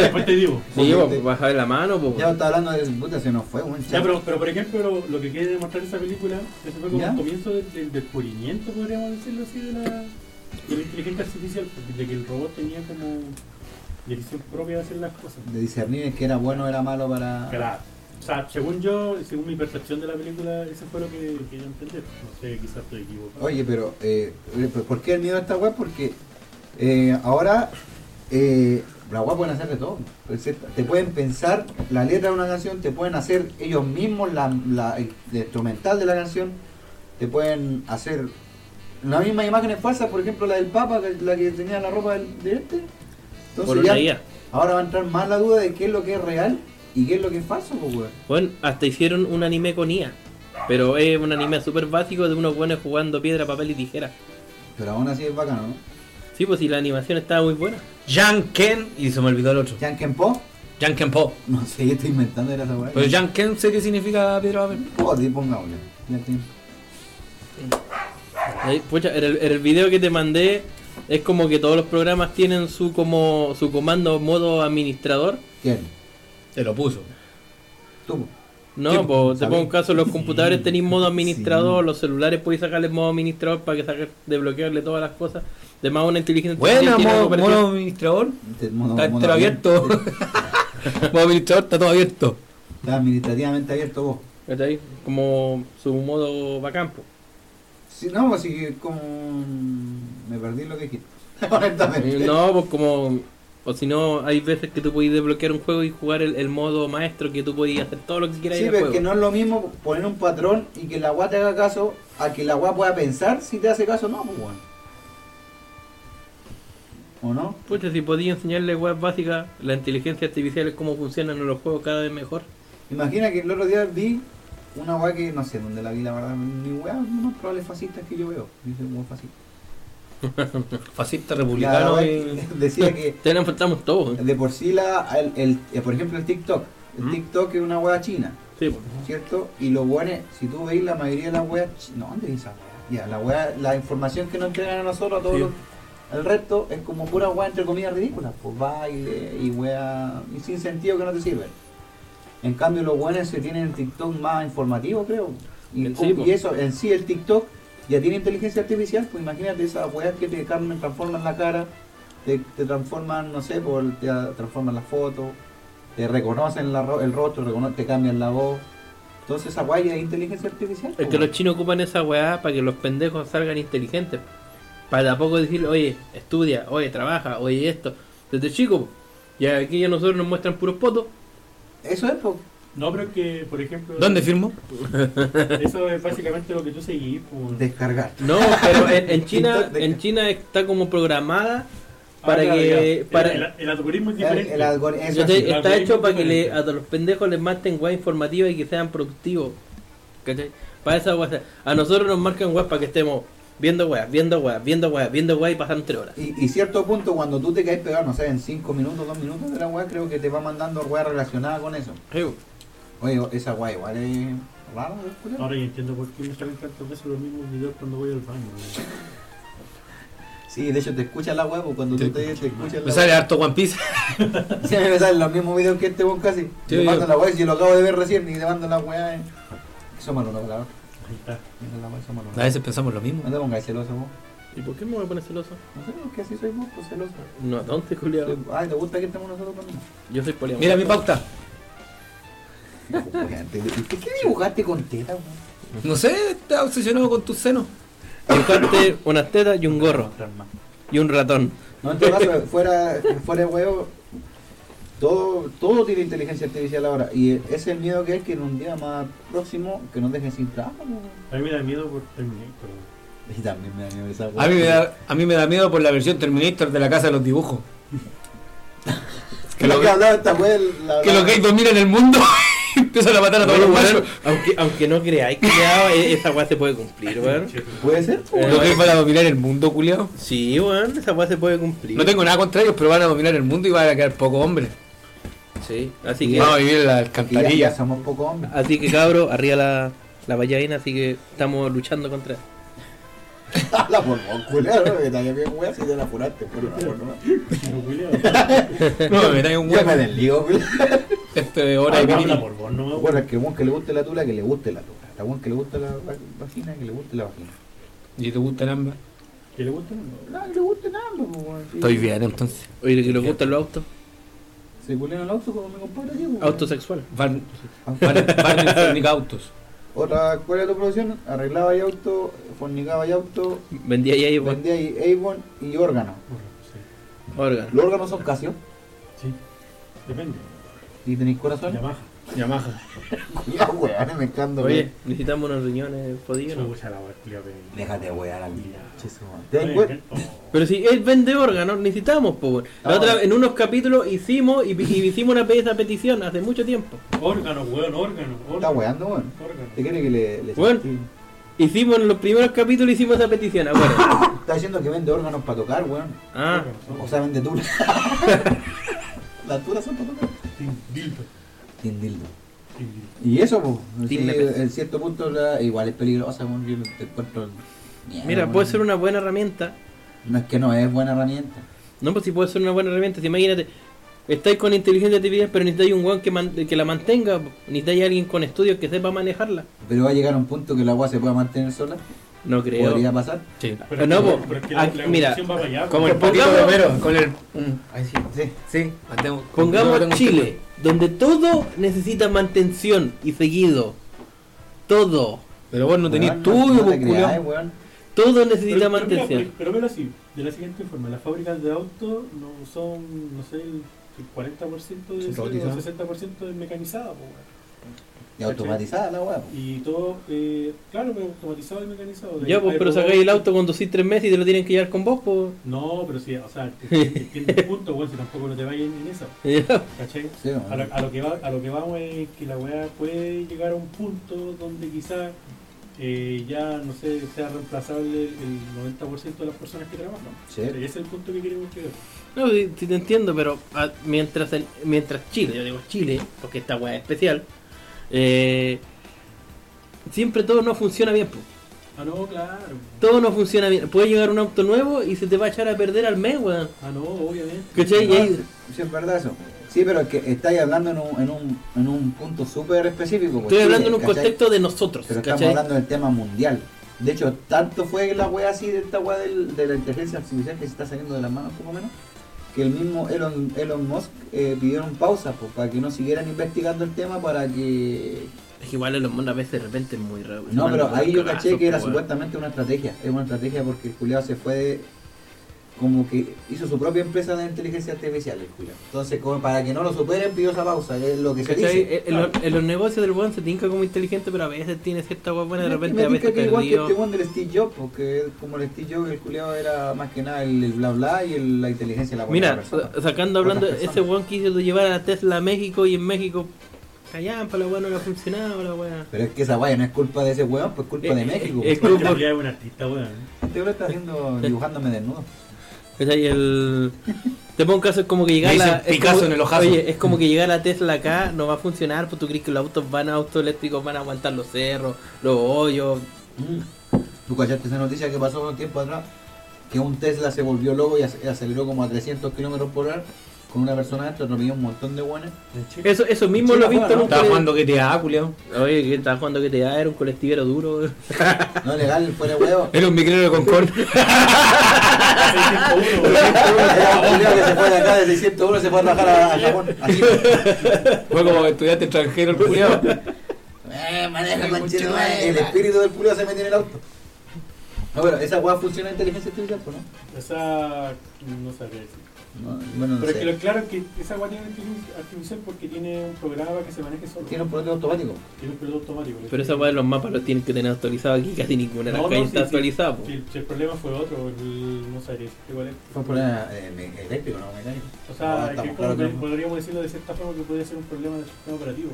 F: Después te digo.
D: Sí, pues bajar la mano, pues.
C: Ya está hablando de puta, se nos fue, weón.
F: Ya, pero, pero por ejemplo, lo, lo que quiere demostrar esa película, ese fue como
C: ¿Ya?
F: el comienzo del, del descubrimiento, podríamos decirlo así, de la, de la inteligencia artificial, de que el robot tenía como decisión propia de hacer las cosas.
C: De discernir en qué era bueno o era malo para.
F: Claro. O sea, según yo, según mi percepción de la película, eso fue lo que, que yo entendí. No sé, quizás estoy equivocado.
C: Oye, pero eh, ¿por qué el miedo a esta web? Porque eh, ahora eh, la web pueden hacer de todo. Pues, se- Te pueden pensar la letra de una canción, te pueden hacer ellos mismos la, la- el instrumental de la canción, te pueden hacer las mismas imágenes falsas, por ejemplo la del Papa, que- la que tenía la ropa del, de este.
D: Por
C: Entonces
D: una
C: ya,
D: guía.
C: ahora va a entrar más la duda de qué es lo que es real y qué es lo que es falso, pues, weón.
D: Bueno, hasta hicieron un anime con IA. Pero es un anime súper básico de unos buenos jugando piedra, papel y tijera.
C: Pero aún así es bacano, ¿no?
D: Sí, pues si la animación estaba muy buena.
E: Jan Ken, y se me olvidó el otro.
C: ¿Yankee Po? [LAUGHS]
E: Jan Ken Po.
C: No sé, estoy inventando era esa weá.
E: Pero Jan Ken sé qué significa piedra papel.
C: Joder, pongámosle. Ya tiene.
D: Ahí, pucha, en el, en el video que te mandé es como que todos los programas tienen su como su comando modo administrador.
C: ¿Quién?
E: Te lo puso.
C: Tú.
D: No,
E: Sí,
D: pues te
C: ¿sabes?
D: pongo un caso, los computadores tenéis modo administrador,
C: sí.
D: los celulares podéis sacarle modo administrador para que saque, desbloquearle todas las cosas. Además una inteligencia
E: Buena,
D: artificial tiene
E: mono
D: algo parecido.
E: mono administrador.
C: Este modo-
E: Está
C: modo
E: entero abierto. [LAUGHS] Mono administrador está todo abierto.
C: Está administrativamente abierto vos.
D: ¿Cachai? Como su modo pues. bacampo.
C: Si no, así que como. Me perdí lo que dijiste. [LAUGHS] Honestamente.
D: No, pues como. O si no, hay veces que tú podés desbloquear un juego y jugar el, el modo maestro que tú podías hacer todo lo que quieras
C: Sí,
D: en el
C: pero es
D: juego.
C: que no es lo mismo poner un patrón y que la guá te haga caso a que la guá pueda pensar si te hace caso o no, pues, weón. ¿O no?
D: Pucha, si podía enseñarle web básica, la inteligencia artificial es cómo funcionan en los juegos cada vez mejor.
C: Imagina que el otro día vi una weá que no sé dónde la vi, la verdad, ni weá, unos probables fascistas que yo veo. Dice un fascista.
E: Fascista
C: La
E: republicano.
C: weá
E: y-
C: que [LAUGHS] decía que
D: Tenemos, estamos todos. ¿eh?
C: De por sí, la, el, el- eh, por ejemplo, el TikTok. El
D: ¿Mm?
C: TikTok es una hueá china,
D: Sí, pues.
C: ¿cierto? Y los hueones, si tú veis la mayoría de las hueas. chi- No, ¿dónde dice esa hueá? Ya, la hueá, la información que nos entregan a nosotros, a todos
D: Sí.
C: los- El resto es como pura hueá entre comillas ridícula. Pues va y, de- y hueá. y sin sentido que no te sirven. En cambio, los hueones se tienen el TikTok más informativo, creo. Y,
D: Sí,
C: y
D: pues.
C: eso, en sí, el TikTok ya tiene inteligencia artificial, pues imagínate esas weas que te cambian, transforman la cara, te, te transforman, no sé, por, te ah, transforman la foto, te reconocen la ro- el rostro, recono- te cambian la voz. Entonces esa wea ya es inteligencia artificial.
D: Es
C: pues,
D: que los
C: weón.
D: chinos ocupan esa weá para que los pendejos salgan inteligentes. Para tampoco decir, oye, estudia, oye, trabaja, oye, esto. Desde chico, y aquí ya nosotros nos muestran puros potos.
C: Eso es, pues.
F: No, pero es que, por ejemplo,
E: ¿Dónde firmo?
F: eso es básicamente lo que tú seguís. Pues,
C: Descargar.
D: No, pero en, [LAUGHS] en China,
C: TikTok de-
D: en China está como programada
F: Ah,
D: para
F: claro, ya.
D: que.
F: El-
D: Para,
F: el, el algoritmo es
C: El, el
F: diferente.
C: algor- eso
D: Yo te-
C: sí.
F: el
D: está
F: algoritmo
D: hecho para que le,
F: diferente.
D: a los pendejos les maten weá informativa y que sean productivos. ¿Cachai? Para esa weá. A nosotros nos marcan weá para que estemos viendo weá, viendo weá, viendo weá, viendo weá y pasan tres horas.
C: Y, y cierto punto, cuando tú te caes pegado, no sé, en 5 minutos, 2 minutos de la wea, creo que te va mandando wea relacionada con eso.
D: pues.
C: Oye, esa wea igual es raro, ¿eh, culiao?
F: Ahora ya entiendo por qué me salen tantas veces los mismos videos cuando voy al baño. weón.
C: Sí, de hecho te escucha la huevo cuando tú te, te escuchas
E: Me
C: la
E: sale harto One Piece. [LAUGHS]
C: hueá. Sí, a mí me salen los mismos videos que este vos casi.
E: Sí.
C: Te mando la hueá, si lo acabo de ver recién y te mando la hueá. Eh. Eso malo, no, claro.
F: Ahí está.
C: Eso es la hueá, eso malo.
E: A veces pensamos lo mismo.
C: No te pongas celoso vos.
D: ¿Y por qué me voy a poner celoso?
C: No sé, que así soy vos, pues celoso.
D: No, ¿dónde, Julián?
C: [LAUGHS] Ay, ¿te gusta que estemos nosotros conmigo?
D: Yo soy poliamoroso.
E: Mira mi pauta.
C: Dibujante, güey. ¿Por pues, qué dibujaste con teta, güey?
E: No sé, está obsesionado con tus senos.
D: Dibujaste unas tetas y un gorro. Y un ratón.
C: No, en todo caso, fuera, fuera de huevo, todo, todo tiene inteligencia artificial ahora. Y ese es el miedo que es que en un día más próximo que nos dejen sin trabajo. güey.
F: A mí me da miedo por Terminator.
C: Y también me da miedo esa
E: A mí, me da, a mí me da miedo por la versión Terminator de la casa de los [LAUGHS] dibujos.
C: que lo que hablaba esta güey, la-
E: Que los gays dominan el mundo [LAUGHS] y empiezan a matar a todos los
D: Bueno,
E: machos.
D: weón, aunque, aunque no creáis que ya e- esa weá se puede cumplir, weón.
C: ¿Puede ser? pues,
D: Eh,
E: Los gays van a dominar el mundo, culiao.
D: Sí, weón, esa weá se puede cumplir.
E: No tengo nada contra ellos, pero van a dominar el mundo y van a quedar pocos hombres.
D: Sí, así
E: Y
D: que,
E: vamos a vivir en la
C: Y ya, ya
E: alcantarilla.
C: somos pocos [LAUGHS] hombres.
D: así que cabro, arriba la, la ballena, así que estamos luchando contra.
C: la formó culero, que talla bien güey, si ya la apuraste, pero la formó.
F: No, Julián.
E: No, me metáis un
C: Yo me
E: huevo.
C: desligo, güey.
E: Esto es hora de
F: Habla
E: pirino.
F: por vos, no me
C: Recuerda que el que le guste la tula, que le guste la tula. La buen que le gusta la va- vagina, que le guste la vagina.
E: ¿Y te gustan ambas?
F: ¿Que le gusta?
C: No, que le guste nada, pues.
E: Estoy bien, entonces.
D: Oye, que les gustan los autos.
C: Se culió en el auto como mi compadre aquí, güey.
D: Autosexual.
E: Van,
C: Ah,
E: van, van en [LAUGHS] fornica autos.
C: Otra, ¿cuál era tu profesión? Arreglaba y auto, fornicaba y auto,
D: Vendía ya ahí, weón.
C: vendía y Avon y órganos.
F: pues Sí.
D: Órgano.
C: Los órganos son Casio
F: Sí. Depende.
C: y tenéis corazón.
F: Yamaha. Yamaha.
C: Ya, weón, me encanta,
D: Oye, necesitamos unos riñones
F: Yo
D: jodidos.
F: no
D: ¿no?
F: gusta la wea, culiao, que-
C: Déjate, weón, al
F: Ya.
C: ¿Te das cuenta?
F: Oh.
D: Pero si él vende órganos, necesitamos, po, weón. La
C: Ah.
D: otra, en unos capítulos hicimos y, y hicimos una pe- esa petición hace mucho tiempo.
F: Órgano, weón, órgano.
C: Está
F: órgano,
C: weando, weón.
F: órgano.
C: ¿Te quiere que le, le
D: Weón. Hicimos en los primeros capítulos hicimos esa petición, ahora.
C: Está diciendo que vende órganos para tocar, weón.
D: Ah,
F: Órgano,
C: O
F: órgano.
C: sea, vende
D: [LAUGHS]
C: tulas. Las tulas son para tocar.
F: Tin- dildo,
C: Tin dildo.
F: tin dildo.
C: Y eso, pues,
D: Tin
C: sí,
D: nepes.
C: en cierto punto la- igual es peligrosa, weón. Yo te encuentro. Mierda,
D: mira,
C: weón.
D: puede ser una buena herramienta.
C: No es que no es buena herramienta.
D: No, pues si puede ser una buena herramienta, si imagínate, estáis con inteligencia artificial, pero necesitáis un weón que, man- que la mantenga, po. necesitáis alguien con estudios que sepa manejarla.
C: Pero va a llegar a un punto que la agua se pueda mantener sola.
D: No creo.
C: Podría pasar.
E: Sí.
D: Pero no,
F: es que-
D: po,
F: pero es que
D: ah,
F: la, la
D: mira,
F: evolución va para allá,
E: Como
F: po.
E: el patito
D: Pongamos-
E: de Homero, con el... mm, ahí sí.
C: Sí.
E: Sí, mantengo-
D: Pongamos
E: mantengo un
D: Chile, donde todo necesita mantención y seguido. Todo.
E: Pero vos no tenés
C: Weón,
E: estudio,
C: no te
E: pues, culiao.
C: creas, weón.
D: Todo
F: Pero-
D: necesita
F: pero mira,
D: mantención.
F: Pero velo así, de la siguiente forma, las fábricas de autos no son, no sé, el 40% de
E: Son
F: eso, o
E: robotizadas.
F: 60% es mecanizada, pues, po, weón.
C: Y automatizada la weá. pues.
F: Y todo, eh, claro, pero automatizado y mecanizado.
D: Ya, pues,
F: Hay
D: pero
F: robots-
D: sacáis el auto, conducís tres meses y te lo tienen que llevar con vos, pues.
F: No, pero sí, o sea, entiendes el punto, weón, si tampoco no te vayas en esa,
D: [LAUGHS] Ya.
F: ¿cachai?
C: Sí, weón.
F: A lo, a lo que va, a lo que vamos es que la weá puede llegar a un punto donde quizás ya, no sé, sea reemplazable el 90% de las personas que trabajan.
C: Sí.
F: Ese es el punto que queremos llegar.
D: No, sí, sí te entiendo, pero ah, mientras el- mientras Chile, yo digo Chile, porque esta weá es especial, eh, siempre todo no funciona bien, pues.
F: Ah, no, claro.
D: Todo no funciona bien. Puede llegar un auto nuevo y se te va a echar a perder al mes, weón.
F: Ah, no, obviamente.
D: ¿Cachai? Y ahí-
C: Sí, es verdad eso. Sí, pero es que estáis hablando en un, en un, en un punto súper específico. pues,
D: estoy hablando en
C: Chile,
D: un
C: ¿cachai?
D: contexto de nosotros,
C: Pero estamos
D: ¿cachai?
C: hablando del tema mundial. De hecho, tanto fue la wea así de esta wea del- de la inteligencia artificial que se está saliendo de las manos, poco menos, que el mismo Elon, Elon Musk eh, pidieron pausa pues, para que no siguieran investigando el tema, para que...
D: Es que igual los monos a veces de repente es muy raro.
C: No, pero ahí yo caché que era
D: supuesto
C: supuestamente una estrategia. Es una estrategia porque el Juliado se fue de- Como que hizo su propia empresa de inteligencia artificial, el Juliado. Entonces, como para que no lo superen, pidió esa pausa, que es lo que se
D: ¿Cachai? Eh,
C: dice.
D: En, los, en los negocios del weón se tinca como inteligente, pero a veces tiene cierta weá buena, de
C: Me-
D: repente
C: me
D: a veces
C: tinca que igual que
D: perdido.
C: este weón del Steve Jobs, porque como el Steve Jobs, el culiado era más que nada el, el bla bla y el- la inteligencia la
D: Mira, eh,
C: persona.
D: sa- sacando hablando,
C: Otras
D: ese
C: personas.
D: weón quiso llevar a Tesla a México y en México, callan, para la weá no le ha funcionado, la weá.
C: Pero es que esa vaya no es culpa de ese weón, pues culpa de
D: Eh,
C: México.
D: eh, eh,
C: pues.
F: Yo ya es un artista, weón.
D: [LAUGHS]
C: Este weón está haciendo, dibujándome desnudo.
D: Es ahí el. Te pongo un caso, es como que llegar
E: Me
D: a.
E: dicen
D: es
E: Picasso
D: como-
E: en el ojazo.
D: Oye, es como que llegar a Tesla acá no va a funcionar, pues tú crees que los autos van a autos eléctricos, van a aguantar los cerros, los hoyos.
C: Mm. ¿Tú cachaste esa noticia que pasó un tiempo atrás? Que un Tesla se volvió loco y ac- aceleró como a 300 kilómetros por hora con una persona adentro, atropelló un montón de buenas.
D: Eso, eso mismo lo he visto en un
E: Estaba
D: cole-
E: jugando GTA, culiao.
D: Oye, que estaba jugando que te era un colectivero duro. [LAUGHS]
C: No legal, fuera [LAUGHS] huevo.
E: Era un micrero de Concord. [LAUGHS]
C: Era un culiao que se fue de acá de 601 se fue a trabajar a, a Japón. Así.
E: Fue como estudiante extranjero el culiao.
C: Eh, maneja, conchetumare. El espíritu del culiao se metió en el auto. No, pero esa hueá funciona en inteligencia artificial, pues,
F: Esa. No sabría decir.
C: ¿no? No, bueno, no
F: Pero es que
C: sé.
F: lo claro es que esa guay tiene inteligencia artificial porque tiene un programa que se maneje solo.
C: Tiene un piloto automático.
F: Tiene un piloto automático.
D: Pero esa weá de los mapas los tienen que tener actualizados aquí, casi ninguna de las
F: No, no,
D: calles
F: sí,
D: está
F: sí.
D: actualizada. po.
F: Si el, si el problema fue otro, el- no sabría decir cuál es.
C: Fue un problema eh, me- eléctrico, no mecánico.
F: O
C: Ah,
F: sea, es que
C: estamos
F: como
C: claros que
F: que
C: no.
F: podríamos decirlo de cierta forma que podría ser un problema del sistema operativo.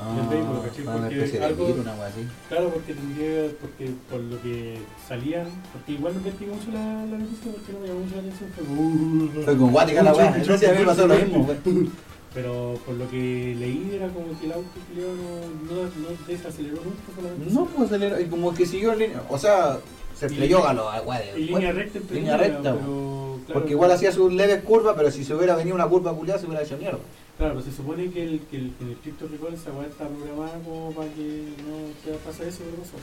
C: Ah,
F: El vehículo, ¿cachai?
C: fue una
F: Porque
C: especie de
F: algo-
C: virus, una hueá así.
F: Claro, porque tendría, porque por lo que salían, porque igual no investigué mucho la, la noticia porque no me llamó mucho la atención, fue como-
C: Fue con guática la hueá. Entonces a mí me pasó lo mismo, güey.
F: Pero por lo que leí era como que el auto culiao no, no, no desaceleró nunca solamente.
C: No, pues aceleró, y como que siguió en línea, o sea, se estrelló ah, a los
F: En línea recta, entre
C: línea
F: comillas,
C: recta,
F: pero, claro, pues,
C: Porque igual hacía sus leves curvas, pero si se hubiera venido una curva culiada se hubiera hecho mierda.
F: Claro, pero se supone que, el, que el, que en el Crypto Recall esa weá está programada como para que no sea pasa eso, pero pasó.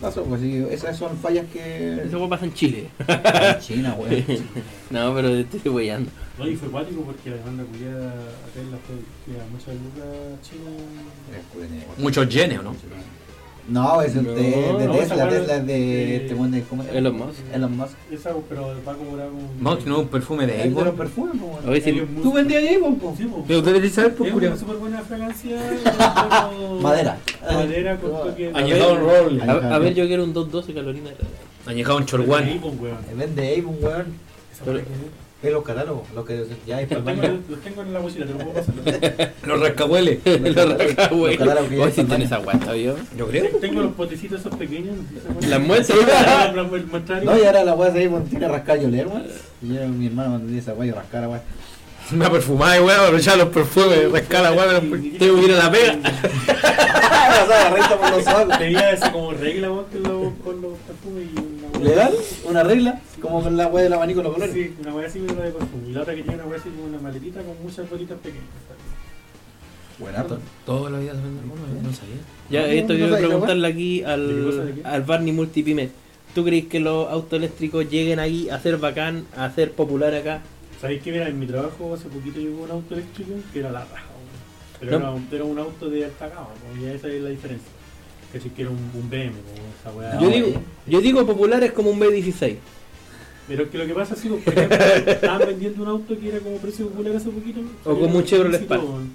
C: Pasó, pues sí, esas son fallas que.
D: Esa weá pasa en Chile.
C: [LAUGHS] En China, güey.
D: [LAUGHS] No, pero te estoy weyando.
F: No, y fue cuático porque la demanda culiada acá en la Florida, muchas lucas chinas.
E: Muchos yenes, ¿o ¿no?
C: No, es de,
D: No,
C: de
F: no, esa
C: Tesla,
F: hueá
C: Tesla es de
F: de-
C: este buen de. ¿Cómo se llama?
D: Elon Musk.
C: Elon Musk.
F: Esa, pero va a cobrar un.
E: No, no, un perfume de
C: Es de los
E: Avon.
C: perfumes, pues, güey.
D: Oye, si
F: Elon
D: tú
F: Musk.
D: vendías ahí, po.
F: Sí, po.
E: Pero ustedes dicen saber, pues,
F: Es una
E: culiao.
F: súper buena
D: [LAUGHS]
F: fragancia. pero-
C: Madera. Ah.
F: Madera con toque. de-
E: Añejado en roble.
D: A, a ver, yo quiero un 212 calorina.
E: Añejado en
F: Pero ahí,
E: chorguán.
F: po, weón.
C: Es de Avon, weón.
F: Esa
D: Pero- [LAUGHS]
F: weá que-
C: Es los catálogos, los que ya hay para el
F: Los
C: baño.
F: tengo- los tengo en la mochila, te lo puedo
D: [LAUGHS]
F: pasar.
E: [LAUGHS] Los rascahueles.
D: Lo raca,
C: Los catálogos que ya
D: Hoy
C: hay
D: sí
C: para el
D: tenés
C: baño.
D: esa weá, ¿sabes?
E: Yo creo.
F: Tengo los potecitos esos pequeños. esa weá.
D: Las muestras.
F: Las- las- el muestrario.
C: No, y ahora la weá se iba tiene rascallo leer, weón. Y yo, mi hermano me esa weá, yo rascara, [LAUGHS] weón.
E: Una perfumada, weón, pero ya los perfumes, rascala, weón. pero pues,
F: Sí.
E: Tengo que ir a la pega.
C: Ah, la renta por los ojos.
F: Tenía esa como regla vos, con los, con los perfumes y una
C: ¿Le dan una regla? Como con la weá del abanico de los colores.
F: Sí, una weá así pero una de perfume. Y la otra que tiene una weá así como una maletita con muchas bolitas pequeñas.
C: Buenato.
E: Toda la vida se vende mono, yo no sabía.
D: Ya, esto
C: No, no
D: quiero
C: sabía,
D: preguntarle aquí
F: ¿De qué cosa, de
D: al,
F: qué?
D: al Barney Multipimet. ¿Tú crees que los autos eléctricos lleguen aquí a ser bacán, a ser popular acá?
F: ¿Sabéis que mira, en mi trabajo hace poquito llegó un auto eléctrico que era la raja, weón. Pero
D: No.
F: era, un, era un auto de alta gama, weón, y esa es la diferencia. Que si que era un, un BM, weón, esa weá.
D: yo,
C: no,
D: digo,
C: eh.
D: yo digo popular es como un B16.
F: Pero es que lo que pasa es que,
C: [LAUGHS]
F: por ejemplo, estaban vendiendo un auto que era como precio popular hace poquito.
D: O como
F: Era
D: un Chevrolet
F: exquisito,
D: Spark.
F: weón,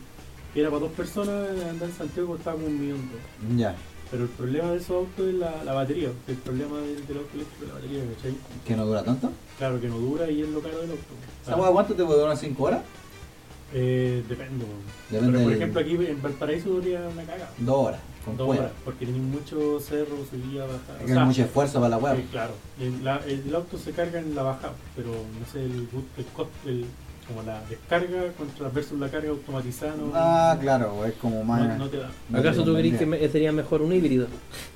F: Que era para dos personas, andar en Santiago costaba como un millón de dólares.
C: Ya,
F: Pero el problema de esos autos es la, la batería. El problema del, del auto eléctrico es la batería, ¿cachai?
C: que no dura tanto.
F: Claro que no dura y es lo caro del auto.
C: ¿Esa weá cuánto te puede durar? ¿5 horas?
F: Eh, depende, weón.
C: Depende
F: Pero por
C: del-
F: ejemplo aquí en Valparaíso duraría una caga.
C: 2 horas. Con
F: Dos
C: cuerda.
F: horas, Ah. porque tenía mucho cerro, subía, bajada.
C: Hay que hacer mucho esfuerzo para la weá.
F: eh, claro. El, la- el auto se carga en la baja, pero no sé, el, bu- el, cost- el- como la descarga contra versus la carga automatizada no,
C: Ah, claro, es como
F: no,
C: más.
F: no te da.
C: no
D: ¿Acaso
C: te
D: tú crees
C: convenía.
D: que me- sería mejor un híbrido?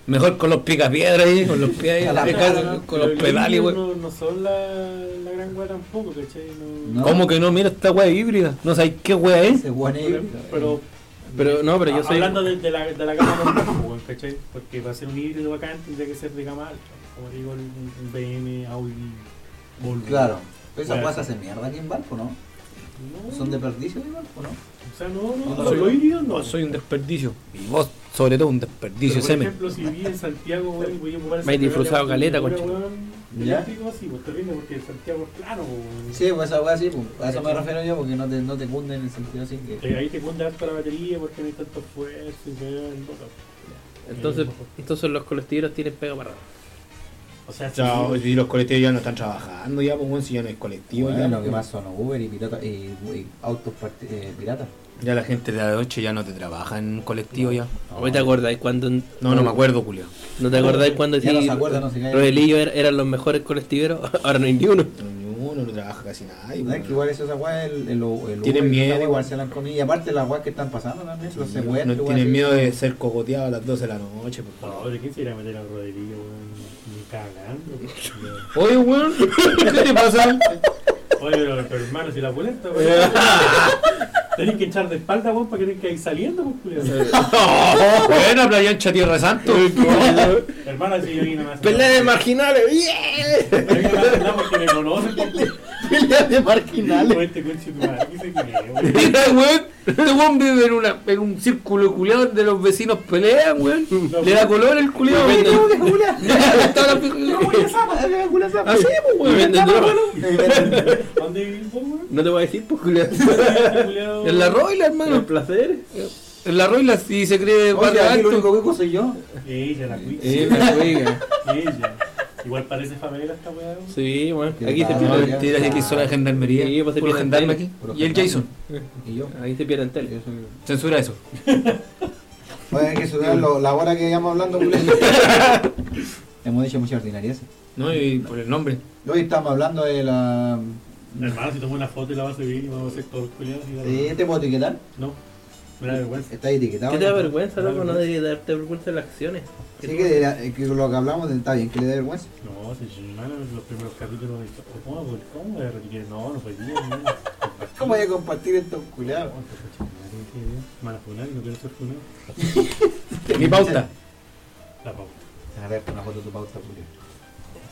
E: Mejor con los picapiedras ahí, con los pies
C: A la
E: ahí,
C: cara,
E: con-
C: ¿no?
E: con los
F: Pero
E: pedales,
F: los
E: weón.
F: híbridos No, no son la, la gran weá tampoco, ¿cachai? No,
C: No.
E: ¿Cómo que no? Mira esta weá híbrida. No sabes qué weá es.
C: Ese weón es
F: Pero,
C: híbrido.
F: pero
D: Pero no, pero yo
F: Ah,
D: soy.
F: Hablando de, de la, de la gama normal, pues, weón, ¿cachai? Porque para ser un híbrido bacán tendría que ser de gama alta. Como digo, un un BM, Audi, Volvo.
C: Claro. Pero esas
F: Bueno.
C: weas se hacen mierda aquí en barco, ¿no?
F: No,
C: Son de perdicio en barco, ¿no?
F: O sea, no, no,
E: No,
F: los
E: soy-
F: híbridos no.
E: No, soy un desperdicio. Y vos, sobre todo, un
F: Pero,
E: desperdicio,
F: por
E: semen.
F: ejemplo, si vi en Santiago, weón, y voy a ocupar esa
D: Me he disfrazado
F: primera
D: caleta,
F: cultura,
D: concha.
F: weón,
C: ¿Ya?
F: eléctrico, sí, pues terrible, porque Santigo es plano, weón.
C: Sí, pues esa weá sí, pues, a eso me refiero yo, porque no te, no te cunden en el sentido así que.
F: Eh, Ahí te cunde harto la batería porque no hay tanto esfuerzo y weón, no, no. Eh,
D: Entonces, entonces los colectiveros tienen pega para rato.
F: O sea, sí,
G: Chao,
F: weón.
G: y los colectivos ya no están trabajando ya, pues bueno, si ya no hay colectivo
C: Bueno,
G: ya.
C: lo que más son Uber y, pirata, y, y autos parte- eh, piratas.
E: Ya la gente de la noche ya no te trabaja en un colectivo ya.
D: ¿Hoy te acordáis cuando.?
E: No, no me acuerdo, Julio.
D: ¿No te acordáis cuando
C: Ya no
D: sí,
C: se acuerda, no se cae.
D: Rodelillo er- eran los mejores colectiveros? [LAUGHS] Ahora no hay ni uno.
G: No, ni uno, no trabaja casi nadie.
C: No, es que
G: pues.
C: igual eso, esa weá, el, el, el Uber,
G: Tienen
C: esa
G: miedo,
C: weá, igual
G: weón.
C: se la han comido. Y aparte las weas que están pasando también, los
G: No,
C: secuestros.
G: no
C: weá,
G: tienen
C: así.
G: miedo de ser cogoteados a las 12 de la noche, por
F: No,
G: favor.
F: pero ¿quién se irá a meter a Rodríguez, weón? Ni cagando, weón.
D: [LAUGHS]
E: Oye, weón, ¿qué te pasa?
F: Oye, pero, pero hermano, si la boleta, Tenés que echar de espalda, weón, para que tengas que ir saliendo, pues, culiao.
E: Oh, buena playa ancha Tierra Santo.
F: Hermano, si yo vine más.
D: Pelea de marginales, bien.
F: Pero yo más nada porque me conocen, pues, culiao.
C: Peleas de marginales.
F: Oye, Este coche, tu madre, dice que es, weón.
E: Mira, weón. Este weón vive en, una, en un círculo culiado de los vecinos pelean, weón. Le da color el culiado.
D: Me venden-
E: [LAUGHS] Así, pues,
D: me venden droga.
F: ¿Dónde vivís, vos, weón?
D: No te voy a decir, pues, culiao.
F: Este culiao-
E: En la Roila,
D: Los
E: hermano.
D: placeres.
E: En la Roila sí se cree
C: Oye,
E: barra
C: aquí lo
E: alto.
C: único hueco soy yo.
F: Ella, la cuica.
D: Eh, la juega.
F: Ella. Igual parece favela esta weá, weón.
D: Sí, bueno.
C: Qué
D: Aquí se
C: raro,
E: No,
D: pierde.
E: mentira, si aquí solo la gendarmería.
D: Sí, pues, se
E: Puro
D: pierden
E: gendarme
D: tele.
E: aquí.
C: Puro
E: Y el
C: gendarme.
E: Jason.
C: Y yo.
D: Ahí se pierde en tele.
E: Censura eso.
C: Pues hay que sudar lo- la hora que llevamos hablando, culero. [LAUGHS] Hemos dicho muchas ordinarias.
E: No, y por el nombre.
C: Hoy estamos hablando de la.
F: Hermano, si tomo una foto y la vas a subir y vamos a hacer todos los culiados y la-
C: Eh, ¿Te puedo etiquetar?
F: No, me da vergüenza.
C: Está etiquetado.
D: ¿Qué te
C: ya.
D: da vergüenza, loco? No debería darte vergüenza las acciones.
C: Sí, que, la- eh, que lo que hablamos de- está bien, que le dé vergüenza.
F: No, si yo, hermano, los primeros capítulos me dijo, ¿cómo? ¿Por- ¿Cómo voy a repetir? No, no fue bien, hermano.
C: ¿Cómo voy a compartir estos culeados?
F: No, pues, coche, madre, qué idea. Me van a funar y no quiero ser funado.
E: Mi pauta.
F: La pauta.
C: A ver, una foto de tu pauta, culiao.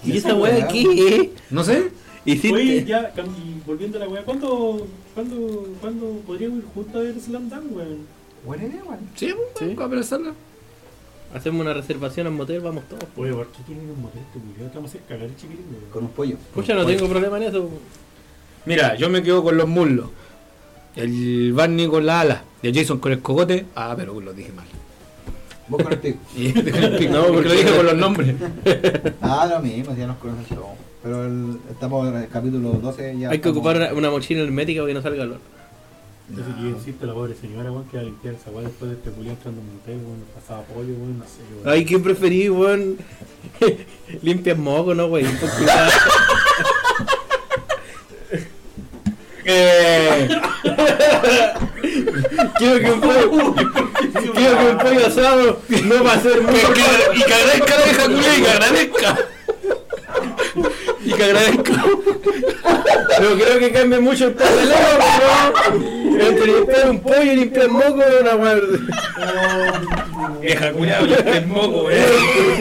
D: ¿Y esta weá aquí?
E: No sé.
F: Oye,
D: Hiciste.
F: ya, cam- y volviendo a la weá, ¿cuándo, cuándo, cuándo podríamos ir juntos a ver Slam Dunk, weón?
C: Buena idea, weón.
E: Sí, pues, para abrazarla.
D: Hacemos una reservación al motel, vamos todos.
F: Oye, ¿por qué tienen un motel este culiao? Estamos cerca, cagar el chiquitín, weón.
C: Con un pollo.
D: Pucha, no tengo problema en eso.
E: Mira, yo me quedo con los muslos. El Barney con la ala. Y el Jason con el cogote. Ah, pero lo dije mal. [LAUGHS]
C: Vos con el pico.
E: Y- no, porque lo dije con los [LAUGHS] nombres.
C: Ah, lo mismo, si ya nos conocen todos. Pero el- estamos en el capítulo 12 ya.
D: Hay que
C: estamos-
D: ocupar una, una mochila hermética para que no salga olor.
F: Entonces, yo insisto, la pobre señora, weón, que va a limpiar esa weá después de este culiao entrando en un motel, weón, pasaba pollo, weón, no sé, weón.
D: Ay, ¿qué preferí, weón? [LAUGHS] Limpias moco, ¿no, güey?
E: Eh. Quiero que
D: [LAUGHS]
E: un pollo. Quiero que un pollo asado no va a ser muy. Y que agradezca la vieja culia y que agradezca. Y que agradezca. Pero creo que cambia mucho el papeleo, ¿no? Entre limpiar un pollo y limpiar moco es una guarda. [LAUGHS] Vieja culia, limpiar moco, eh.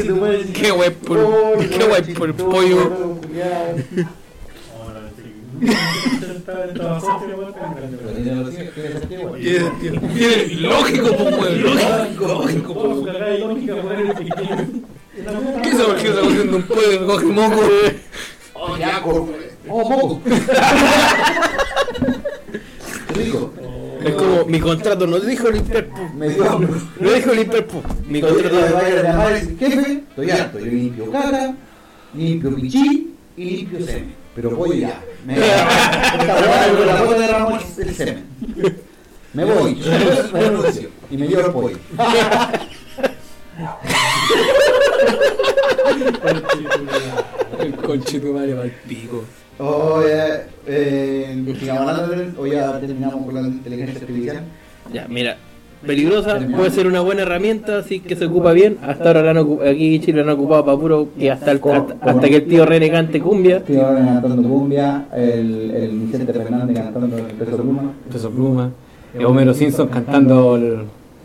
E: weón. Qué guay por. Qué guay por el pollo. Tiene- tiene- tiene lógico, pues, weón. Lógico, lógico, pues. ¿Qué se por qué está cogiendo un pollo que coge moco?
C: ¡Oh, moco! Rico.
D: Es como, mi contrato no dijo limpiar pu.
C: Me dio hambre.
D: No dijo limpiar pu. Mi
C: Estoy
D: contrato.
C: harto de llamar y decir, Jefe, estoy harto. Yo limpio caca, limpio pichí y limpio semen. Pero voy ya. Me Esta [LAUGHS] hueá con la bota de Ramón es el semen. Me voy. Me renuncio. Y me dio el pollo.
E: El conche tu madre va al pico.
C: Oh, eh, eh, sigamos hablando de- o ya terminamos con la inteligencia artificial.
D: [LAUGHS] Ya, mira. Peligrosa, puede ser una buena herramienta si es que se ocupa bien. Hasta ahora la han ocu- aquí Chile la han ocupado para puro que hasta, el, hasta, hasta que el tío René cante cumbia.
C: Estoy ahora cantando cumbia, el, el Vicente Fernández cantando el peso pluma,
E: Peso pluma. Y Homero Simpson cantando el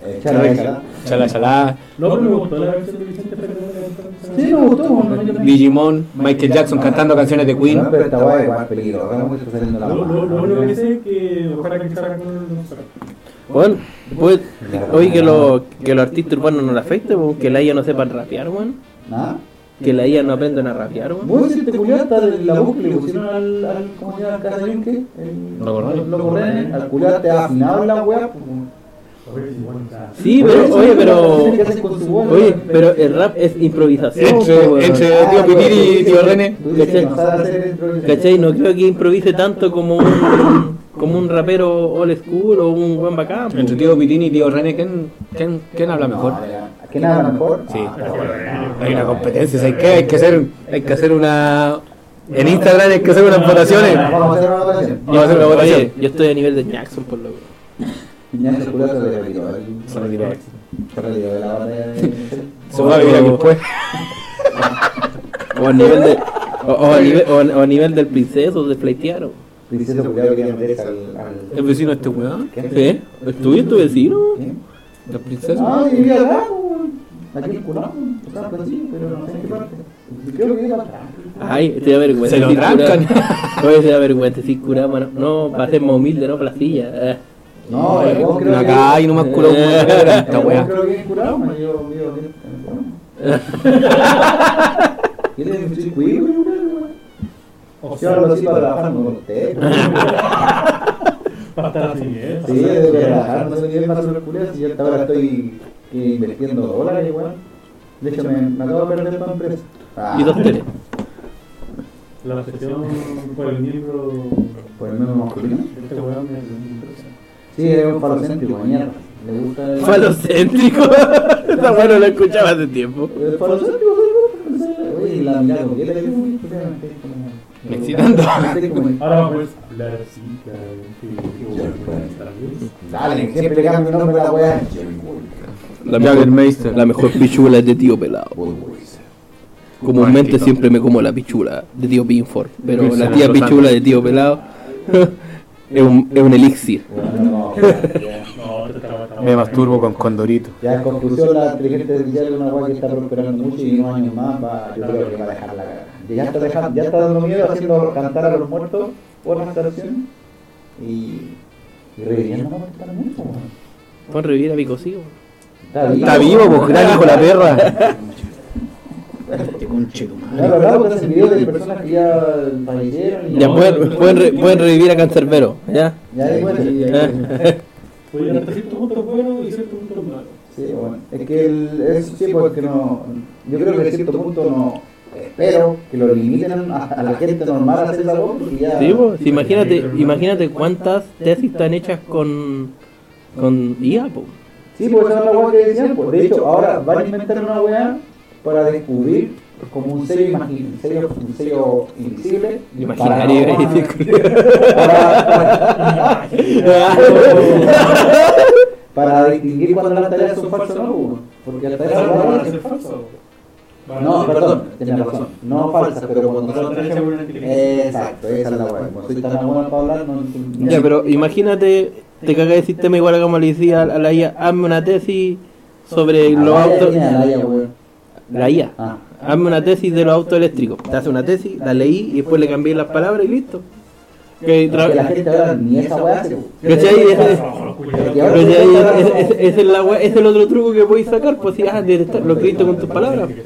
C: eh, Chala de Chala.
E: chala chala.
F: No, pero me gustó la versión de Vicente Fernández.
C: Sí, me gustó. ¿no?
E: Digimon, Michael Jackson cantando canciones de
C: No,
E: Queen.
C: pero esta guay igual peligro, ahora me está saliendo la
F: Lo, lo, lo
C: mano.
F: único que sé es que ojalá que salga con los
D: Bueno, pues, oye, que los que los artistas urbanos no la afecte, po, que la IA no sepan rapear, weón.
C: ¿Nada?
D: Que la IA no aprendan a rapear, weón.
C: Vos si te culiaste de la bucle, le pusieron al, al ¿cómo se llama? al Casarinque, el-
E: Loco René.
C: Loco René, al culiarte afinado la weá. pues.
D: Sí,
C: Por
D: pero,
C: eso,
D: oye,
C: ¿qué
D: pero.
C: hacen con su voz?
D: Oye, pero eh, el rap es improvisación, po, weón.
E: Entre,
C: Ah,
E: entre Tío Pitir y Tío René.
C: Tú dices que no
D: ¿Cachai?
C: sabes hacer intro-
D: ¿Cachai? No creo que improvise tanto como un, como un rapero old school o un buen bacán. po.
E: Entre Tío Pitín y Tío René, ¿quién, quién, quién habla mejor?
C: ¿A quién habla mejor?
E: Sí.
C: Ah, pero bueno.
E: Hay una competencia, ¿sabes qué? Hay que hacer, hay que hacer una... En Instagram hay que hacer unas votaciones.
C: Vamos a hacer una votación.
E: Vamos a hacer una votación.
D: Oye, yo estoy a nivel de Jackson, por loco.
C: Ya se cura, se retiró. el- eh. Se retiró de la batalla
D: [LAUGHS]
C: de-
E: Eso va a vivir aquí después.
D: O a nivel de. O, o a nivel, o a- o a nivel del princeso, de pleitearo.
C: Princesa culiao que quería meterse al. al-
D: ¿Es vecino este weón? ¿Eh? ¿Es tuyo, es tu vecino?
C: ¿Eh?
D: ¿La princesa?
C: Ah, y vivía acá, weón. Aquí en Culán, o sea, pero sí, pero no sé en qué parte. Creo que vivía acá.
D: Ay, te da vergüenza.
E: Se lo
D: sí, cura.
E: trancan.
D: [LAUGHS] Oye, te da vergüenza, sí, curado, mano. No, para ser más humilde, no, placilla. Eh.
C: No, el weón creo que-
E: Acá y nomás culo como
C: [LAUGHS]
D: Eh.
E: esta
C: el weón
E: weá.
C: creo que vive en Culán, yo yo vivo aquí en [LAUGHS] Culán. Él es un chicuí, weón. O sea, algo así para trabajar, no conté.
F: Para estar así, ¿eh?
C: Sí, de trabajar, no sé ni más sobre culias y hasta ahora estoy eh, invirtiendo dólares, igual. De hecho, me, me acabo de perder toda la empresa. Ah,
D: Y dos teles.
F: La obsesión por el miembro.
C: Ah, por el menos masculino.
F: Este weón es.
C: Sí, es un falocéntrico, mierda. Le gusta el...
D: Falocéntrico. [LAUGHS] Esa weá no la escuchaba hace tiempo.
C: El falocéntrico, sí, bueno, pues, eh, Oye, y la mirada con que le digo, uy, pues, ya, me estoy como-
E: Me excitando.
C: [LAUGHS] Me estoy como-
F: Ahora pues, vamos a hablar así, cabrón. que- que bueno, estar bien.
C: Dale, pues, siempre le cambio el nombre a la weá.
D: La mejor, la mejor pichula es de tío pelado. Comúnmente siempre me como la pichula de tío Pinford, pero la tía pichula de tío pelado [LAUGHS] es un, es un elixir.
C: [LAUGHS] Bueno, no.
F: No, te estaba. estaba-
H: Me masturbo con condorito.
C: [LAUGHS] Ya en conclusión, la inteligencia artificial es una weá que está prosperando mucho y en unos años más va, yo creo que va a dejar la cagada. Ya está, dejando, ya está dando miedo haciendo cantar a los muertos otras canciones y, y reviviendo la muerte también. po, weón.
D: Vamos a revivir a mi cocido.
E: Está vivo, pues gran hijo
C: [LAUGHS]
E: de la perra.
H: Este conche tu madre.
C: Ya lo hablaba con ese video de personas que ya fallecieron y
D: Ya pueden, pueden, re- pueden revivir a Cancerbero, ¿ya?
C: Ya eh, de vuelta, y-
F: Oye, hasta cierto punto es bueno y cierto punto es malo.
C: Sí, bueno. Es que el, es, sí, porque no. Yo creo que a cierto punto no. Espero que lo limiten a, a la gente normal a hacer esa voz porque ya.
D: Sí, pues, si imagínate, imagínate cuántas tesis están hechas con, con IA, po.
C: Sí, pues esa es la weá que decían. Pues. De hecho, ahora van a inventar una weá para descubrir como un sello, imagi- un sello, un sello invisible.
D: Imaginario.
C: [LAUGHS] Para,
D: [LAUGHS] ahí,
C: para distinguir cuando las tareas son falsas o no. pues, Porque las tareas
F: Ahora van a
C: son
F: ser
C: falsas.
F: falso. Van a
C: No,
F: ser-
C: perdón, tenés razón. No falsas, pero cuando
F: Cuando
C: son
F: te echan por una inteligencia.
C: Exacto, esa es la weá. Como soy tan bueno para hablar, no. no-
D: Ya, pero imagínate, te cagas el sistema igual a como le decía a la IA, hazme una tesis sobre
C: Ah,
D: los
C: vaya,
D: autos.
C: mira, vaya, weón.
D: La IA.
C: Ah,
D: Hazme una tesis de los autos eléctricos. Te hace una tesis, la leí y después le cambié las palabras y listo. Que
C: es que la
D: tra-
C: gente ahora ni esa weá hace.
D: ¿Cachai? Ese-
F: Ojo,
C: Y
F: culiao.
C: ahora-
D: pero ya es, es- es- es el, la wea- es el otro truco que podéis sacar, pues si ah, detectar- lo escribiste con tus palabras.
C: [LAUGHS]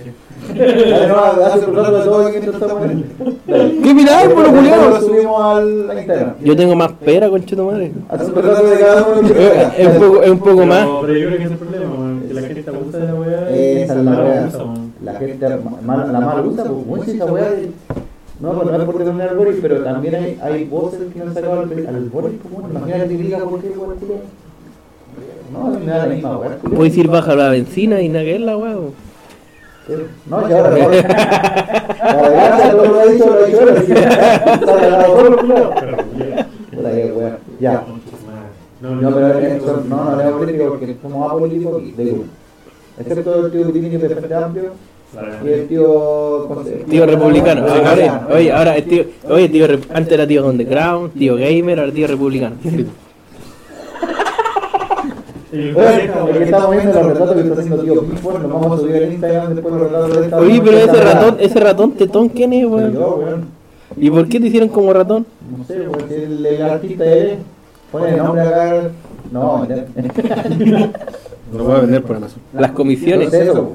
C: Ya no, hace un rato todo lo que intentamos hacer.
D: ¿Qué miráis, por
C: Luego lo
D: culiado?
C: subimos al a Instagram.
D: Yo tengo más pera, conchito madre.
C: Hace un rato de cada uno.
D: Es un poco, es un poco
F: Pero-
D: más.
F: Pero yo creo que ese es el problema, weón, que la gente abusa de la weá. y
C: Esa es la
F: no
C: weá.
F: abusa, weón.
C: La gente ma- mal- la mal usa, pues, mucho esa weá. de- No, pues, no es por tener al Boris, pero también hay, hay voces que han sacado al, al Boris. pues, bueno, Imagínate que diga por qué el weón culiao. No, me da la misma weá. culiao.
D: Podéis ir baja la benzina y naguer la wea. po.
C: No, ya [LAUGHS] ahora. Ya, todo lo ha dicho, lo ha dicho. ahora sí. Está cagado solo, culiao.
F: Pero, ya.
C: Puta que weá. Ya.
F: pues, No,
C: No, pero eso no, no hablemos política porque somos apolíticos de uno. Excepto el tío Gutiérrez que es de Frente Amplio y el tío... José-
D: Tío republicano.
C: Ah,
D: Ahora, oye, ahora es tío, oye, tío, rep- antes era tío underground, tío gamer, ahora tío republicano.
F: El
C: Oye, porque estamos viendo los retratos que está haciendo tío Pipo, nos vamos a subir al Instagram después los retratos de esta...
D: Oye, pero ese ratón, ese ratón tetón, ¿quién es,
C: Soy
D: weón?
C: yo, weón.
D: ¿Y por qué te hicieron como ratón?
C: No sé, weón, si el, el artista es... Pone el nombre acá... No, ya...
H: Lo voy a vender por Amazon.
D: Las comisiones.
C: Entonces, eso,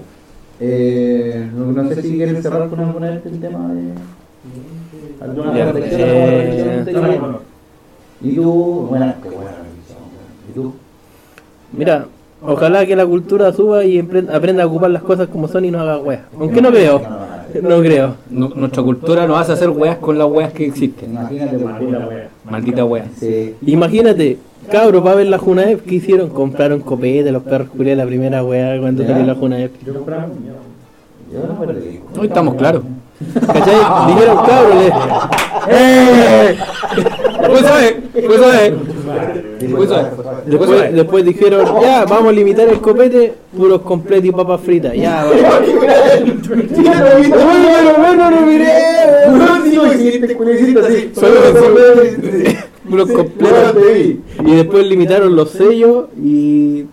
C: eh, no, no sé si quieren cerrar con alguna de este tema de... alguna
D: Ya,
C: reflexión,
D: eh,
C: alguna reflexión
F: No,
C: de-
F: no, no.
C: Y tú, bueno, qué buena revisión. güey. Y tú,
D: Mira, ojalá que la cultura suba y empre- aprenda a ocupar las cosas como son y no haga weas. Aunque no creo, no creo.
E: Nu- Nuestra cultura nos hace hacer weas con las weas que existen.
C: imagínate,
F: Maldita
C: güey.
F: weá.
E: Maldita wea.
C: Sí.
D: Imagínate, cabro, para ver la Junaep, ¿qué hicieron? Compraron copete, los perros culé, la primera wea cuando
C: Ya.
D: salió la Junaep.
F: Yo compraba un miedo.
C: Yo no me digo.
E: Hoy estamos claros.
D: ¡Eh! ¿Cachai? Dijeron, cabro, le- Pues sabe, pues sabe. Pues sabe. Después, después dijeron, ya, vamos a limitar el copete, puros completos y papas fritas. Ya, vale.
C: Bueno, bueno, no miré. Bueno, sí, lo hiciste, culo, hiciste así.
D: Solo los- puros completos. Y después limitaron los sellos y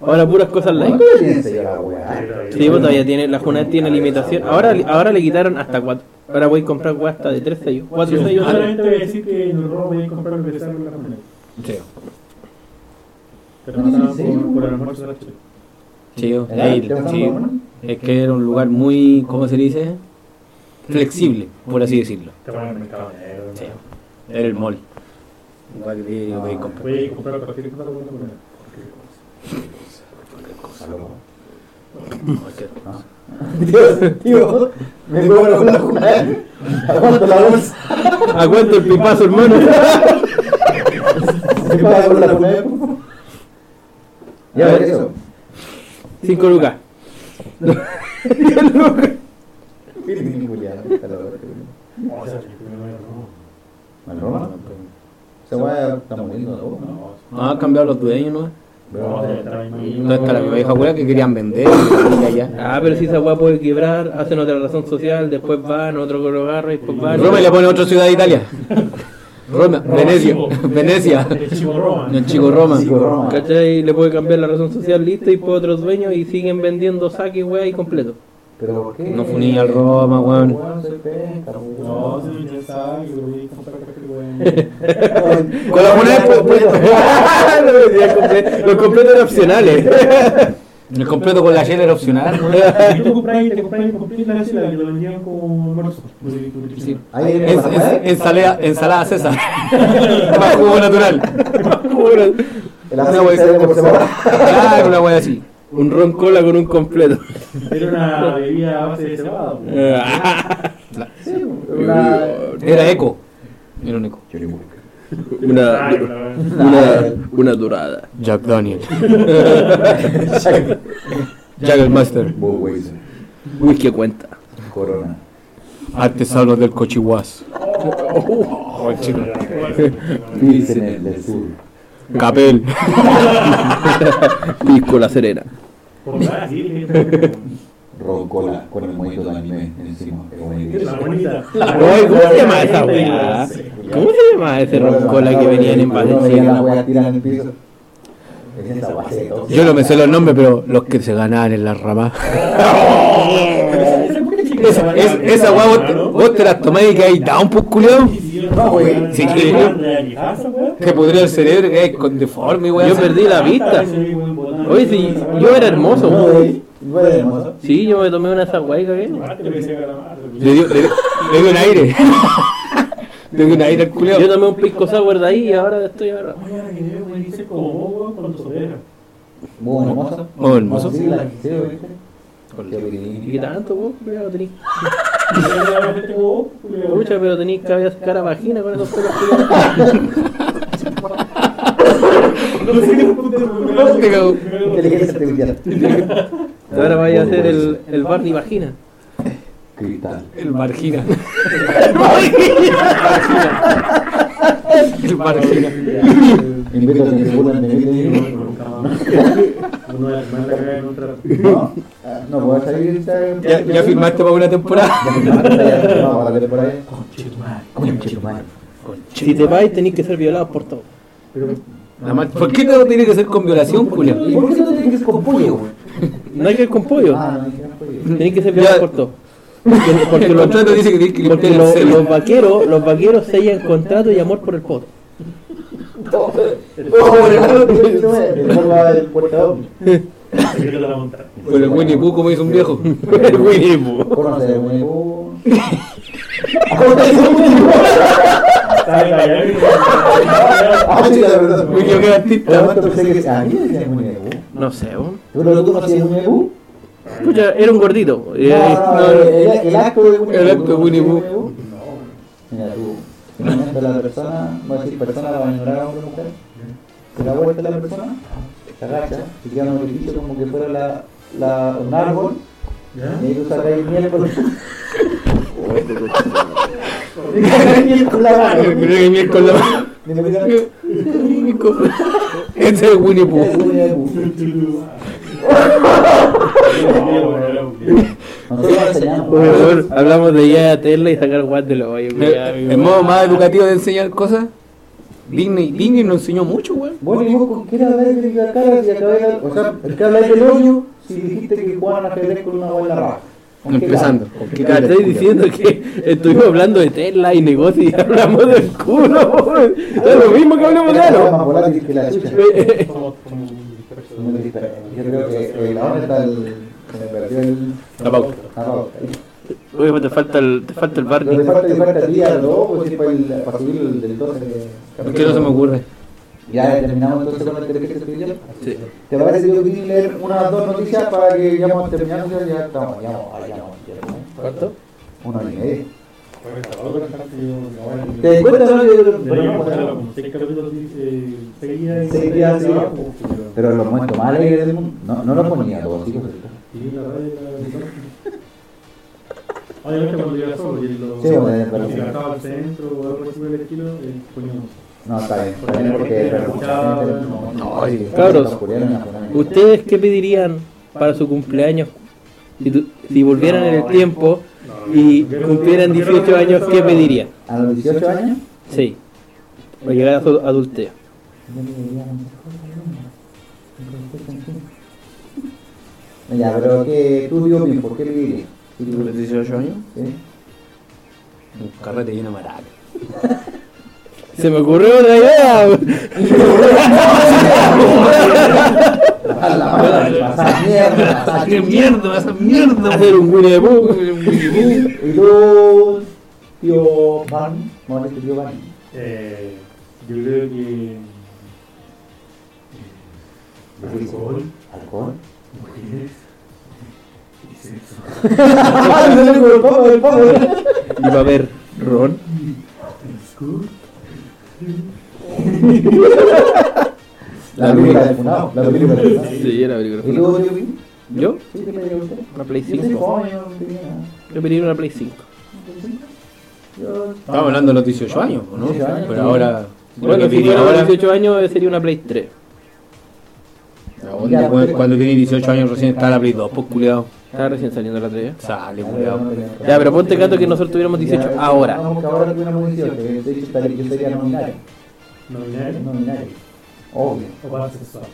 D: ahora puras cosas light.
C: ¿Cuánto tiene ese la weá?
D: Sí, pues todavía tiene, la Junet tiene limitación. Ahora, ahora le quitaron hasta cuatro. Ahora voy a comprar weá hasta de tres sellos. Cuatro sellos.
F: Solamente voy a decir que en el robo voy a comprar el pesar en la camioneta. Te lo mataban por, por el almuerzo de la chica.
E: Chido.
C: ¿Verdad?
E: Ahí,
C: ¿Te vas a
E: sí.
C: tomar una?
E: Es que era un lugar muy, ¿cómo se dice? Flexible, por así decirlo.
F: Te van al mercado negro.
E: Sí. Era el mall. Igual que yo voy a comprar.
F: Voy a comprar cualquier cosa con la moneda.
C: Dios, tío, me cobro la jugada. Aguanto la bolsa.
D: Aguanto el pipazo, hermano.
C: ¿Se paga por la jugada? por favor? Ya, ver eso.
D: Cinco lucas.
C: Pirín, culiao, puta la verga.
F: O sea, que primero era robo.
C: ¿Al Roma? Esa weá está muriendo todo, ¿no?
E: No, han Ah, cambiado los dueños, ¿no?
C: Pero-
F: Otra estaba ahí, ¿no?
E: Entonces está la vieja weá que querían vender. y allá.
D: Ah, pero si esa weá puede quebrar, hacen otra razón social, después van, otro que lo agarra y después van.
E: Roma y le pone otra ciudad de Italia. Roma, Venecia, [LAUGHS] Venecia.
F: El chivo Roma.
E: No, chico Roma.
C: Chico Roma.
D: ¿Cachai? Le puede cambiar la razón social, listo, y por otros dueños y siguen vendiendo saque, weá, y completo.
C: ¿Pero por qué?
E: No funí al Roma, weón.
C: Weón, soy penca, weón.
F: No, se me interesa, yo voy a comprar cualquier weón.
E: Con la moneda pues, pues, [LAUGHS]
D: Los días comple- los completos eran opcionales.
E: El completo con la chela era opcional. weón. [LAUGHS]
F: Y tú compras y te compras y compras la [LAUGHS] chela que lo vendían como almuerzo.
E: Sí.
C: Ahí viene
E: En-
C: la jugada,
E: en- ensalada, ensalada [LAUGHS] César. Más jugo natural.
C: el aceite de por separado.
E: Claro, una wea así.
D: Un ron cola con un completo.
F: Era una bebida a base de cebada. pues.
E: Eh. [LAUGHS]
C: Una-
E: Era eco. Era un eco.
D: Una,
F: Ay, la verdad.
D: una, una dorada.
E: Jack [LAUGHS] Daniel. Jack el Master.
I: Budweiser.
D: Whisky a cuenta.
I: Corona.
E: Artesanos del Cochihuas. Oh,
I: Pilsener del sur.
E: Capel.
D: Pisco la serena.
F: Por nada, sí, gente.
I: Rocola con el mojito de anime encima. Qué bonito.
F: La bonita.
D: Oye, ¿Cómo se llama esa weá? ¿Cómo se llama ese ron cola que venían en
C: Uno veía las
D: Valencia?
C: weas tiradas en el piso. Es esa base, todo.
E: Yo no me sé los nombres, pero los que se ganaban en las ramas. [LAUGHS] Esa, es- esa weá vos, te- vos te las tomás y quedáis down, pues culiao.
C: No, güey.
E: Sí,
F: ¿De
E: que-
F: añejazo, güey?
E: Te pudría el cerebro que es con deforme, weón.
D: Yo perdí la vista. Oye, sí, yo era hermoso.
C: Uno de
D: weón.
C: ahí, uno de hermoso.
D: Sí, yo me tomé una esa weá que
F: Ah, te pensé que era malo, güey.
E: Le dio, le, dio- le dio un [LAUGHS] aire. le dio un aire al culiao.
D: Yo tomé un pisco sour de ahí y ahora estoy ahora.
F: Oye, ahora que veo, güey, dice como vos, güey, cuando sopera.
C: Uno hermoso.
E: Oh, hermoso.
C: Sí, la- sí, ¿viste? Qué
D: ¿Y
C: pirín.
D: qué tanto vos? Pero tenís
F: Y yo le daba este como vos, güey.
D: lucha, pero tenís cabeza, cara vagina con esos pelos. [LAUGHS]
F: No sé qué puto te
E: No, te cago.
C: Inteligencia artificial.
D: Ahora vaya a hacer el, el Barney vagina.
I: Cristal.
E: El margina. el margina.
C: Invito a que se burlen de mí, de mí.
F: Uno de las más largas en un trato.
C: No, ah, no puedo salir. ¿sabes?
E: Ya, ya firmaste para una temporada.
C: Ya
E: [LAUGHS]
C: firmaste, ya firmamos, para la temporada. Conchetumare.
D: Si te vais, tenés que ser violado por todo.
E: La mar- ¿Por qué todo tiene que ser con violación,
C: ¿Y
E: culiao?
C: por qué no tiene que ser con pollo, güey?
D: No hay que ir con pollo.
C: Ah, no, dije, no, pollo.
D: Tenés que ser violado
E: Ya.
D: por todo. Porque, porque
E: El
D: los-
E: contrato dice que tienes que
D: porque
E: limpiar el
D: lo- los
E: sello.
D: vaqueros los vaqueros sellan contrato y amor por el pot.
C: Conoce
F: Así que te la montaron.
E: Con el Winnie Pooh, como dice un viejo. [LAUGHS] El Winnie Pooh.
C: de nuevo.
F: Sabe bailar y-
C: Ah, sí, la verdad.
E: William, qué artista.
C: Por lo tanto, pensé que a mí me decían nuevo.
D: No sé, ¿no?
C: ¿Pero tú conocías nuevo?
D: Escucha, era un gordito. eh,
C: No, no, el, el acto de Winnie
E: El acto de Winnie Pooh.
C: No. Mira tú, finalmente la persona, voy a decir persona, la va a ignorar a hombre o mujer. Se da vuelta la persona, se agacha, se tira un orificio como que fuera la, la, un [LAUGHS] árbol. Y ahí tú sacas el miel por Miel con la mano.
D: El culiao que miel con la mano.
E: [LAUGHS]
C: Ni me digas, "Es
D: Ese es Winnie Pooh.
C: Winnie the Pooh". Nosotros enseñamos.
D: Oye, weón, Hablamos de ya a tela y sacar guas de los hoyos.
E: El, Eh, el
D: culiao.
E: modo más educativo de enseñar cosas. Disney, Disney nos enseñó mucho, weón.
C: Bueno, y vos con qué habláis de la cara si acabáis de- O sea, ¿por qué habláis del hoyo si dijiste que jugaban ajedrez con una bola rara? ¿Con qué
E: Empezando.
C: cara? ¿Con qué
D: Te
C: cara?
D: estoy diciendo que estuvimos hablando de tela y negocio y hablamos del culo, weón. Es lo mismo que hablamos de
C: Era más
D: algo.
C: volátil que la chucha.
D: Eh,
C: Muy diferente. Yo creo que eh, ahora está el... Se me perdió el...
D: La pauta.
C: la pauta.
D: Oye, pues te falta el, te falta el
C: Lo que
D: Barney.
C: falta te falta el día 2, pues sí, para, el, para subir el del 12. de-
E: ¿Por qué no se me ocurre?
C: Ya terminamos entonces con la inteligencia artificial.
D: Sí.
C: ¿Te parece que yo quería leer unas dos noticias para que ya vamos terminando? Ya, ya estamos, ya vamos, ah, ya vamos. ya vamos.
D: ¿Cuánto?
C: Una hora y media. ¿Te das cuenta, no? Yo- yo- yo- Pero los momentos más alegres del mundo. No, no los ponía todos, así que-
F: Obviamente cuando llegas solo y lo
C: Sí, bueno, pero-
F: si gastaba al centro o algo así por el estilo, eh, poníamos.
C: No, está bien, está bien porque pero mucha gente en el momento-
D: Ay, cabros.
C: Los coreanos y japoneses.
D: ¿Ustedes qué pedirían para su cumpleaños? Si, tu- si volvieran en el tiempo y cumplieran 18 años, ¿qué pedirían?
C: A los 18 años,
D: Sí. Para llegar a su adultez.
C: Ya, pero que tú digo bien, ¿por qué vivir?
E: ¿Los 18 años?
C: ¿Sí?
E: Un carrete y una maraca.
D: Se me ocurrió
C: [LAUGHS]
D: otra idea.
C: A la madre, pasar mierda, pasar
E: ¡Qué
C: mierda.
E: mierda! ¡Esa mierda!
D: Hacer un Winnie the Pooh.
C: Y tú, tío Van, ¿cómo es tu tío Van?
F: Eh, yo creo que. Alcohol,
C: ¿Alcohol?
F: mujeres y sexo.
C: Ah,
D: Y va a haber Ron.
C: La película del funado, la película del funado.
D: Sí, era
C: ¿Y
D: película.
C: tú, tío Vin?
D: ¿Yo?
C: ¿Sí que me dio usted?
D: Una Play
C: Yo tenía
D: 5.
C: como años, tenía-
D: Yo pediría una Play 5.
C: yo-
E: Estábamos hablando de los 18 años, ¿no?
C: 18 años,
E: Pero
C: sí.
E: ahora.
D: Bueno,
E: lo que
D: si
E: piden
D: tuviera
E: ahora-
D: 18 años eh, sería una Play 3.
E: Cuando, cuando tiene 18 años recién está la Play 2, pues culiado.
D: Estaba recién saliendo la 3.
E: Sale,
C: no
E: culiado.
C: tenía-
D: Ya, pero ponte gato que nosotros tuviéramos
C: Ya,
D: 18
C: no,
D: ahora.
C: no, que ahora
E: pues.
C: tuviéramos 18, que de hecho estaría- yo sería nominario.
F: No binario,
C: Nominario. Obvio.
F: o pansexual.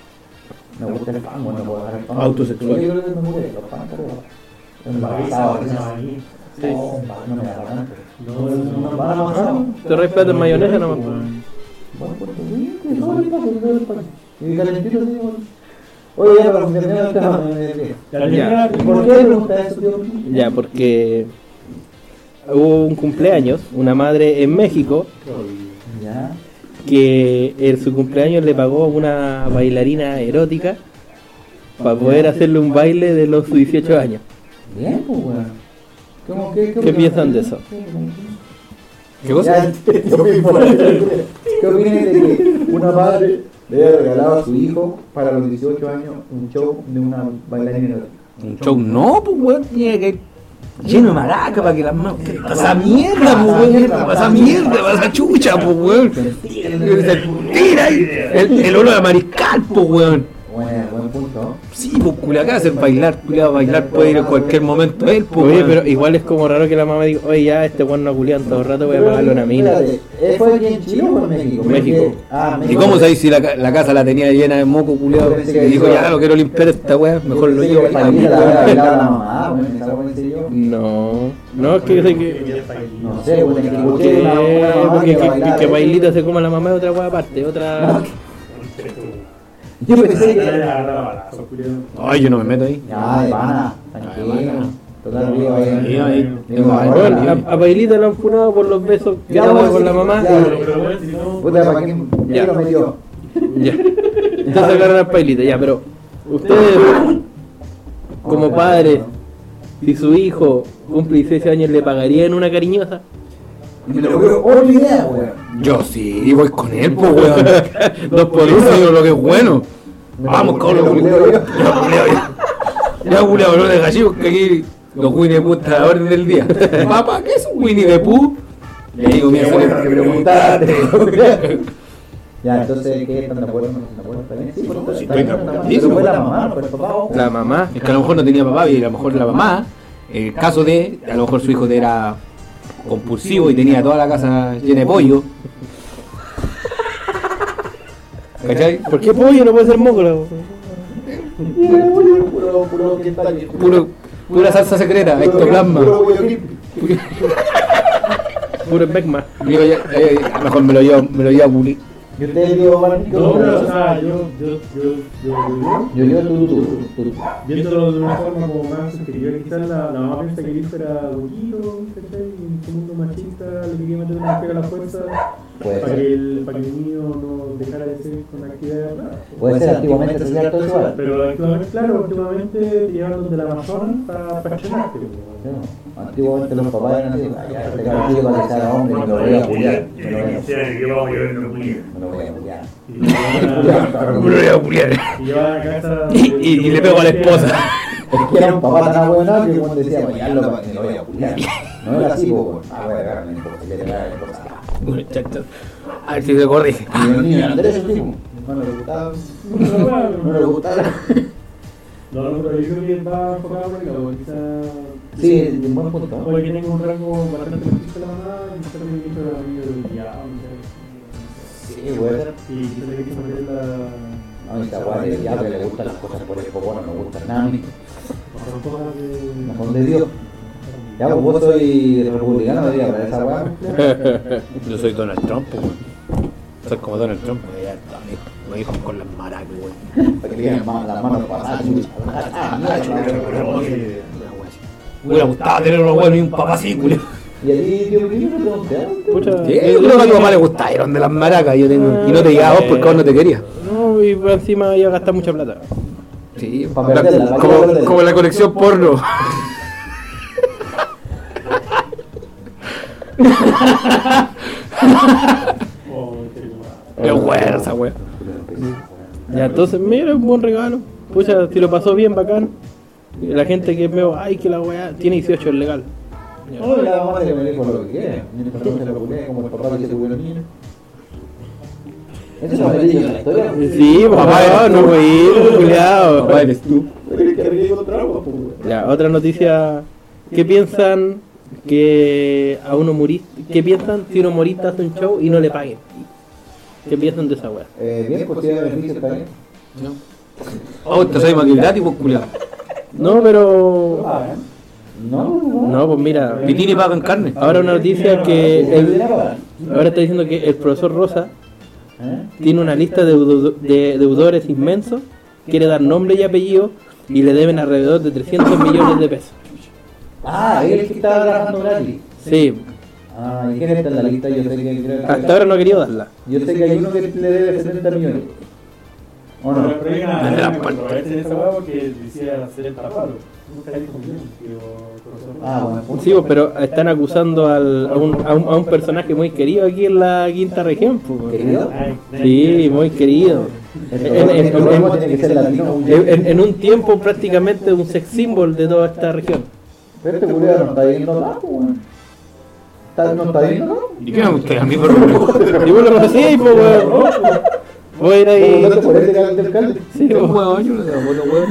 C: Me gusta el pan, bueno, puedo agarrar el pan.
D: Autosexual.
C: Yo creo que me muere, los pan, pero. Embarazado, ¿no? Oh, no me da tanto.
F: No,
C: No, van a bajar.
D: Te respeto en mayonesa nomás.
C: Bueno, pues, sí, que sobre el pan, que sobre el pan. Y calentito, sí, bueno. Oye, ya, pero me terminó el tema, me desvié. ¿Y por qué le preguntas eso, tío?
D: Ya, porque hubo un cumpleaños, una madre en México,
C: Ya.
D: que en su cumpleaños le pagó a una bailarina erótica para poder hacerle un baile de los 18 años.
C: Bien, pues, weón. ¿Cómo, qué,
D: ¿Qué piensan de eso?
E: ¿Qué cosa?
C: Ya, [LAUGHS] ¿Qué opinas ¿Qué opinas de que una madre le haya regalado a su hijo para los 18 años un show de una bailarina erótica?
E: Un show no, pues weón, tiene que. Lleno de maraca para que las manos. Pasa mierda, pues weón. Pasa mierda, pasa chucha, pues weón. Se Tira ahí. El, el olor a mariscal, pues weón.
C: Bueno, buen punto.
E: Sí, pues culiacá, hacer bailar, culiado, bailar puede ir en cualquier momento él, pues
D: Oye,
E: weón.
D: pero igual es como raro que la mamá diga, oye, ya, este guano no culiado en todo el rato, voy a pagarle una mina.
C: Espérate, ¿eh, ¿Fue aquí en Chile o en México?
D: México.
C: Porque- Ah,
E: ¿Y cómo sabéis si la, ca- la casa la tenía llena de moco, culiado? Y dijo, ya lo quiero limpiar esta weá, mejor lo llevo para
C: Para
E: allá,
C: mí la
E: weón.
C: habrá bailado la mamá, bueno, esa weá en serio.
D: No, no, es que, que,
C: No sé, bueno,
D: que,
C: escuché una- una mamá
D: porque
C: que
D: que-
C: bailaba
D: que
C: eso.
D: bailita se coma la mamá de otra hueá aparte, otra...
C: Yo pensé que.
E: Ay, yo no me meto ahí.
C: Ya, de pana, tranquilo. Total, vivo ahí.
E: Yo ahí tengo
C: Bueno,
E: alcohol,
D: Bueno, a, a Bailita la han funado por los besos que
C: Ya,
D: daba
C: bueno,
D: con la
C: sí,
D: mamá.
C: ya.
F: Pero bueno, si no,
C: Puta, ¿para qué
D: Ya.
C: ya lo metió?
D: Ya. Entonces sacaron a Bailita, ya, pero ustedes, como padres, si su hijo cumple 16 años, ¿le pagarían una cariñosa?
C: Pero creo otra idea, weón.
E: Yo sí, voy con él, pues weón. Dos por uno, digo lo que es bueno. Vamos, cabrón,
C: Lo
E: culiao.
C: leo yo.
E: Ya, culiao, no de gallego, que aquí los Winnie the Pooh está a la orden del día. Papá, ¿qué es un Winnie the Pooh?
C: Le digo, mira, bueno, que preguntaste. ya, entonces, ¿qué? ¿Están de acuerdo? ¿No están de acuerdo? ¿También? Sí, por supuesto,
J: Sí,
C: está
J: estoy de
C: bien,
J: acuerdo.
C: está bien. Pero fue la mamá, fue el papá. ojo.
K: La mamá.
E: Es que a lo mejor no tenía papá y a lo mejor la mamá, el caso de, a lo mejor su hijo era compulsivo y tenía toda la casa llena de pollo. ¿Cachai?
K: ¿Por qué pollo no puede ser mócola? po?
C: Mira, puro- puro- puro Kentucky,
E: Puro, pura salsa secreta, ectoplasma.
C: puro pollo crispy.
K: Puro Beckman.
E: Yo ya- eh, a lo mejor me lo llevo, me lo llevo a pulir.
C: Y ustedes, digo, Martín,
F: No,
C: ¿cómo te
F: pero, o
C: lo-
F: sea, yo, yo, yo, yo,
C: Yo digo, tú, tú, tú, tú.
F: viéndolo de una forma como más superior, quizás la, la mamá piensa que el hijo era loquillo, ¿cachai? Y en su mundo machista le quería meter una mujer a la fuerza
C: Puede
F: para
C: ser.
F: que, el, para que el niño no dejara de ser con actividades raras.
C: Puede ser, antiguamente se hacía todo eso.
F: Pero actualmente, claro, últimamente te llevan donde la Amazon para presionarte.
C: No, Antiguamente los papás eran así, "Ah, ya, este caballito cuando sea hombre me lo voy a cuidar, me lo voy a cuidar, me lo voy a cuidar.
E: Me lo llevo a pulir. [LAUGHS] Y, y- y le pego a la esposa.
C: Es que era un papá tan abuelo que como decía, voy a cuidarlo para que lo vaya a cuidar. No era así, po, ah, voy a agarrarme, porque le agarra el costado.
E: A ver si se corrige.
C: Y el niño Andrés, el tipo, no le gustaba, no le gustaba.
F: No, no, pero yo creo que va enfocado por el lado, quizás.
C: Sí, es un buen punto. ¿no?
F: Porque tienen un rango bastante machista la mamá, y quizás también el hijo era medio del diablo.
C: Sí, puede ser.
F: Y quizás le quiso meter la. la
C: No, esa guay del diablo que le gustan las cosas por el poco, no me gusta nada, mijo.
F: ropa de.
C: mejor de Dios. Ya, pues, vos soy republicano, debería hablar esa weá.
E: Yo soy Donald Trump, pues, weón. Soy como Donald Trump, weón. Ya está, viejo. Lo dijo con las maracas, weón.
C: Para que le digan ma- las manos pasadas, chucha. Ah, ah, chucha.
E: Me hubiera gustado tener unos weón y un papá así, culo.
C: Y a ti, tío, primero te preguntaron.
D: Pucha, eh,
E: Sí, yo creo que a mi mamá le gustaron de las maracas. Yo tengo, y no te llegaba vos porque vos no te querías.
D: no, y por encima iba a gastar mucha plata.
E: Sí,
C: Pa' perderla,
E: la-
C: pa'
E: como,
C: perderla.
E: como la colección [LAUGHS] porno. Qué buena esa weón.
D: Ya, entonces, mira, un buen regalo. Pucha, si lo pasó bien, bacán. Y La gente que veo, ay, que la weá, tiene 18, es legal.
C: No, la mamá le pone por lo que quiere. Mientras no se Este lo culé, como el papá que se culé al niño. Eso es una película de la historia.
D: Sí,
E: Papá,
D: papá,
E: eres
D: no,
E: tú.
D: weón, culiao.
E: Papá, eres tú.
D: Ya, otra noticia. ¿Qué piensan que a uno moriste? ¿Qué piensan si uno moriste hace un show y no le paguen? ¿Qué piensan de esa weá?
C: Eh, bien, pues tiene beneficio también.
E: Oh, te soy maquillati, pues culiao.
D: No, pero.
C: Ah, ¿eh? No, no, no.
D: No, pues mira.
E: Pitini paga en carne.
D: Ahora una noticia que.
C: El
D: el-
C: dinero va.
D: ahora está diciendo que el profesor Rosa
C: ¿Eh?
D: tiene una lista de, deudo- de deudores inmensos, quiere dar nombre y apellido y le deben alrededor de 300 millones de pesos.
C: Ah, él es el que estaba trabajando gratis.
D: Sí,
C: Ah, ¿y quién está en la lista? Yo sé que creo que-
D: hasta ahora no ha querido darla.
C: Yo sé que hay uno que le debe 70 millones. ¿O no?
F: Pero eh, hay una controversia en esa hueá porque decía ser el tapado. Nunca le dijo bien, tío.
C: Ah, bueno, punto.
D: Sí, pues, pero están acusando al, a, un, a un- a un personaje muy querido aquí en la quinta región. pues, weón.
C: ¿Querido?
D: Sí, muy querido.
C: El
D: En, en- en-
C: problema tiene que ser latino.
D: en- en- en un tiempo prácticamente un sex symbol de toda esta región.
C: Pero este culiao no está yendo nada, po, weón. Está- ¿No está yendo nada?
E: ¿Y qué me gusta a mí, por
D: Y vos lo conocíais, pues, weón. Voy a ir
C: ¿Vos votaste
D: ahí.
C: por este cal- del alcalde?
D: Sí,
E: Yo
D: pues.
E: weón, yo no sé, weón, weón.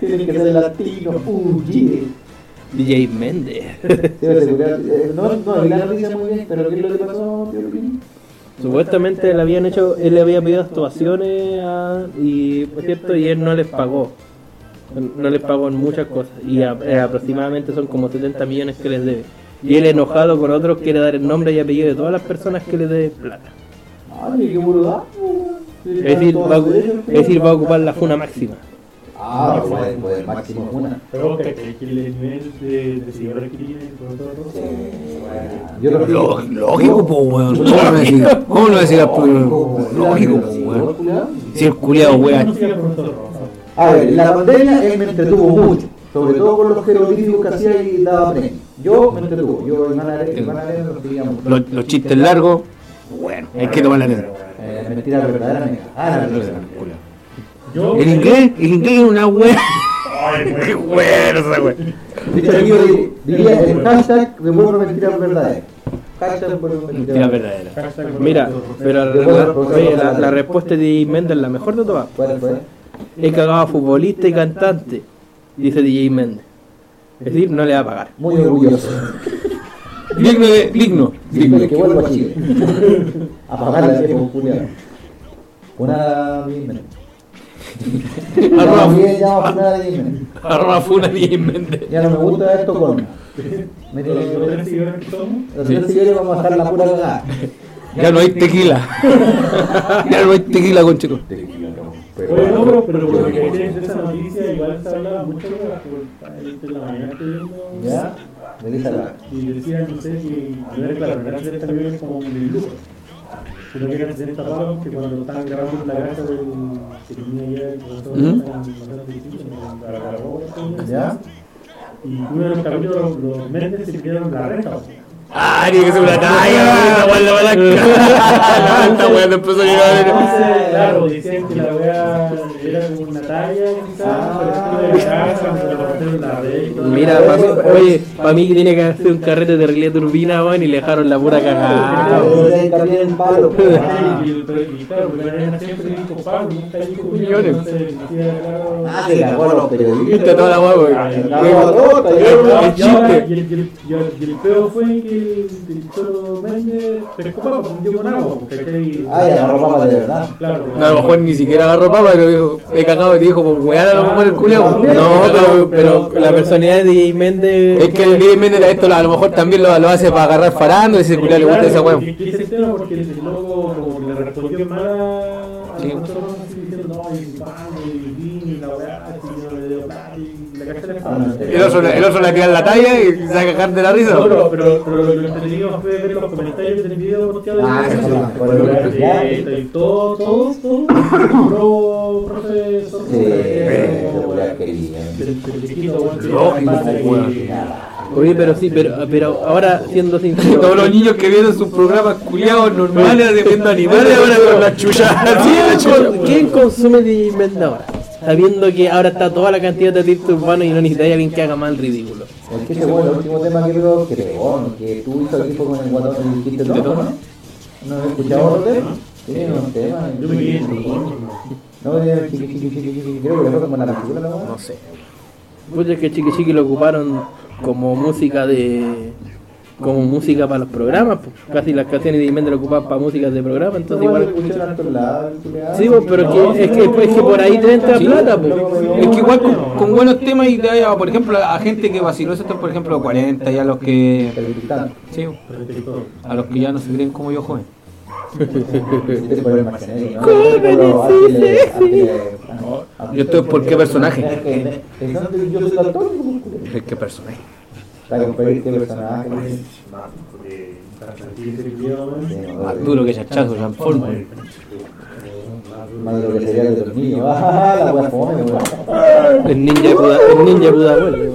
C: Tiene que ser latino. Uh, yeah.
D: DJ Méndez.
C: Sí, pero ese culiao- eh, No, no, y la noticia muy bien, pero ¿qué es lo que pasó, tío Luquini?
D: Supuestamente le habían hecho, él le había pedido actuaciones a- y, por cierto, y él no les pagó. No les pagó en muchas cosas. Y a- eh, aproximadamente son como 70 millones que les debe. Y él enojado con otros quiere dar el nombre y apellido de todas las personas que le debe plata.
C: Ay, qué ¿ah? burda, po, weón.
D: Es decir, va a, es decir, va a ocupar la funa máxima.
C: Ah, bueno, pues el máximo es una.
F: Pero vos cachai que el nivel de, de seguidores que tiene el profesor Rosa.
C: Yo lo
E: Lo- [LAUGHS] Lógico, pues weón. ¿Cómo lo decir? ¿Cómo lo decir al público? Lógico, pues weón. Si el culiao,
F: No
E: weón.
F: sigue al profesor Rosa.
C: A ver, la pandemia él me entretuvo mucho, sobre todo con los jeroglíficos que hacía y daba premios. Yo me entretuvo, yo Iván Are- Iván Arena lo seguía mucho.
E: Los, los chistes largos, bueno, hay que tomar la letra.
C: Eh, Ah, mentira verdadera, me cagaron, o sea.
D: [LAUGHS]
F: Yo,
E: El inglés, el inglés es una weá. Qué bueno esa weá.
C: Este amigo di- diría el hashtag devuelvo mentiras verdaderas. Hashtag devuelvo
E: Mentira
C: mentiras verdaderas.
E: verdadera.
D: Mira, pero la, la- oye, la- la respuesta de Menda es la mejor de todas.
C: ¿Cuál fue?
D: He cagado a futbolista y cantante, dice DJ Méndez. Es decir, no le va a pagar.
C: Muy orgulloso.
E: Digno de. Digno.
C: Digno de que vuelvo a Chile. [LAUGHS] A pagar la tiempo, culiado. Una bien, [LAUGHS]
E: Arroba,
C: ya va a funar a Jiménez.
E: arroba Funa y Méndez.
C: Ya no me gusta esto con. Me tiene que
F: Los
C: poner-
F: tres seguidores que somos,
C: Los tres seguidores vamos a dejar la pura cagada.
E: Ya no hay tequila. [LAUGHS] ya no hay tequila con chico.
F: Oye, no, pero, pero por lo que dice de esa noticia, igual se hablaba mucho de la culpa. Este, la mañana estoy viendo,
C: ¿Ya? Me dice la.
F: Y decía, no sé, si ver, claro, no eran hacer esta video como un lujo. Sino que eran hacer esta rama que cuando lo estaban grabando en la casa del que tenía allá el profesor,
E: ¿Mm?
F: estaban pasando el edificio, en la Carabobo, todo eso.
C: ¿Ya?
F: Y uno de los capítulos, los Méndez se quedaron en la reja.
E: ¡Ah, tiene que ser una talla! ¡Esta weá la palanca! ¡Esta weá no empezó a llegar!
F: Entonces, Ah, claro, decían que la wea era como una talla, quizás, pero estuvo de casa, cuando lo metieron en la reja. y todo.
D: Mira, pa mí- oye, para mí que tiene que hacer un carrete de relé turbina, weón, y le dejaron la pura
C: Ah,
D: cagada. weón.
C: Me dice hincapié en el [LAUGHS] palo.
F: Ah, y, pero, y claro, porque la arena siempre dijo Pablo, nunca dijo Julio, entonces decía, claro,
C: Ah, se cagó a los [LAUGHS] periodistas.
E: Viste toda la weá,
C: Se
E: weón.
C: cagó a todos,
F: Y
C: cayó.
F: ahora- Y el, y el- y el- y el peor fue que el director Méndez pescó papa, fundió con agua. ¿cachai?
C: Ay, agarró papas de verdad.
F: Claro.
E: No, a lo mejor ni siquiera agarró papa, pero dijo, he cagado y dijo, por weá, a lo mejor el culeo.
D: No, pero, pero la personalidad de DJ Méndez.
E: Es que el Billy Méndez a esto lo- a lo mejor también lo, lo hace para agarrar farando y ese culiao le gusta esa weá.
F: Y que ese tema porque el loco como que le respondió mal a a
E: Sí.
F: los otros, así diciendo, no, y pan, y vino, y la weá, y yo le dio plata, y la cagada de la
C: Ah,
F: fama.
C: no.
E: El otro, le- el otro le tira la talla y se va a cagar de la risa.
F: No, pero, pero, pero lo que entretenido fue ver los comentarios del video posteado
C: Ah,
F: en
C: eso
F: la
C: sí, por el-
F: y todo, todo, todo, pro, profesor,
C: Sí, pero la quería.
D: Oye, pero sí, pero, pero ahora siendo sincero.
E: Todos los niños que vieron sus programas culiados normales de viendo [LAUGHS] animales ahora con
D: [LAUGHS]
E: las chuchas así en la
D: ¿Quién,
E: chucha.
D: con- quién consume DJ Méndez ahora? Sabiendo que ahora está toda la cantidad de tips urbanos y no necesitaría alguien que haga más el ridículo.
C: Es que ese bueno, el último tema que veo que pegó, ¿no? que tú hizo aquí fue con el guatón y dijiste no, ¿no? ¿No has escuchado otro tema? Sí, un tema.
F: Yo me quedé en el fondo,
C: No, eh, chiqui, chiqui, chiqui, chiqui, creo que fue como la película, ¿no? No sé.
D: Pucha es que Chiqui Chiqui lo ocuparon como música de. como música para los programas. pues. Casi las canciones de DJ Méndez lo ocupaban para música de programa, entonces igual. Sí, pues, pero que, es, que, es que por ahí te entra plata, pues.
E: Es que igual con, con buenos temas y te- por ejemplo, a gente que vaciló eso están por ejemplo 40 y a los que sí, a los que ya no se creen como yo joven.
C: Este
E: Yo estoy por qué personaje.
C: Yo soy daltónico, pues,
E: ¿Qué personaje?
C: Para cumplir este personaje. sí,
E: Más duro que chachazo, Transformer.
C: Más de lo que sería de los niños. [LAUGHS] Ah, la wea [LAUGHS] fome, weón.
D: El ninja de Buda, el ninja de Budahuel, weón.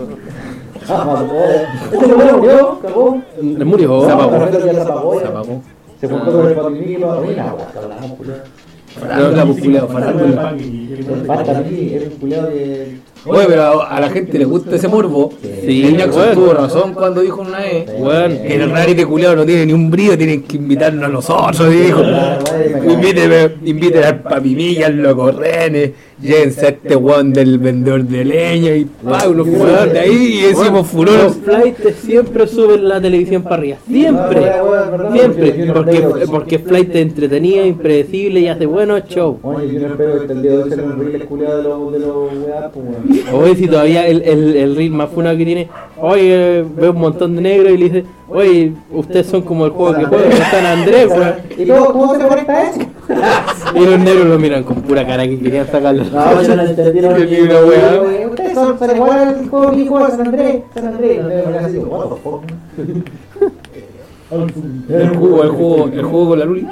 C: Ah, más pobre. Ese weón murió, cagó.
D: Le murió.
C: Se apagó. Se apagó. Se apagó. Se juntó con el patinilo. Oye, la wea, hablamos, culiao.
E: Pero la musculeo, farándula.
C: El patinilo era un culiao que.
E: Oye, pero a, a la gente le gusta ese morbo.
D: Sí,
E: el Jackson
D: bueno.
E: tuvo razón cuando dijo una E. vez.
D: Weón,
E: Que el rarite culiado este no tiene ni un brío, tienen que invitarnos a nosotros, dijo. Invíteme, inviten al papimillas, loco renes, llévense a este weón del vendedor de leña y Pablo furor de ahí y decimos furor.
D: Los flights siempre suben la televisión para arriba. Siempre. Siempre.
C: pues.
D: Porque, porque flight es entretenido, impredecible y hace buenos shows.
C: Oye, yo no espero que hasta el día de hoy sea un horrible culiao de los de los weá, pues, weón.
D: Oye, si todavía el, el, el ritmo más funado que tiene, oye, eh, ve un montón de negros y le dice, oye, ustedes son como el juego que juegan, no San Andrés, weón.
C: ¿Y luego cómo se conecta eso?
D: Y los negros lo miran con pura cara que querían sacarlo.
C: No, yo Ah, no entendieron
E: Qué
C: ni
E: libre, weón.
C: weón. Ustedes son pero igual al juego que juega San Andrés. San Andrés. Y los negros miran así, what the fuck.
E: El jugo, el jugo, el jugo con la luli.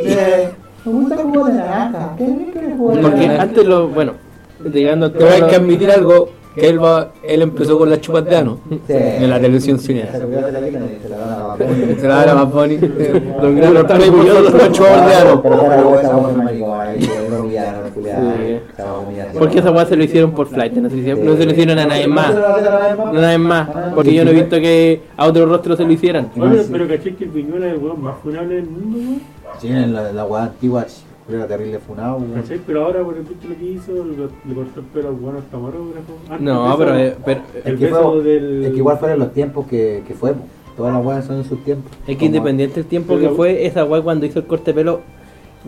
C: Eh, Me gusta el jugo de naranja. ¿Qué es el jugo de
D: Porque
C: naranja?
D: antes lo, bueno, llegando a
E: Pero
D: todos
E: hay que
D: los-
E: admitir algo, que él va, él empezó con las chupas de ano en la televisión
C: Esa
E: chilena.
C: culiao se la quitan y se la dan a la
E: Se la da a Bad Bunny. Los
D: Gran
E: grandes
D: está
E: los chupas de ano.
C: Pero para vos, esa voz es maricón, ahí, eh, no olvidar italiano, culiado.
D: Sí. Porque
C: Porque
D: esa weá se lo hicieron por flight, no se, lo hicieron- no se lo hicieron a nadie más.
C: No se lo hacen a nadie
D: A
C: más.
D: nadie más, porque yo no he visto que a otro rostro se lo hicieran.
F: Oye, pero caché que el Viñuela es el weón más funable del mundo, weón.
C: Sí, en la, la weá antigua, pues, era terrible funado, weón.
F: ¿Cachai? Pero ahora, por ejemplo, lo que hizo, le cortó el pelo al bueno hasta camarógrafo. Antes
D: No,
F: de
D: pero,
F: eso,
D: eh, pero,
C: Es
F: El
C: que,
F: beso
C: fue-
F: del-
C: es que igual fueron los tiempos que, que fuimos. Todas las weas son en sus tiempos.
D: es que independiente del tiempo que
F: Pero-
D: fue, esa weá cuando hizo el corte de pelo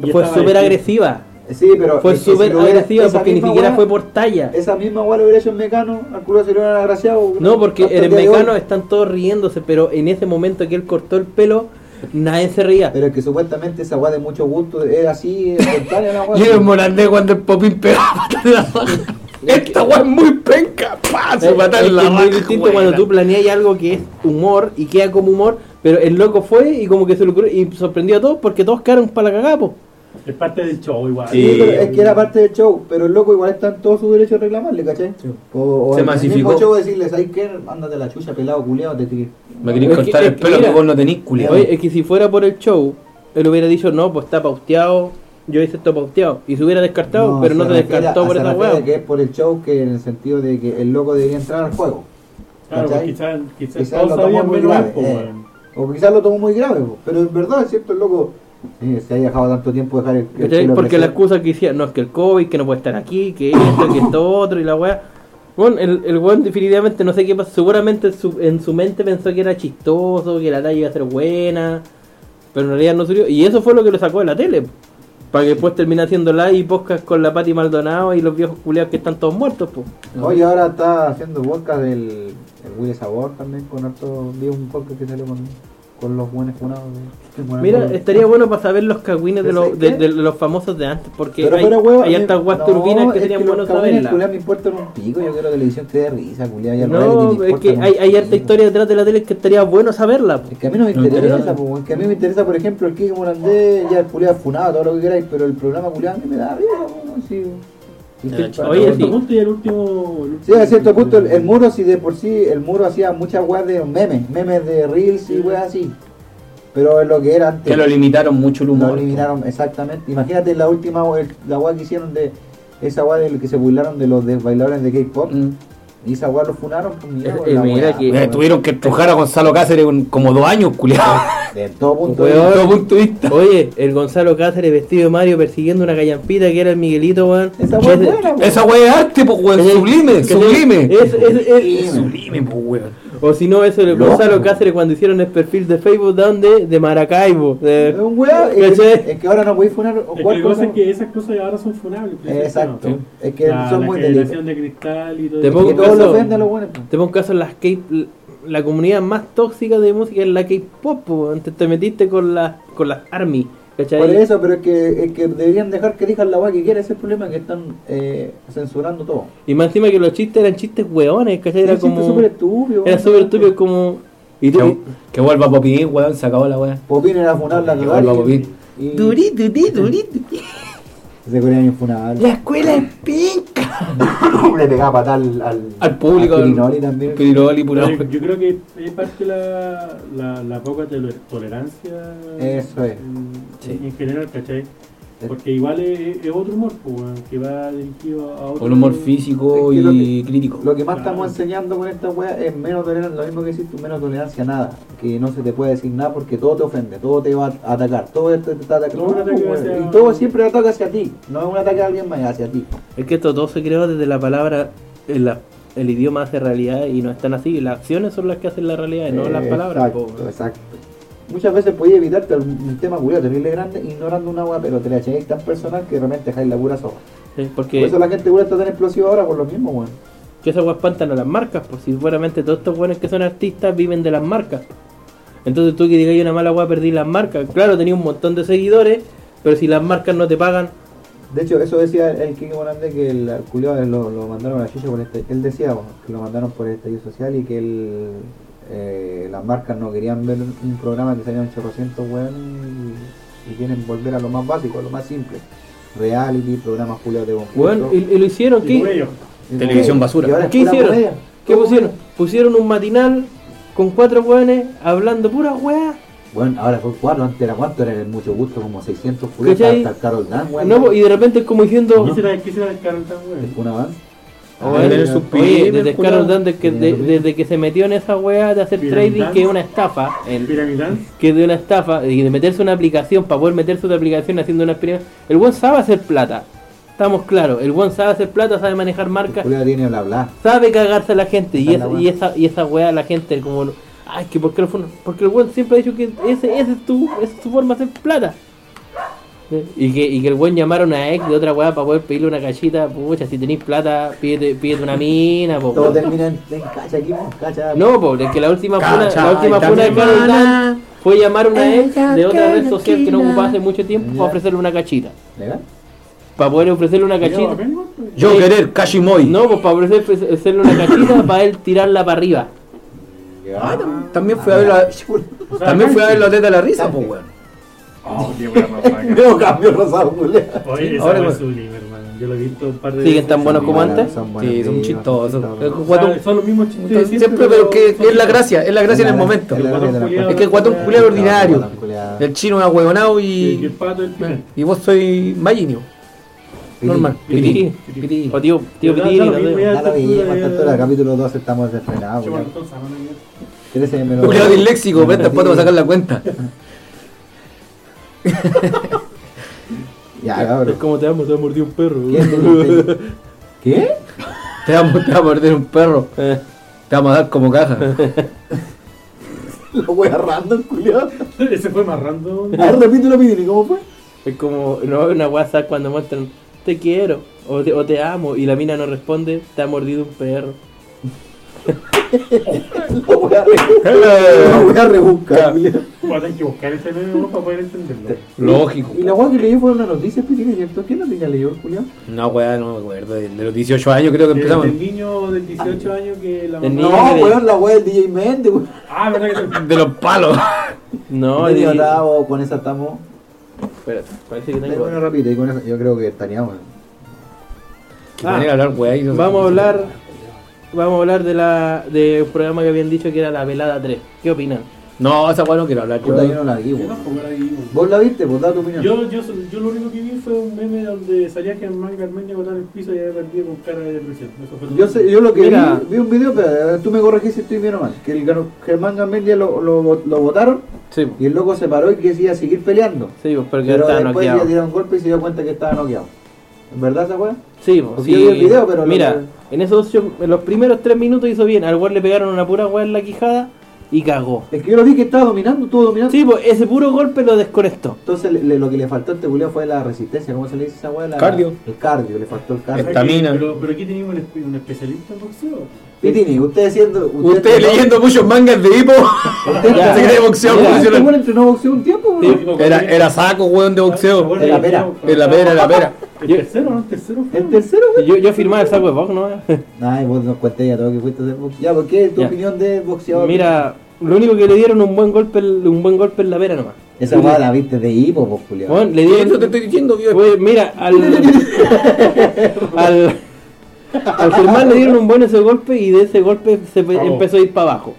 F: Ya
D: fue
F: estaba
D: súper
F: ahí.
D: agresiva.
C: Sí, este- pero.
D: Fue
C: es que si
D: súper
C: lo hubiera-
D: agresiva
C: esa
D: porque ni
C: misma
D: siquiera
C: wea-
D: fue por talla.
C: Esa misma weá lo hubiera hecho en Mecano, al culo se lo hubieran agraciado. weón.
D: No, porque
C: Hasta
D: en el
C: día de hoy.
D: mecano están todos riéndose, pero en ese momento que él cortó el pelo, nadie se reía.
C: Pero es que supuestamente esa weá de mucho gusto era así, espontánea
D: [LAUGHS]
C: la weá.
E: Yo me morandé cuando el popín pegaba [LAUGHS] patada en la raja. Esta weá es muy penca. Pa,
D: Es,
E: su patada
D: es que
E: en la
D: es muy
E: raja,
D: distinto
E: weón.
D: cuando tú planeas algo que es humor y queda como humor, pero el loco fue y como que se lo ocurrió y sorprendió a todos porque todos quedaron para la cagada, po.
F: Es parte del show, igual.
C: Sí, pero es que era parte del show, pero el loco igual está en todo su derecho a reclamarle, ¿cachai? O, o en
E: Se
C: el
E: masificó.
C: mismo show decirles, ¿sabes qué? Ándate a la chucha, pelado, culiado, te tigre".
E: Me querés
D: Es que-
E: cortar
D: es
E: el
D: que
E: pelo
D: mira.
E: que vos no tenés, eh. culiado.
D: Oye, es que si fuera por el show, él hubiera dicho, no, pues está pausteado, yo hice esto pausteado. Y se hubiera descartado, pero no se
C: refiere a-
D: descartó por
C: se
D: esa
C: refiere
D: weá.
C: que es por el show que en el sentido de que el loco debería entrar al juego.
F: Claro,
C: ¿cachai?
F: quizás quizás
C: Quizás
F: todos
C: lo tomó
F: sabían
C: muy
F: menos
C: grave,
F: él, po,
C: eh.
F: weón.
C: O quizás lo tomó muy grave, po, pero en verdad es cierto, el loco eh, se ha dejado tanto tiempo dejar el, el
D: ¿Cachai?
C: culo
D: Porque la
C: crecer.
D: excusa que hicieron, no, es que el COVID, que no puede estar aquí, que esto, que esto
C: [COUGHS]
D: otro y la weá. Bueno, el, el weón definitivamente no sé qué pasó. Seguramente en su, en su mente pensó que era chistoso, que la talla iba a ser buena, pero en realidad no sirvió. Y eso fue lo que lo sacó de la tele. Para que después termine haciendo live y podcast con la Pati Maldonado y los viejos culiados que están todos muertos, pues.
C: Oye, ahora está haciendo podcast del el Willy Sabor también con harto. Vi un podcast que salió con, con los buenos funados. de- buenos
D: Mira,
C: funados.
D: estaría bueno para saber los cagüines de,
C: ¿Pero
D: los-
C: sabes
D: de,
C: qué?
D: de los famosos de antes, porque
C: Pero
D: hay,
C: fuera huevo,
D: hay
C: a mí-
D: hartas guas
C: no,
D: turbinas que
C: es
D: serían
C: los
D: buenos
C: cabrones,
D: saberlas.
C: culiao, me importan un pico, yo quiero que la edición te dé risa, culiao, y al reality me
D: No, es que
C: importan
D: hay,
C: un
D: hay harta
C: pico.
D: historia detrás de la tele que estaría bueno saberla. po.
C: Es que a mí no me
E: No
C: interesa,
E: interesa.
C: po, es que a mí me interesa, por ejemplo, el Kike Morandé, ya el culiao funado, todo lo que queráis, pero el programa culiao a mí me da risa, po, sí. Y
E: Ya,
C: sí,
E: chaval.
D: Oye,
F: Hasta
D: sí.
F: el punto y el último. el
C: Sí,
F: último-
C: a cierto punto el, el muro, si de por sí el muro hacía muchas weas de memes, memes de reels y weas así. Pero es lo que era antes.
E: Que lo limitaron mucho el
C: Lo
E: humor.
C: eliminaron, exactamente. Imagínate la última wea- la wea que hicieron de esa wea de que se burlaron de los de- bailadores de K-pop.
E: Mm.
C: Y esa wea los funaron. Pues, mira,
D: Eh,
C: pues, la
D: eh, mira
C: wea,
D: que-
E: Eh,
C: weón.
E: tuvieron que estrujar a Gonzalo Cáceres con- como dos años, culiado.
C: De todo punto de
E: Desde
C: vista.
E: todo punto de vista.
D: Oye, el Gonzalo Cáceres vestido de Mario persiguiendo una callampita que era el Miguelito, weón.
C: Esa wea es
D: Ese-
C: buena, weón.
E: Esa weá es arte, pues weón.
D: ese-
E: Sublime,
D: ese-
E: sublime.
D: es- es- es-
E: Sublime, pues weón.
D: o si no, eso el
C: Loco.
D: Gonzalo Cáceres cuando hicieron el perfil de Facebook, ¿de dónde? De Maracaibo.
C: Es
D: de-
C: un wea, es que,
D: Eh, ¿Cachai?
C: es que ahora no podéis funar o
F: Es que
C: cualquier
F: la cosa
C: cosa.
F: es que esas cosas ahora son funables. pues,
C: Exacto.
F: ¿no?
C: Es que
F: La-
C: son
F: la
C: muy delicados.
F: generación de cristal y todo
D: Te
F: eso.
D: pongo
C: Que todos
D: caso-
C: lo ofenden a los buenos. pues.
D: Te pongo un caso, las K- la comunidad más tóxica de música es la K-pop, weón. Te, te metiste con las con las Army, ¿cachai?
C: Por eso, pero es que, es que deberían dejar que digan la weá que quieran, ese es el problema que están eh, censurando todo.
D: Y más encima que los chistes eran chistes weones, ¿cachai? Era
C: Sí, siento
D: como...
C: súper estúpido.
D: Era súper estúpido, como... Y
E: Que,
D: tú...
E: que vuelva Popín, weón. Se acabó la weá.
C: Popín era Pues funar la
E: Que
C: cagada
E: vuelva
C: y-
E: Popín.
C: y-
D: Durito, durito.
C: Se querían infunar.
E: La escuela es pinca.
C: [COUGHS] Le pegaba patada al, al,
E: Al público,
C: al
E: al- pues,
C: Pirinoli también.
E: Piroli, pura
F: Pero Yo creo que es parte la, la, la poca tole- tolerancia
C: Eso es.
F: en,
E: Sí.
F: en general, ¿cachai? Porque igual es, es otro humor, pues, weón, que va dirigido a otro
E: Un humor físico
C: Es que lo
E: y crítico.
C: Lo que más
F: Claro.
C: estamos enseñando con esta wea es menos tolerancia, lo mismo que hiciste, menos tolerancia a nada. Que no se te puede decir nada porque todo te ofende, todo te va a atacar, todo esto te está atacando.
F: Todo un ataque
C: wea,
F: hacia-
C: Y todo siempre ataca hacia ti, no es un ataque a alguien más, es hacia ti.
D: Es que esto todo se creó desde la palabra... en la- el idioma hace realidad y no están así. Las acciones son las que hacen la realidad, no las palabras. po,
C: Eh, Exacto,
D: weón.
C: exacto. Muchas veces podías evitarte un un tema curioso, terrible grande, ignorando una wea, pero te la echáis tan personal que realmente dejáis la pura soja.
D: Sí,
C: Por
D: Porque
C: eso la gente pura está tan explosiva ahora por lo mismo, weón.
D: que esas weas espantan a las marcas. Pues si fueramente todos estos buenos que son artistas viven de las marcas. Entonces tú que digas "Yo una mala wea perdí las marcas. Claro, tenía un montón de seguidores, pero si las marcas no te pagan...
C: De hecho, eso decía el Kike Morandé que el culiado lo, lo mandaron a la chucha por este. Él decía bueno, que lo mandaron por el estallido social y que él, eh, las marcas no querían ver un programa que salían 800 weón y, y quieren volver a lo más básico, a lo más simple. Reality, programas culiados de concurso.
D: Bueno, y, y lo hicieron,
F: Y
D: ¿qué?
F: por ello,
C: Y-
E: televisión basura.
C: y ahora es
D: ¿Qué
C: pura
D: hicieron?
C: comedia.
D: ¿Qué pusieron? Pusieron un matinal con cuatro hueones hablando pura hueá
C: Bueno, ahora son cuatro, antes era cuánto, eran mucho gusto, como 600 fuletas,
D: ¿Cachai? pues,
C: hasta el Carol Dan, weón.
L: No, po, y de repente es como diciendo.
F: ¿Qué será, qué será el Carol Tan, weón?
C: Una van.
D: Oye,
C: Tener
D: oye,
C: sus
D: oye, desde
F: pymes,
D: Carol
F: culiao.
D: Dan, desde que, de- desde que se metió en esa weá de hacer
F: Bien,
D: trading,
F: Dan.
D: que es una estafa, el-
F: Pyramid Dance.
D: que es de una estafa, y de meterse una aplicación para poder meterse otra aplicación haciendo una experiencia. El buen sabe hacer plata, estamos claros, el buen sabe hacer plata, sabe manejar
C: El
D: marcas,
C: culiao tiene bla bla.
D: sabe cagarse a la gente, y,
C: Está
D: esa-
C: la weá.
D: y, esa, y esa weá la gente como... Ay, que porque, porque el buen siempre ha dicho que ese, ese es tu, esa es tu forma de hacer plata. Eh, Y que, y que el buen llamaron a ex de otra weá para poder pedirle una cachita, pucha, si tenéis plata, pídete, pídete una mina, po,
C: Todo
D: weón.
C: termina en, en cacha aquí, po, cacha.
D: No, pobre, que la última funa,
E: Cacha,
D: la última
E: ay,
D: funa de
E: también.
D: Carol Dan fue llamar a una ex de otra red social que no ocupaba hace mucho tiempo
C: Ya.
D: para ofrecerle una cachita.
C: ¿Legal?
D: Para poder ofrecerle una
F: Yo,
D: cachita.
F: a ver, weón.
E: Yo
D: Sí.
E: querer, Kashimoy.
D: No, pues para ofrecer- ofrecerle una cachita para él tirarla para arriba.
E: Ah, tam- también fui a ver
C: Ah,
E: la.
F: O sea,
E: También fui a ver
F: Karen.
E: la teta de la risa, pues weón.
M: Oh, qué buena
C: [LAUGHS] Veo cambio rosado, culiao.
F: Oye, esa
E: Ahora,
F: weón
E: weón.
F: es sublime, hermano. Yo lo he visto un par de
D: Siguen tan buenos como antes.
C: Son buenos
E: Sí, son
C: tíos,
E: chistosos.
C: son
E: Es
C: chistosos.
E: guatón.
F: O sea, Son los mismos chistes. de
E: Entonces, Siempre, pero que que es la gracia, es la gracia en el momento.
C: Es la gracia de la
E: Es que el guatón culiao es ordinario. El chino es ahueonado
F: Y el
E: y.
F: pato del pino.
E: Y vos soy Mayinio. Normal.
D: Pitiri.
E: Pitiri.
D: O tío, tío
F: Ya,
D: Pitiri,
F: ya lo
D: no sé.
F: mismo, ya.
C: Nada bien, tanto la capítulo 2 estamos desfrenados,
F: Yo, bueno,
C: culiao.
F: entonces, no, no, no.
C: Trece me lo-
E: Culeado disléxico, vete después te va a sacar la cuenta.
C: Ya, cabrón.
D: Es como te amo, te ha mordido un [LAUGHS] perro.
C: ¿Quién? ¿Qué?
E: Te vamos te va a morder un perro.
D: Eh,
E: Te vamos a dar como caja.
C: La wea random, culiao.
F: [LAUGHS] Ese fue más random.
C: A ver, repítelo, Pidini, ¿cómo fue?
D: Es como, no una WhatsApp cuando muestran, te quiero, o te, o te amo, y la mina no responde, te ha mordido un perro.
C: La wea re- la wea rebuscada, culiao.
F: Voy a tener que buscar ese meme weón, para poder entenderlo.
E: Lógico.
C: Y la wea que leí fue una noticia, Pidini, ¿cierto? ¿Qué noticia leyó, culiao?
E: No, weá, no me acuerdo. De de los 18 años creo que
F: El
E: empezamos. Ah,
F: del niño del 18 años que la
D: Del
F: mamá.
D: niño.
C: No,
D: que-
C: weón, la wea del DJ Mende, weón.
F: Ah, verdad
E: [LAUGHS]
F: que se-
E: De los palos.
D: No,
C: Medio
D: di-
C: bravo, con esa estamos.
D: Espérate, parece que
C: Dale
D: tengo.
C: una rapidita, y con esa- yo creo que estaríamos.
E: Qué manera de hablar, weá, y-
D: Vamos a hablar. Vamos a hablar de la de un programa que habían dicho que era la velada 3. ¿Qué opinan?
E: No, esa weá no quiero hablar. yo-
C: Puta, yo no la vi,
F: Yo
C: weón.
F: tampoco la vi, weón.
C: ¿Vos la viste? Pues da tu opinión.
F: Yo, yo, yo lo único que vi fue un meme donde salía que Germán Carmeña botaba en el piso y había perdido con cara de depresión. Eso fue todo.
C: Yo, sé- yo lo que
D: Mira.
C: vi, vi un video, pero eh, tú me corregís si estoy bien o mal, que el Gar- Germán Gamendia lo, lo, lo votaron
D: Sí,
C: y el loco se paró y que se iba a seguir peleando.
D: sí, pues, porque
C: pero
D: estaba
C: después iba
D: noqueado.
C: a tirar un golpe y se dio cuenta que estaba noqueado. ¿En verdad esa weá?
D: Sí, pues,
C: Porque
D: sí.
C: yo vi el video, pero lo
D: Mira,
C: que-
D: en esos ocho- en los primeros 3 minutos hizo bien. Al guard le pegaron una pura weá en la quijada y cagó.
C: Es que yo lo vi que estaba dominando, estuvo dominando.
D: Sí, pues ese puro golpe lo desconectó.
C: Entonces le- le- lo que le faltó a este culeo fue la resistencia, ¿cómo se le dice esa weá? La-
E: Cardio.
C: El cardio, le faltó el cardio.
E: Esta- Estamina.
F: Pero, pero aquí tenemos un, espe- un especialista en boxeo.
C: Pitini, usted siendo...
E: Usted leyendo muchos mangas de hipo.
D: Ya.
E: Se cree boxeo
D: Mira,
C: Este
E: profesional.
C: weón entrenó boxeo un tiempo, weón.
E: Era, era saco, weón, de
F: Ah,
E: boxeo.
C: En la pera.
E: En la pera, en la pera.
F: El tercero, ¿no? El tercero. fue.
C: El tercero, weón.
D: Yo, yo firmaba el saco de box, ¿no?
C: Ay, vos nos cuentes ya todo que fuiste a hacer boxeo. Ya, ¿por qué tu
D: Ya.
C: opinión de boxeador?
D: Mira, lo único que le dieron un buen golpe, en- un buen golpe en la vera nomás.
C: Esa weá la viste de hipo, pues, culiao.
D: Bueno, le
E: Eso te
D: dieron
E: estoy diciendo, viejo.
D: Oye, mira,
E: [LAUGHS]
D: al, al, al Germán le dieron un buen ese golpe y de ese golpe se pe-
F: Vamos.
D: empezó a ir para abajo.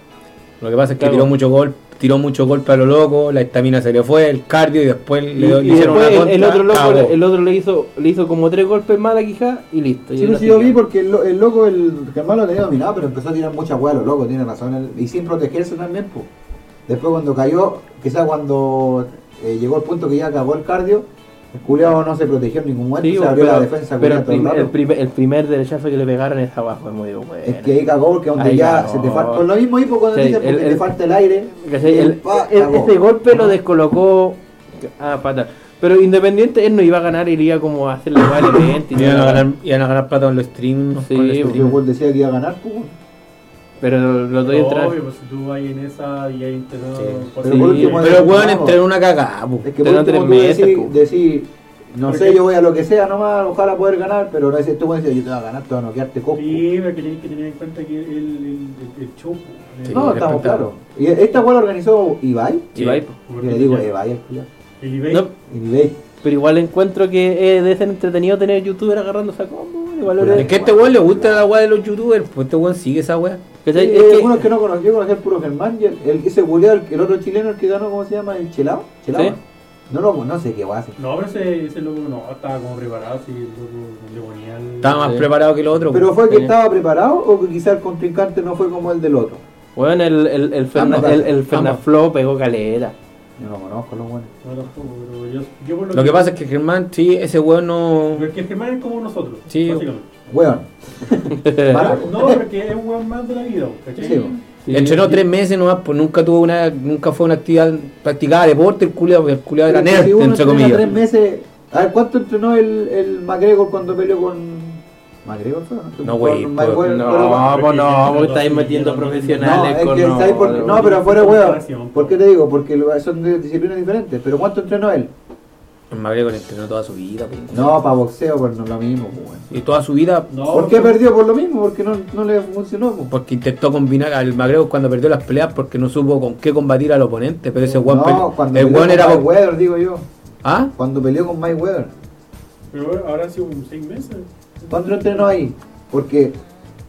E: Lo que pasa es que
D: Claro.
E: tiró mucho gol, tiró mucho golpe a lo loco, la estamina se le fue, el cardio y después le,
D: Y,
E: le
D: y después
E: hicieron una
D: el,
E: contra.
D: el otro loco,
E: cagó.
D: el otro le hizo, le hizo como tres golpes más a la quijada y listo.
C: Sí,
D: Y
C: no,
D: la
C: sí, yo vi
D: quijada.
C: porque el, lo- el loco, el Germán lo tenía dominado, pero empezó a tirar mucha hueá, lo loco, tiene razón. él, y sin protegerse también, pues. Después cuando cayó, quizás cuando eh, llegó el punto que ya acabó el cardio, el culiao no se protegió en ningún momento,
D: Sí, pues,
C: se
D: pero,
C: abrió la defensa
D: pero
C: culiao,
D: el,
C: todo el
D: primer, el,
C: rato.
D: primer, el primer derechazo que le pegaron es abajo, es muy bueno.
C: Es que ahí cagó porque donde
D: Ahí
C: ya
D: cagó.
C: se te falta. Por lo mismo hipo cuando
D: Sí,
C: dices porque
D: el-
C: te
D: el-
C: falta el aire.
D: ¿Cachai?
C: y
D: El-
C: pa,
D: el-
C: cagó.
D: ese golpe lo descolocó ah, pata. Pero Independiente él no iba a ganar, él iba como a hacerle igual al evento. y
E: Iban a
D: todo.
E: ganar, iban a ganar plata en los streams.
D: Sí,
E: con los
C: Porque el
E: streams.
C: gol decía que iba a gagar, pues. weón.
D: Pero lo doy entrar.
F: Obvio, pues si tú vas en esa y hay pues, entrenado.
C: Pero por último,
E: Pero el weón
C: Vamos.
E: entrenó una cagada, pues. po.
C: Es que
D: Te
C: por
D: dan
C: último tú
D: tres meses, pues.
C: decís,
D: po.
C: decís, no
F: Porque-
C: sé, yo voy a lo que sea nomás, ojalá poder ganar, pero no es este tú puedes decir, yo te voy a ganar, te voy a noquearte cojo.
F: Sí, pero que tienes que tener en cuenta que el, el, el, el show. pues,
E: Sí.
F: eh,
C: no, estamos
E: respetable.
C: claros. Y esta weá la organizó Ibai,
E: Sí.
D: Ibai, po.
C: yo le digo Ibai al culiao.
F: El eBay.
D: No,
C: Ibai.
D: pero igual encuentro que eh, debe ser entretenido tener youtuber agarrándose a combo. weón. igual era-
E: Es que a este weón le gusta la weá de los youtubers, pues este weón sigue esa weá.
D: ¿Cachai?
C: Eh,
D: Es que-
C: algunos que no conocí, yo conocí al puro Germán y el, el- ese buleo, el, el otro chileno, el que ganó, ¿cómo se llama? ¿El Chelao? ¿Chelao?
D: Sí.
C: No lo conoce, qué guasa.
F: No, pero ese, ese loco no, estaba como preparado, así el loco le ponía el...
E: Estaba más
D: Sí.
E: preparado que pues. el otro.
C: ¿Pero fue que
D: pues. Sí.
C: estaba preparado o que quizá el contrincante no fue como el del otro?
D: Bueno, el, el, el, Ferna-
C: Ambas.
D: el, el Fernafló pegó calera.
C: Yo no conozco los buenos.
F: No, tampoco, pero yo, yo por lo,
E: Lo que pasa es que Germán, sí, ese weón no.
F: Porque Germán es como nosotros,
E: Sí.
F: básicamente.
C: Weón. Baraco.
F: No, porque es un weón más de la vida, ¿cachai?
C: Sí, weón.
E: Entrenó tres meses nomás, pues nunca tuvo una, nunca fue una actividad, practicaba deporte el culiado, porque el culiado era
C: Pero
E: nerd,
C: si uno
E: entre
C: entrena
E: comillas.
C: tres meses. A ver, ¿cuánto entrenó el, el McGregor cuando peleó con. ¿McGregor fue? o
E: No,
C: Con
E: güey,
C: Mayweather,
E: pues,
C: pero-
D: No, pues no, porque estáis
F: Sí,
D: metiendo
F: no,
C: No,
D: profesionales
C: es
D: con
C: que
D: no,
C: ¿sabes por qué? no, pero fuera
F: Comparación.
C: weón. ¿Por qué te digo? Porque lo- son de disciplinas diferentes. ¿Pero cuánto entrenó él?
E: El McGregor entrenó toda su vida, pues.
C: No, para boxeo, pues no es lo mismo, pues, weón.
E: Y toda su vida,
F: No,
C: ¿Por qué perdió? Por lo mismo, porque no, no le funcionó, pues.
E: porque intentó combinar al McGregor cuando perdió las peleas, porque no supo con qué combatir al oponente, pero ese weón,
C: No,
E: pe-
C: cuando
E: el
C: peleó
E: weón
C: con
E: era... bo-
C: Mayweather, digo yo.
E: ¿Ah?
C: Cuando peleó con Mayweather.
F: Pero ahora han sido un seis meses.
C: ¿Cuánto lo entrenó ahí? Porque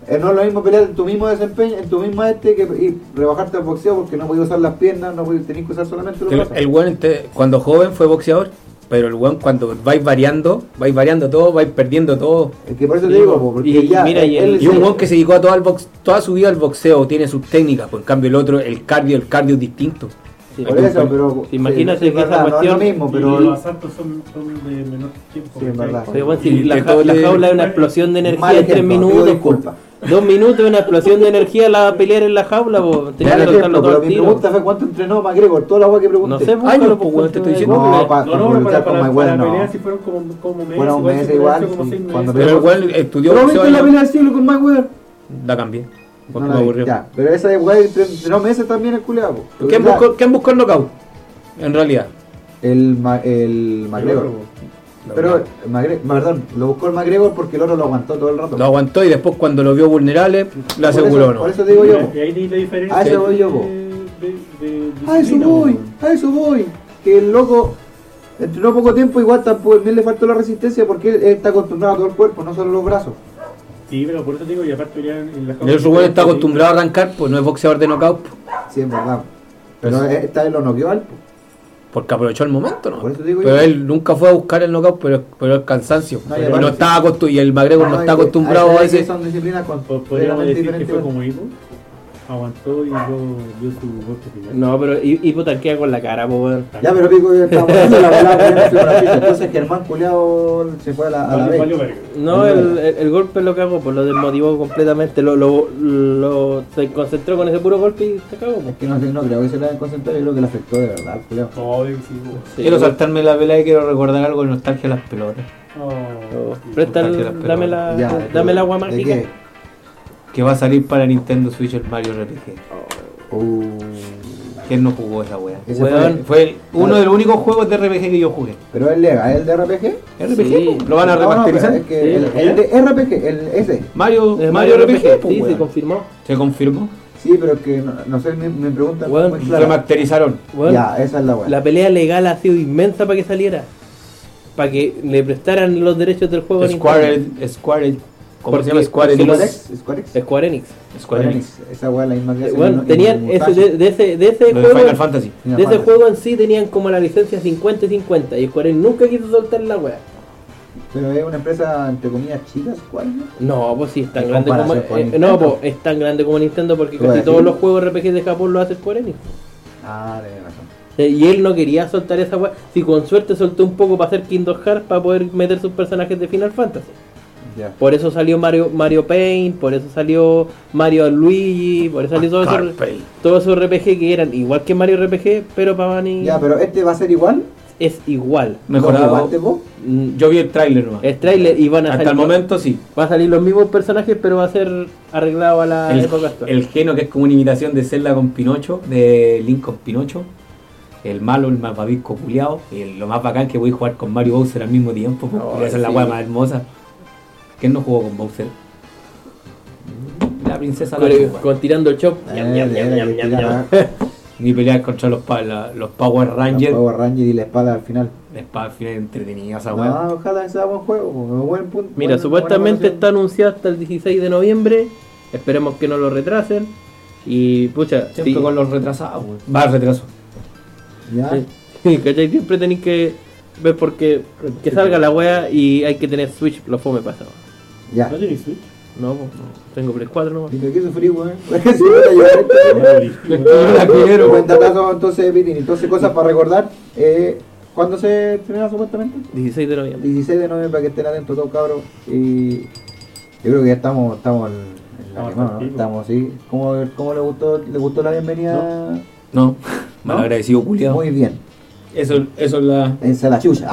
C: eh, no es lo mismo pelear en tu mismo desempeño, en tu misma este, que y rebajarte al boxeo porque no podías usar las piernas, no podías, tenías que usar solamente los
E: El,
C: brazos.
E: el weón ente- cuando joven fue boxeador, pero el weón cuando vais variando, vais variando todo, vais perdiendo todo.
C: Es que por eso te
D: Sí,
C: digo,
D: po,
C: po, porque
D: y-
C: ya.
D: mira, y el-
E: Y un weón que se dedicó a todo el box, toda su vida al boxeo, tiene sus técnicas, por en cambio el otro, el cardio, el cardio es distinto.
D: Sí,
C: Por eso, pero.
D: Imagínate
C: sí, es
D: que esa
C: verdad,
D: cuestión-
C: No es lo mismo,
F: Pero los
C: pero.
F: asaltos son, son de menor tiempo.
C: Sí, es
F: ¿cachai?
C: verdad.
D: Sí, bueno, si
E: Y
D: la,
E: que
D: ja-
E: todo
D: la
E: le-
D: jaula es una explosión de energía
C: Mal
D: en tres
C: ejemplo, pido
D: minutos.
C: disculpas.
D: po. Dos minutos una explosión de energía la va a pelear en la jaula, po. Tenía
C: Ya,
D: que
C: el ejemplo,
D: soltarlo todo
C: pero
D: al
C: mi
D: tiro.
C: pregunta fue cuánto entrenó McGregor, toda la agua que pregunté.
D: No sé,
E: Ay,
D: búscalo,
E: no,
D: po,
E: pues,
D: weón,
E: te estoy diciendo.
D: weón.
C: No, pa-
F: No, no, pero para,
C: luchar con
F: para, para,
C: Mayweather, no.
F: peleas sí fueron como, como meses.
C: Fueron
F: igual,
C: meses
F: se pelearon
C: igual,
F: como
C: sí,
F: seis meses.
C: cuando
E: Pero el weón estudió
C: ¿No
E: boxeo,
C: viste la
E: allá,
C: pelea del siglo con Mayweather?
E: la cambié, porque
C: No
E: pues, me
C: la vi,
E: aburrió.
C: Ya, pero esa de weón entrenó meses también el culeado.
E: ¿Quién buscó, ¿Quién buscó el knockout? En realidad.
C: El, ma- el McGregor. Pero, Magre- perdón, lo buscó el McGregor porque el oro lo aguantó todo el rato.
E: Lo aguantó y después cuando lo vio vulnerable, le
C: Por
E: aseguró
C: eso-
E: no.
C: Por eso digo yo.
F: Y ahí di la diferencia.
C: A eso voy yo,
F: de-
C: po.
F: de- de
C: A eso
F: disciplina,
C: voy,
F: weón.
C: a eso voy. Que el loco entrenó poco tiempo, igual tampoco bien le faltó la resistencia porque él está acostumbrado a todo el cuerpo, no solo los brazos.
F: Sí, pero por eso te digo, y aparte ya en, en la
E: El otro weón está acostumbrado a arrancar, pues no es boxeador de knockout, pues,
C: Sí, es verdad. Pero esta vez lo pues. noqueó al. po.
E: porque aprovechó el momento, ¿no?
C: Por eso digo
E: pero
C: yo.
E: él nunca fue a buscar el knockout, pero, pero el cansancio.
C: No, y
E: y
C: aparte-
E: no estaba acostumbrado, y el McGregor no,
C: Ah,
E: está
C: es que-
E: acostumbrado
C: es
E: a
C: que
E: ese.
C: Son disciplinas con-
F: Po- Pues, Podríamos
C: completamente
F: decir que fue
C: diferentes.
F: como Ivo. Aguantó y luego dio su golpe final.
D: No, pero hi- hipotalquea con la cara, po, weón.
C: Ya, pero pico, estamos haciendo la volada, porque yo no soy una ficha. Entonces Germán Culeado se fue a la, a la
F: Valió-
C: B.
F: valió verga.
D: No, el, el- el golpe lo cagó, pues lo desmotivó completamente. Lo, lo, lo- se concentró con ese puro golpe y se cagó, po.
C: Es que no, sé, no creo que se la hayan concentrado, yo creo que le afectó de verdad, culiao.
F: No, y sí, weón.
D: Sí,
E: quiero
D: weón.
E: saltarme la vela y quiero recordar algo de nostalgia a las pelotas.
F: No.
D: Oh, Presta, el-
E: Cualquiera, pero-
D: dame la,
C: Ya,
D: dame
C: pero,
D: la agua
C: ¿de
D: mágica.
C: qué?
E: Que va a salir para Nintendo Switch el Mario RPG.
C: Uh,
E: ¿Quién no jugó esa weá?
C: ese
E: Weón,
C: fue,
E: Fue el- uno de los únicos juegos de RPG que yo jugué.
C: pero el Lega, el de RPG.
E: RPG,
D: Sí.
E: po, lo van a
C: No, no,
E: remasterizar.
C: pero es que el, el de RPG, el ese.
E: Mario,
D: Es
E: Mario, RPG, po,
D: sí, se
E: weón.
D: confirmó.
E: se confirmó.
C: Sí, pero es que no, no sé, me, me preguntan.
D: Bueno,
C: muy clara.
E: Remasterizaron.
D: Weón,
C: Ya, esa es la weá.
D: La pelea legal ha sido inmensa para que saliera. Para que le prestaran los derechos del juego a
E: Square, Square, ¿cómo
D: Porque-
E: se llama? Square
D: porque
E: Enix.
C: ¿Square Enix? ¿Square Enix?
D: Nintendo. Square Enix.
E: Square Enix.
C: Esa weá la misma que hace
D: Bueno,
C: Inu-
D: tenían
C: Inuyasha.
D: ese, de, de ese, de ese
E: Lo de
D: juego.
E: Final Fantasy.
C: Final
D: de ese
C: Fantasy.
D: juego en sí tenían como la licencia 50 y 50 y Square Enix nunca quiso soltar la wea.
C: Pero es una empresa, entre comillas, chica, Square Enix.
D: No, pues sí, es tan
C: En
D: grande como
C: comparación con
D: eh,
C: Nintendo.
D: no, pues es tan grande como Nintendo porque
C: Tú vas a
D: casi
C: decir.
D: todos los juegos RPG de Japón lo hace Square Enix.
C: Ah, de razón.
D: Eh, Y él no quería soltar esa wea. Si con suerte soltó un poco para hacer Kingdom Hearts para poder meter sus personajes de Final Fantasy.
C: Ya.
D: Por eso salió Mario Mario Paint, por eso salió Mario Luigi, por eso salió todos esos
E: Pues,
D: todos esos RPG que eran igual que Mario RPG, pero para Bunny
C: Ya, pero este va a ser igual.
D: es igual.
C: ¿Lo
E: Mejorado.
C: jugaste vos?
D: Mm,
E: Yo vi el tráiler nomás.
D: Es trailer y van a
E: Hasta
D: salir,
E: el momento sí.
D: Va a salir los mismos personajes, pero va a ser arreglado a la
E: El,
D: época actual.
E: el geno que es como una imitación de Zelda con Pinocho, de Link con Pinocho. El malo, el malvavisco culiao. Y el- lo más bacán que voy a jugar con Mario Bowser al mismo tiempo. pues,
D: Oh,
E: culiao, esa es la
D: sí.
E: weá más hermosa. ¿Quién no jugó con Bowser? La princesa la
D: Con,
E: jugó.
D: con tirando el chop.
C: Eh, de- de- de- de-
E: Ni pelear contra los, pa- la- los Power
C: Los
E: Rangers.
C: Power Rangers y la espada al final.
E: Después al final entretenida esa weá.
C: No, ojalá sea buen juego, po, buen punto.
D: Mira,
C: buena-
D: supuestamente
C: buena
D: está anunciado hasta el 16 de noviembre. Esperemos que no lo retrasen. Y pucha,
E: Siempre
D: sí.
E: con los retrasados, weón. Va al retraso.
C: evaluación.
D: Sí, ¿cachai? Siempre tenéis que ver porque que salga la wea y hay que tener Switch, lo fome pasado.
C: Ya,
F: ¿No
C: ya.
F: tenéis Switch?
D: No, po, no. tengo Play 4 nomás.
C: ¿Y de qué sufrí, weón? [LAUGHS] Si me está llorando.
F: [LAUGHS]
E: Yo la quiero,
C: Buen datazo, entonces, Vitín. Entonces, cosas para recordar. Eh, ¿Cuándo se estrena supuestamente?
D: 16 de noviembre.
C: 16 de noviembre para que estén atentos todos cabros y yo creo que ya estamos estamos en, en la
F: Estamos
C: quemada, ¿no?
F: activos.
C: estamos sí ¿Cómo, cómo le gustó le gustó la bienvenida
E: No, mal agradecido, culiado.
C: muy bien
E: Eso, eso es la.
C: esa la chucha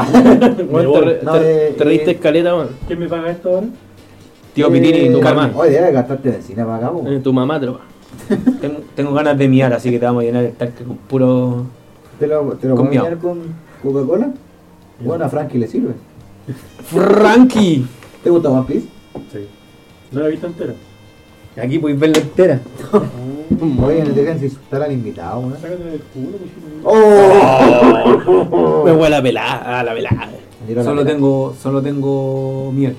D: Bueno, te, re-
C: No,
D: te-
C: eh,
D: te reíste
C: eh,
D: escaleta, man.
F: ¿Quién me paga esto ahora?
E: Tío Pitini
C: [LAUGHS]
E: y tu mamá.
C: oye debes gastarte de cine para acá po.
D: Eh, Tu mamá te lo va.
E: Tengo, tengo ganas de miar, así que te vamos a llenar el tanque con puro.
C: te lo te lo
E: Con
C: voy a
E: miau.
C: enviar con Coca-Cola bueno a Frankie le sirve
E: ¡Frankie!
C: ¿te gusta One Piece?
F: Sí. ¿No la he visto entera?
E: Aquí podéis verla entera. Mm.
C: oye no dejen si estarán invitados ¿no?
F: Sácate del culo, pues, cochino.
C: ¡Oh!
E: Oh. [LAUGHS]
D: Me voy a la pelada, a la pelada.
C: Dieron la
E: Solo
C: pena.
E: tengo, solo tengo miel.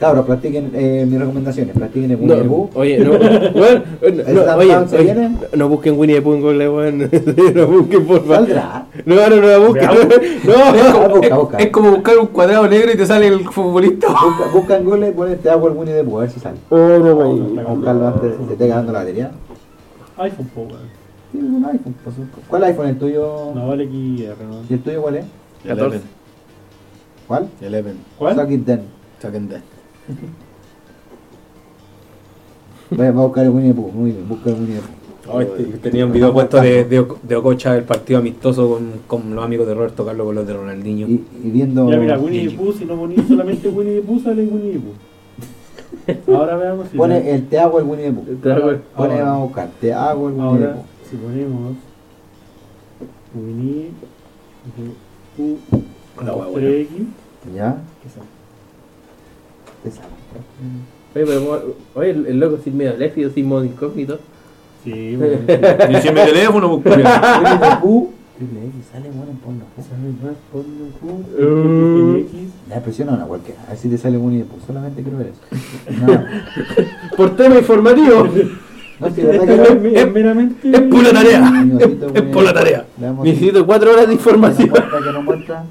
C: cabros practiquen eh, mis recomendaciones practiquen el
D: No,
C: Winnie the Pooh.
D: oye, no,
C: [LAUGHS]
D: weón, no,
C: ¿Esa
D: oye,
C: pan se
D: oye,
C: viene?
D: no, no busquen Winnie the Pooh en Google, weón. [LAUGHS] No busquen, por favor.
E: [LAUGHS]
C: saldrá
D: No, no, no la busquen.
C: Ah,
D: [LAUGHS] No,
C: busca,
E: es,
C: busca.
E: es como buscar un cuadrado negro y te sale el futbolista.
C: Busca, busca en Google y ponete agua el Winnie the Pooh a ver si sale
D: Oh, no,
C: Vamos a buscarlo antes de que se esté quedando la batería.
F: iPhone, po, weón.
C: Sí, un iPhone. pues, un- ¿Cuál iPhone? ¿El tuyo?
F: No vale eh, XR, ¿no?
C: ¿Y el tuyo cuál es?
D: 14.
C: ¿Cuál?
F: ¿Cuál?
C: Suck it then. Voy a voy a buscar el Winnie the Pooh. Muy bien, busca el Winnie the Pooh.
E: este, tenía un video puesto de, de, Oco- de Ococha, el partido amistoso con, con los amigos de Roberto Carlos, con los de Ronaldinho.
C: Y, y viendo.
F: Ya mira, Winnie the Pooh, si no ponís solamente Winnie the Pooh, sale Winnie
C: [LAUGHS]
F: the Pooh. Ahora veamos si...
C: Pone el te hago el Winnie the Pooh. Pone,
F: Ahora.
C: vamos a buscar. Te hago el Winnie the
F: Ahora,
C: Pooh.
F: si ponemos Winnie the Pooh
E: Hola, huevona.
F: 3X,
C: ¿Ya? ¿Qué sale? ¿Qué sale?
D: Oye, pero, mo- oye, el, el loco sin miedo al éxito, sin modo incógnito.
C: [LAUGHS]
F: sí, bueno, sí.
E: Y si mi teléfono, pues, culiao.
C: Winnie the Pooh. Triple X, sale bueno en porno. ¿eh?
F: Sale más porno, Pooh,
C: Uh.
D: Eh.
F: XXX.
C: Ya presiona una cualquiera. A ver si te sale Winnie the Pooh. Solamente quiero ver eso. No,
D: Por tema [LAUGHS] informativo.
C: no, Ah, si la verdad
F: Esto es
C: que.
F: mi- es meramente...
E: Es por la tarea.
C: Mi osito
E: Es por la tarea.
C: Le damos-
D: Necesito cuatro horas de
C: que no
D: [LAUGHS] información.
C: muestra, que no muestra.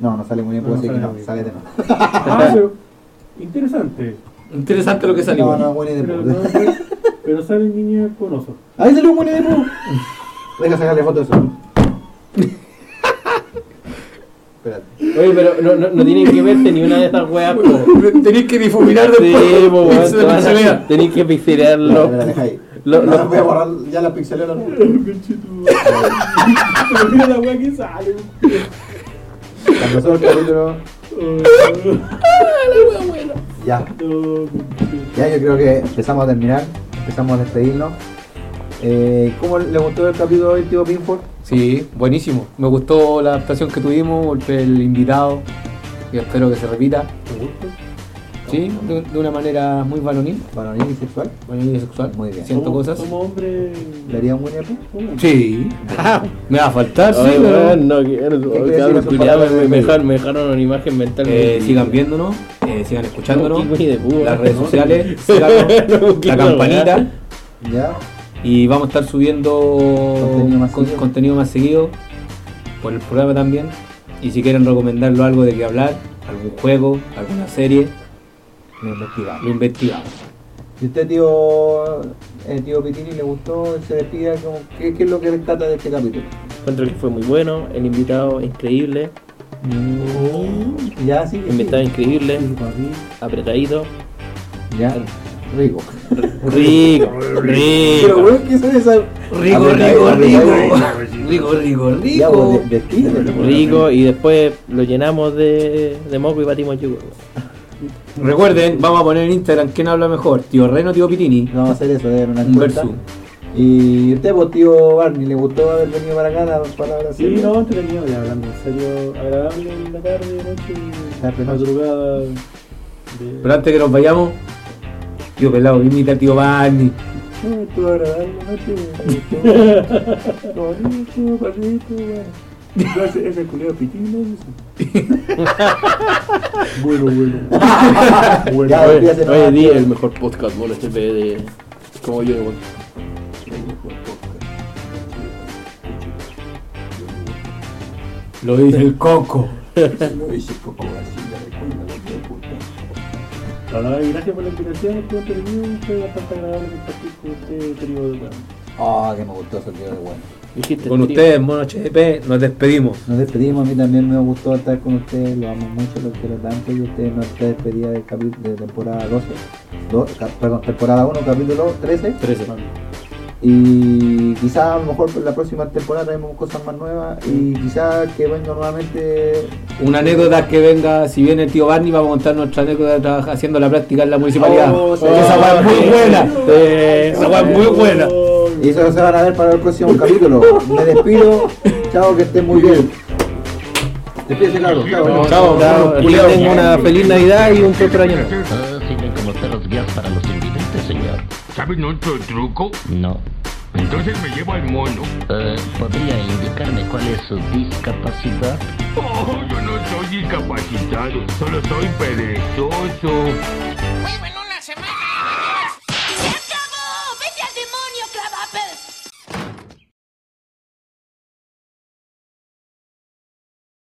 C: No, no sale muy bien,
F: No,
C: puedo
F: no
C: decir que
F: sale
C: no,
F: muy
C: sale de no.
F: Ah, pero- Interesante.
E: Interesante lo que salió.
C: No, no, Winnie the
F: Pero,
C: Pooh.
F: no, pero sale niña con oso.
C: Ahí salió un Winnie the Pooh. Deja sacarle foto de eso. Espérate.
D: Oye, pero no, no, no tienen que verse ni una de esas weas. [LAUGHS] po.
E: Tenéis que difuminar
D: Sí,
E: después.
D: po, weón,
E: Eso es lo que se vea.
D: Tenéis que
C: Espera,
D: pixelearlo.
C: espera, deja ahí.
D: Lo-
C: No,
D: lo-
C: no, voy a borrar ya la pixelé. no, no.
F: Pero mira la wea que sale.
C: Cuando solo el capítulo. Ya,
F: No,
C: ya yo creo que empezamos a terminar, empezamos a despedirnos. Eh, ¿Cómo le gustó el capítulo hoy, tío Pinford?
E: [LAUGHS] Sí, buenísimo. Me gustó la adaptación que tuvimos, el, el invitado, y espero que se repita. Sí, de, de una manera muy varonil,
C: Varonil y sexual.
E: varonil y sexual.
C: Muy bien.
E: Siento
F: como-
E: cosas.
F: Como hombre.
C: ¿Le haría un Winnie the Pooh?
E: [LAUGHS] Sí. Me va a faltar, sí,
D: Oye,
E: pero-
D: weón, no quiero.
C: decir
D: cabrón,
C: esas
D: culiao,
C: palabras
D: me,
C: de
D: me
C: mí?
D: dejaron, me dejaron una imagen mental.
E: Eh,
D: muy-
E: sigan viéndonos, eh, sigan escuchándonos.
D: No, qué güey de púa.
E: las
D: [LAUGHS]
E: redes
D: No,
E: sociales,
D: no,
E: [LAUGHS] síganos,
D: no, qué
E: la
D: güey.
E: campanita.
C: Ya.
E: Y vamos a estar subiendo
C: Contenido más
E: con-
C: seguido.
E: contenido más seguido por el programa también. Y si quieren recomendarlo algo de qué hablar, algún juego, alguna serie,
C: Me investigamos.
E: lo investigamos.
C: Si usted, tío, eh, tío Pitini, le gustó, se despida, como, ¿qué, qué es lo que le trata de este capítulo?
D: Encuentro que fue muy bueno. El invitado increíble.
C: Ya, sí.
D: El invitado increíble. Apretadito.
C: Ya, rico.
D: Rico,
C: Pero,
D: rico.
C: weón, ¿qué son esas?
E: Rico, rico,
C: Apretadito,
E: rigo
C: apretadito.
E: Rico, rico,
C: pues, Ya,
E: rico.
C: pues, de- despídete.
D: Rico. Y después lo llenamos de, de moco y batimos yugo.
E: Recuerden, vamos a poner en Instagram quién habla mejor, tío Reno, tío Pitini.
C: No, vamos a hacer eso, de una
E: Un
C: encuesta.
E: versus.
C: Y usted, pues, tío Barney, ¿le gustó haber venido para acá? Las palabras
F: Sí, no, entretenido, ya hablando en serio, agradable en la tarde, noche,
C: Tarde, noche.
F: madrugada. De...
E: Pero antes que nos vayamos, tío Pelado, invita a tío Barney.
F: Bueno, bueno.
C: Ya,
D: Hoy
C: hoy día se nos va
D: hoy
C: a-
D: en día el mejor podcast, bueno, este pe- de. Como yo, bueno.
E: Lo dice el coco.
F: La verdad, gracias por la invitación, estuvo entretenido, fue bastante agradable compartir con usted, querido de
C: Ah, que me gustó ese video de bueno.
D: Dijiste
E: Con
D: el trío.
E: ustedes, mono HDP, nos despedimos.
C: Nos despedimos, a mí también me gustó estar con ustedes, lo amo mucho, lo quiero tanto y ustedes nos despedida de, capi- de temporada 12, do- ca- perdón, temporada 1, capítulo 13.
D: 13.
C: Y quizá a lo mejor por la próxima temporada traemos cosas más nuevas y quizá que venga nuevamente
E: Una anécdota que venga, si viene el tío Barney, va a contar nuestra anécdota de trabajar- haciendo la práctica en la municipalidad.
C: Oh, sí.
E: esa weá es muy
C: Sí.
E: buena. esa weá es muy buena.
C: y eso se van a ver para el próximo capítulo. Me despido, chao, que estén muy bien. Despídese, Carlos, chao.
D: Chao, chao. Que tengan una feliz Navidad y un próspero año. nuevo.
N: Ah, sirven como perros guías para los invidentes, señor.
O: ¿Saben otro truco?
N: No.
O: Entonces me llevo al mono.
N: Eh, ¿Podría indicarme cuál es su discapacidad?
O: Oh, yo no soy discapacitado, solo soy perezoso.
P: Muy buenos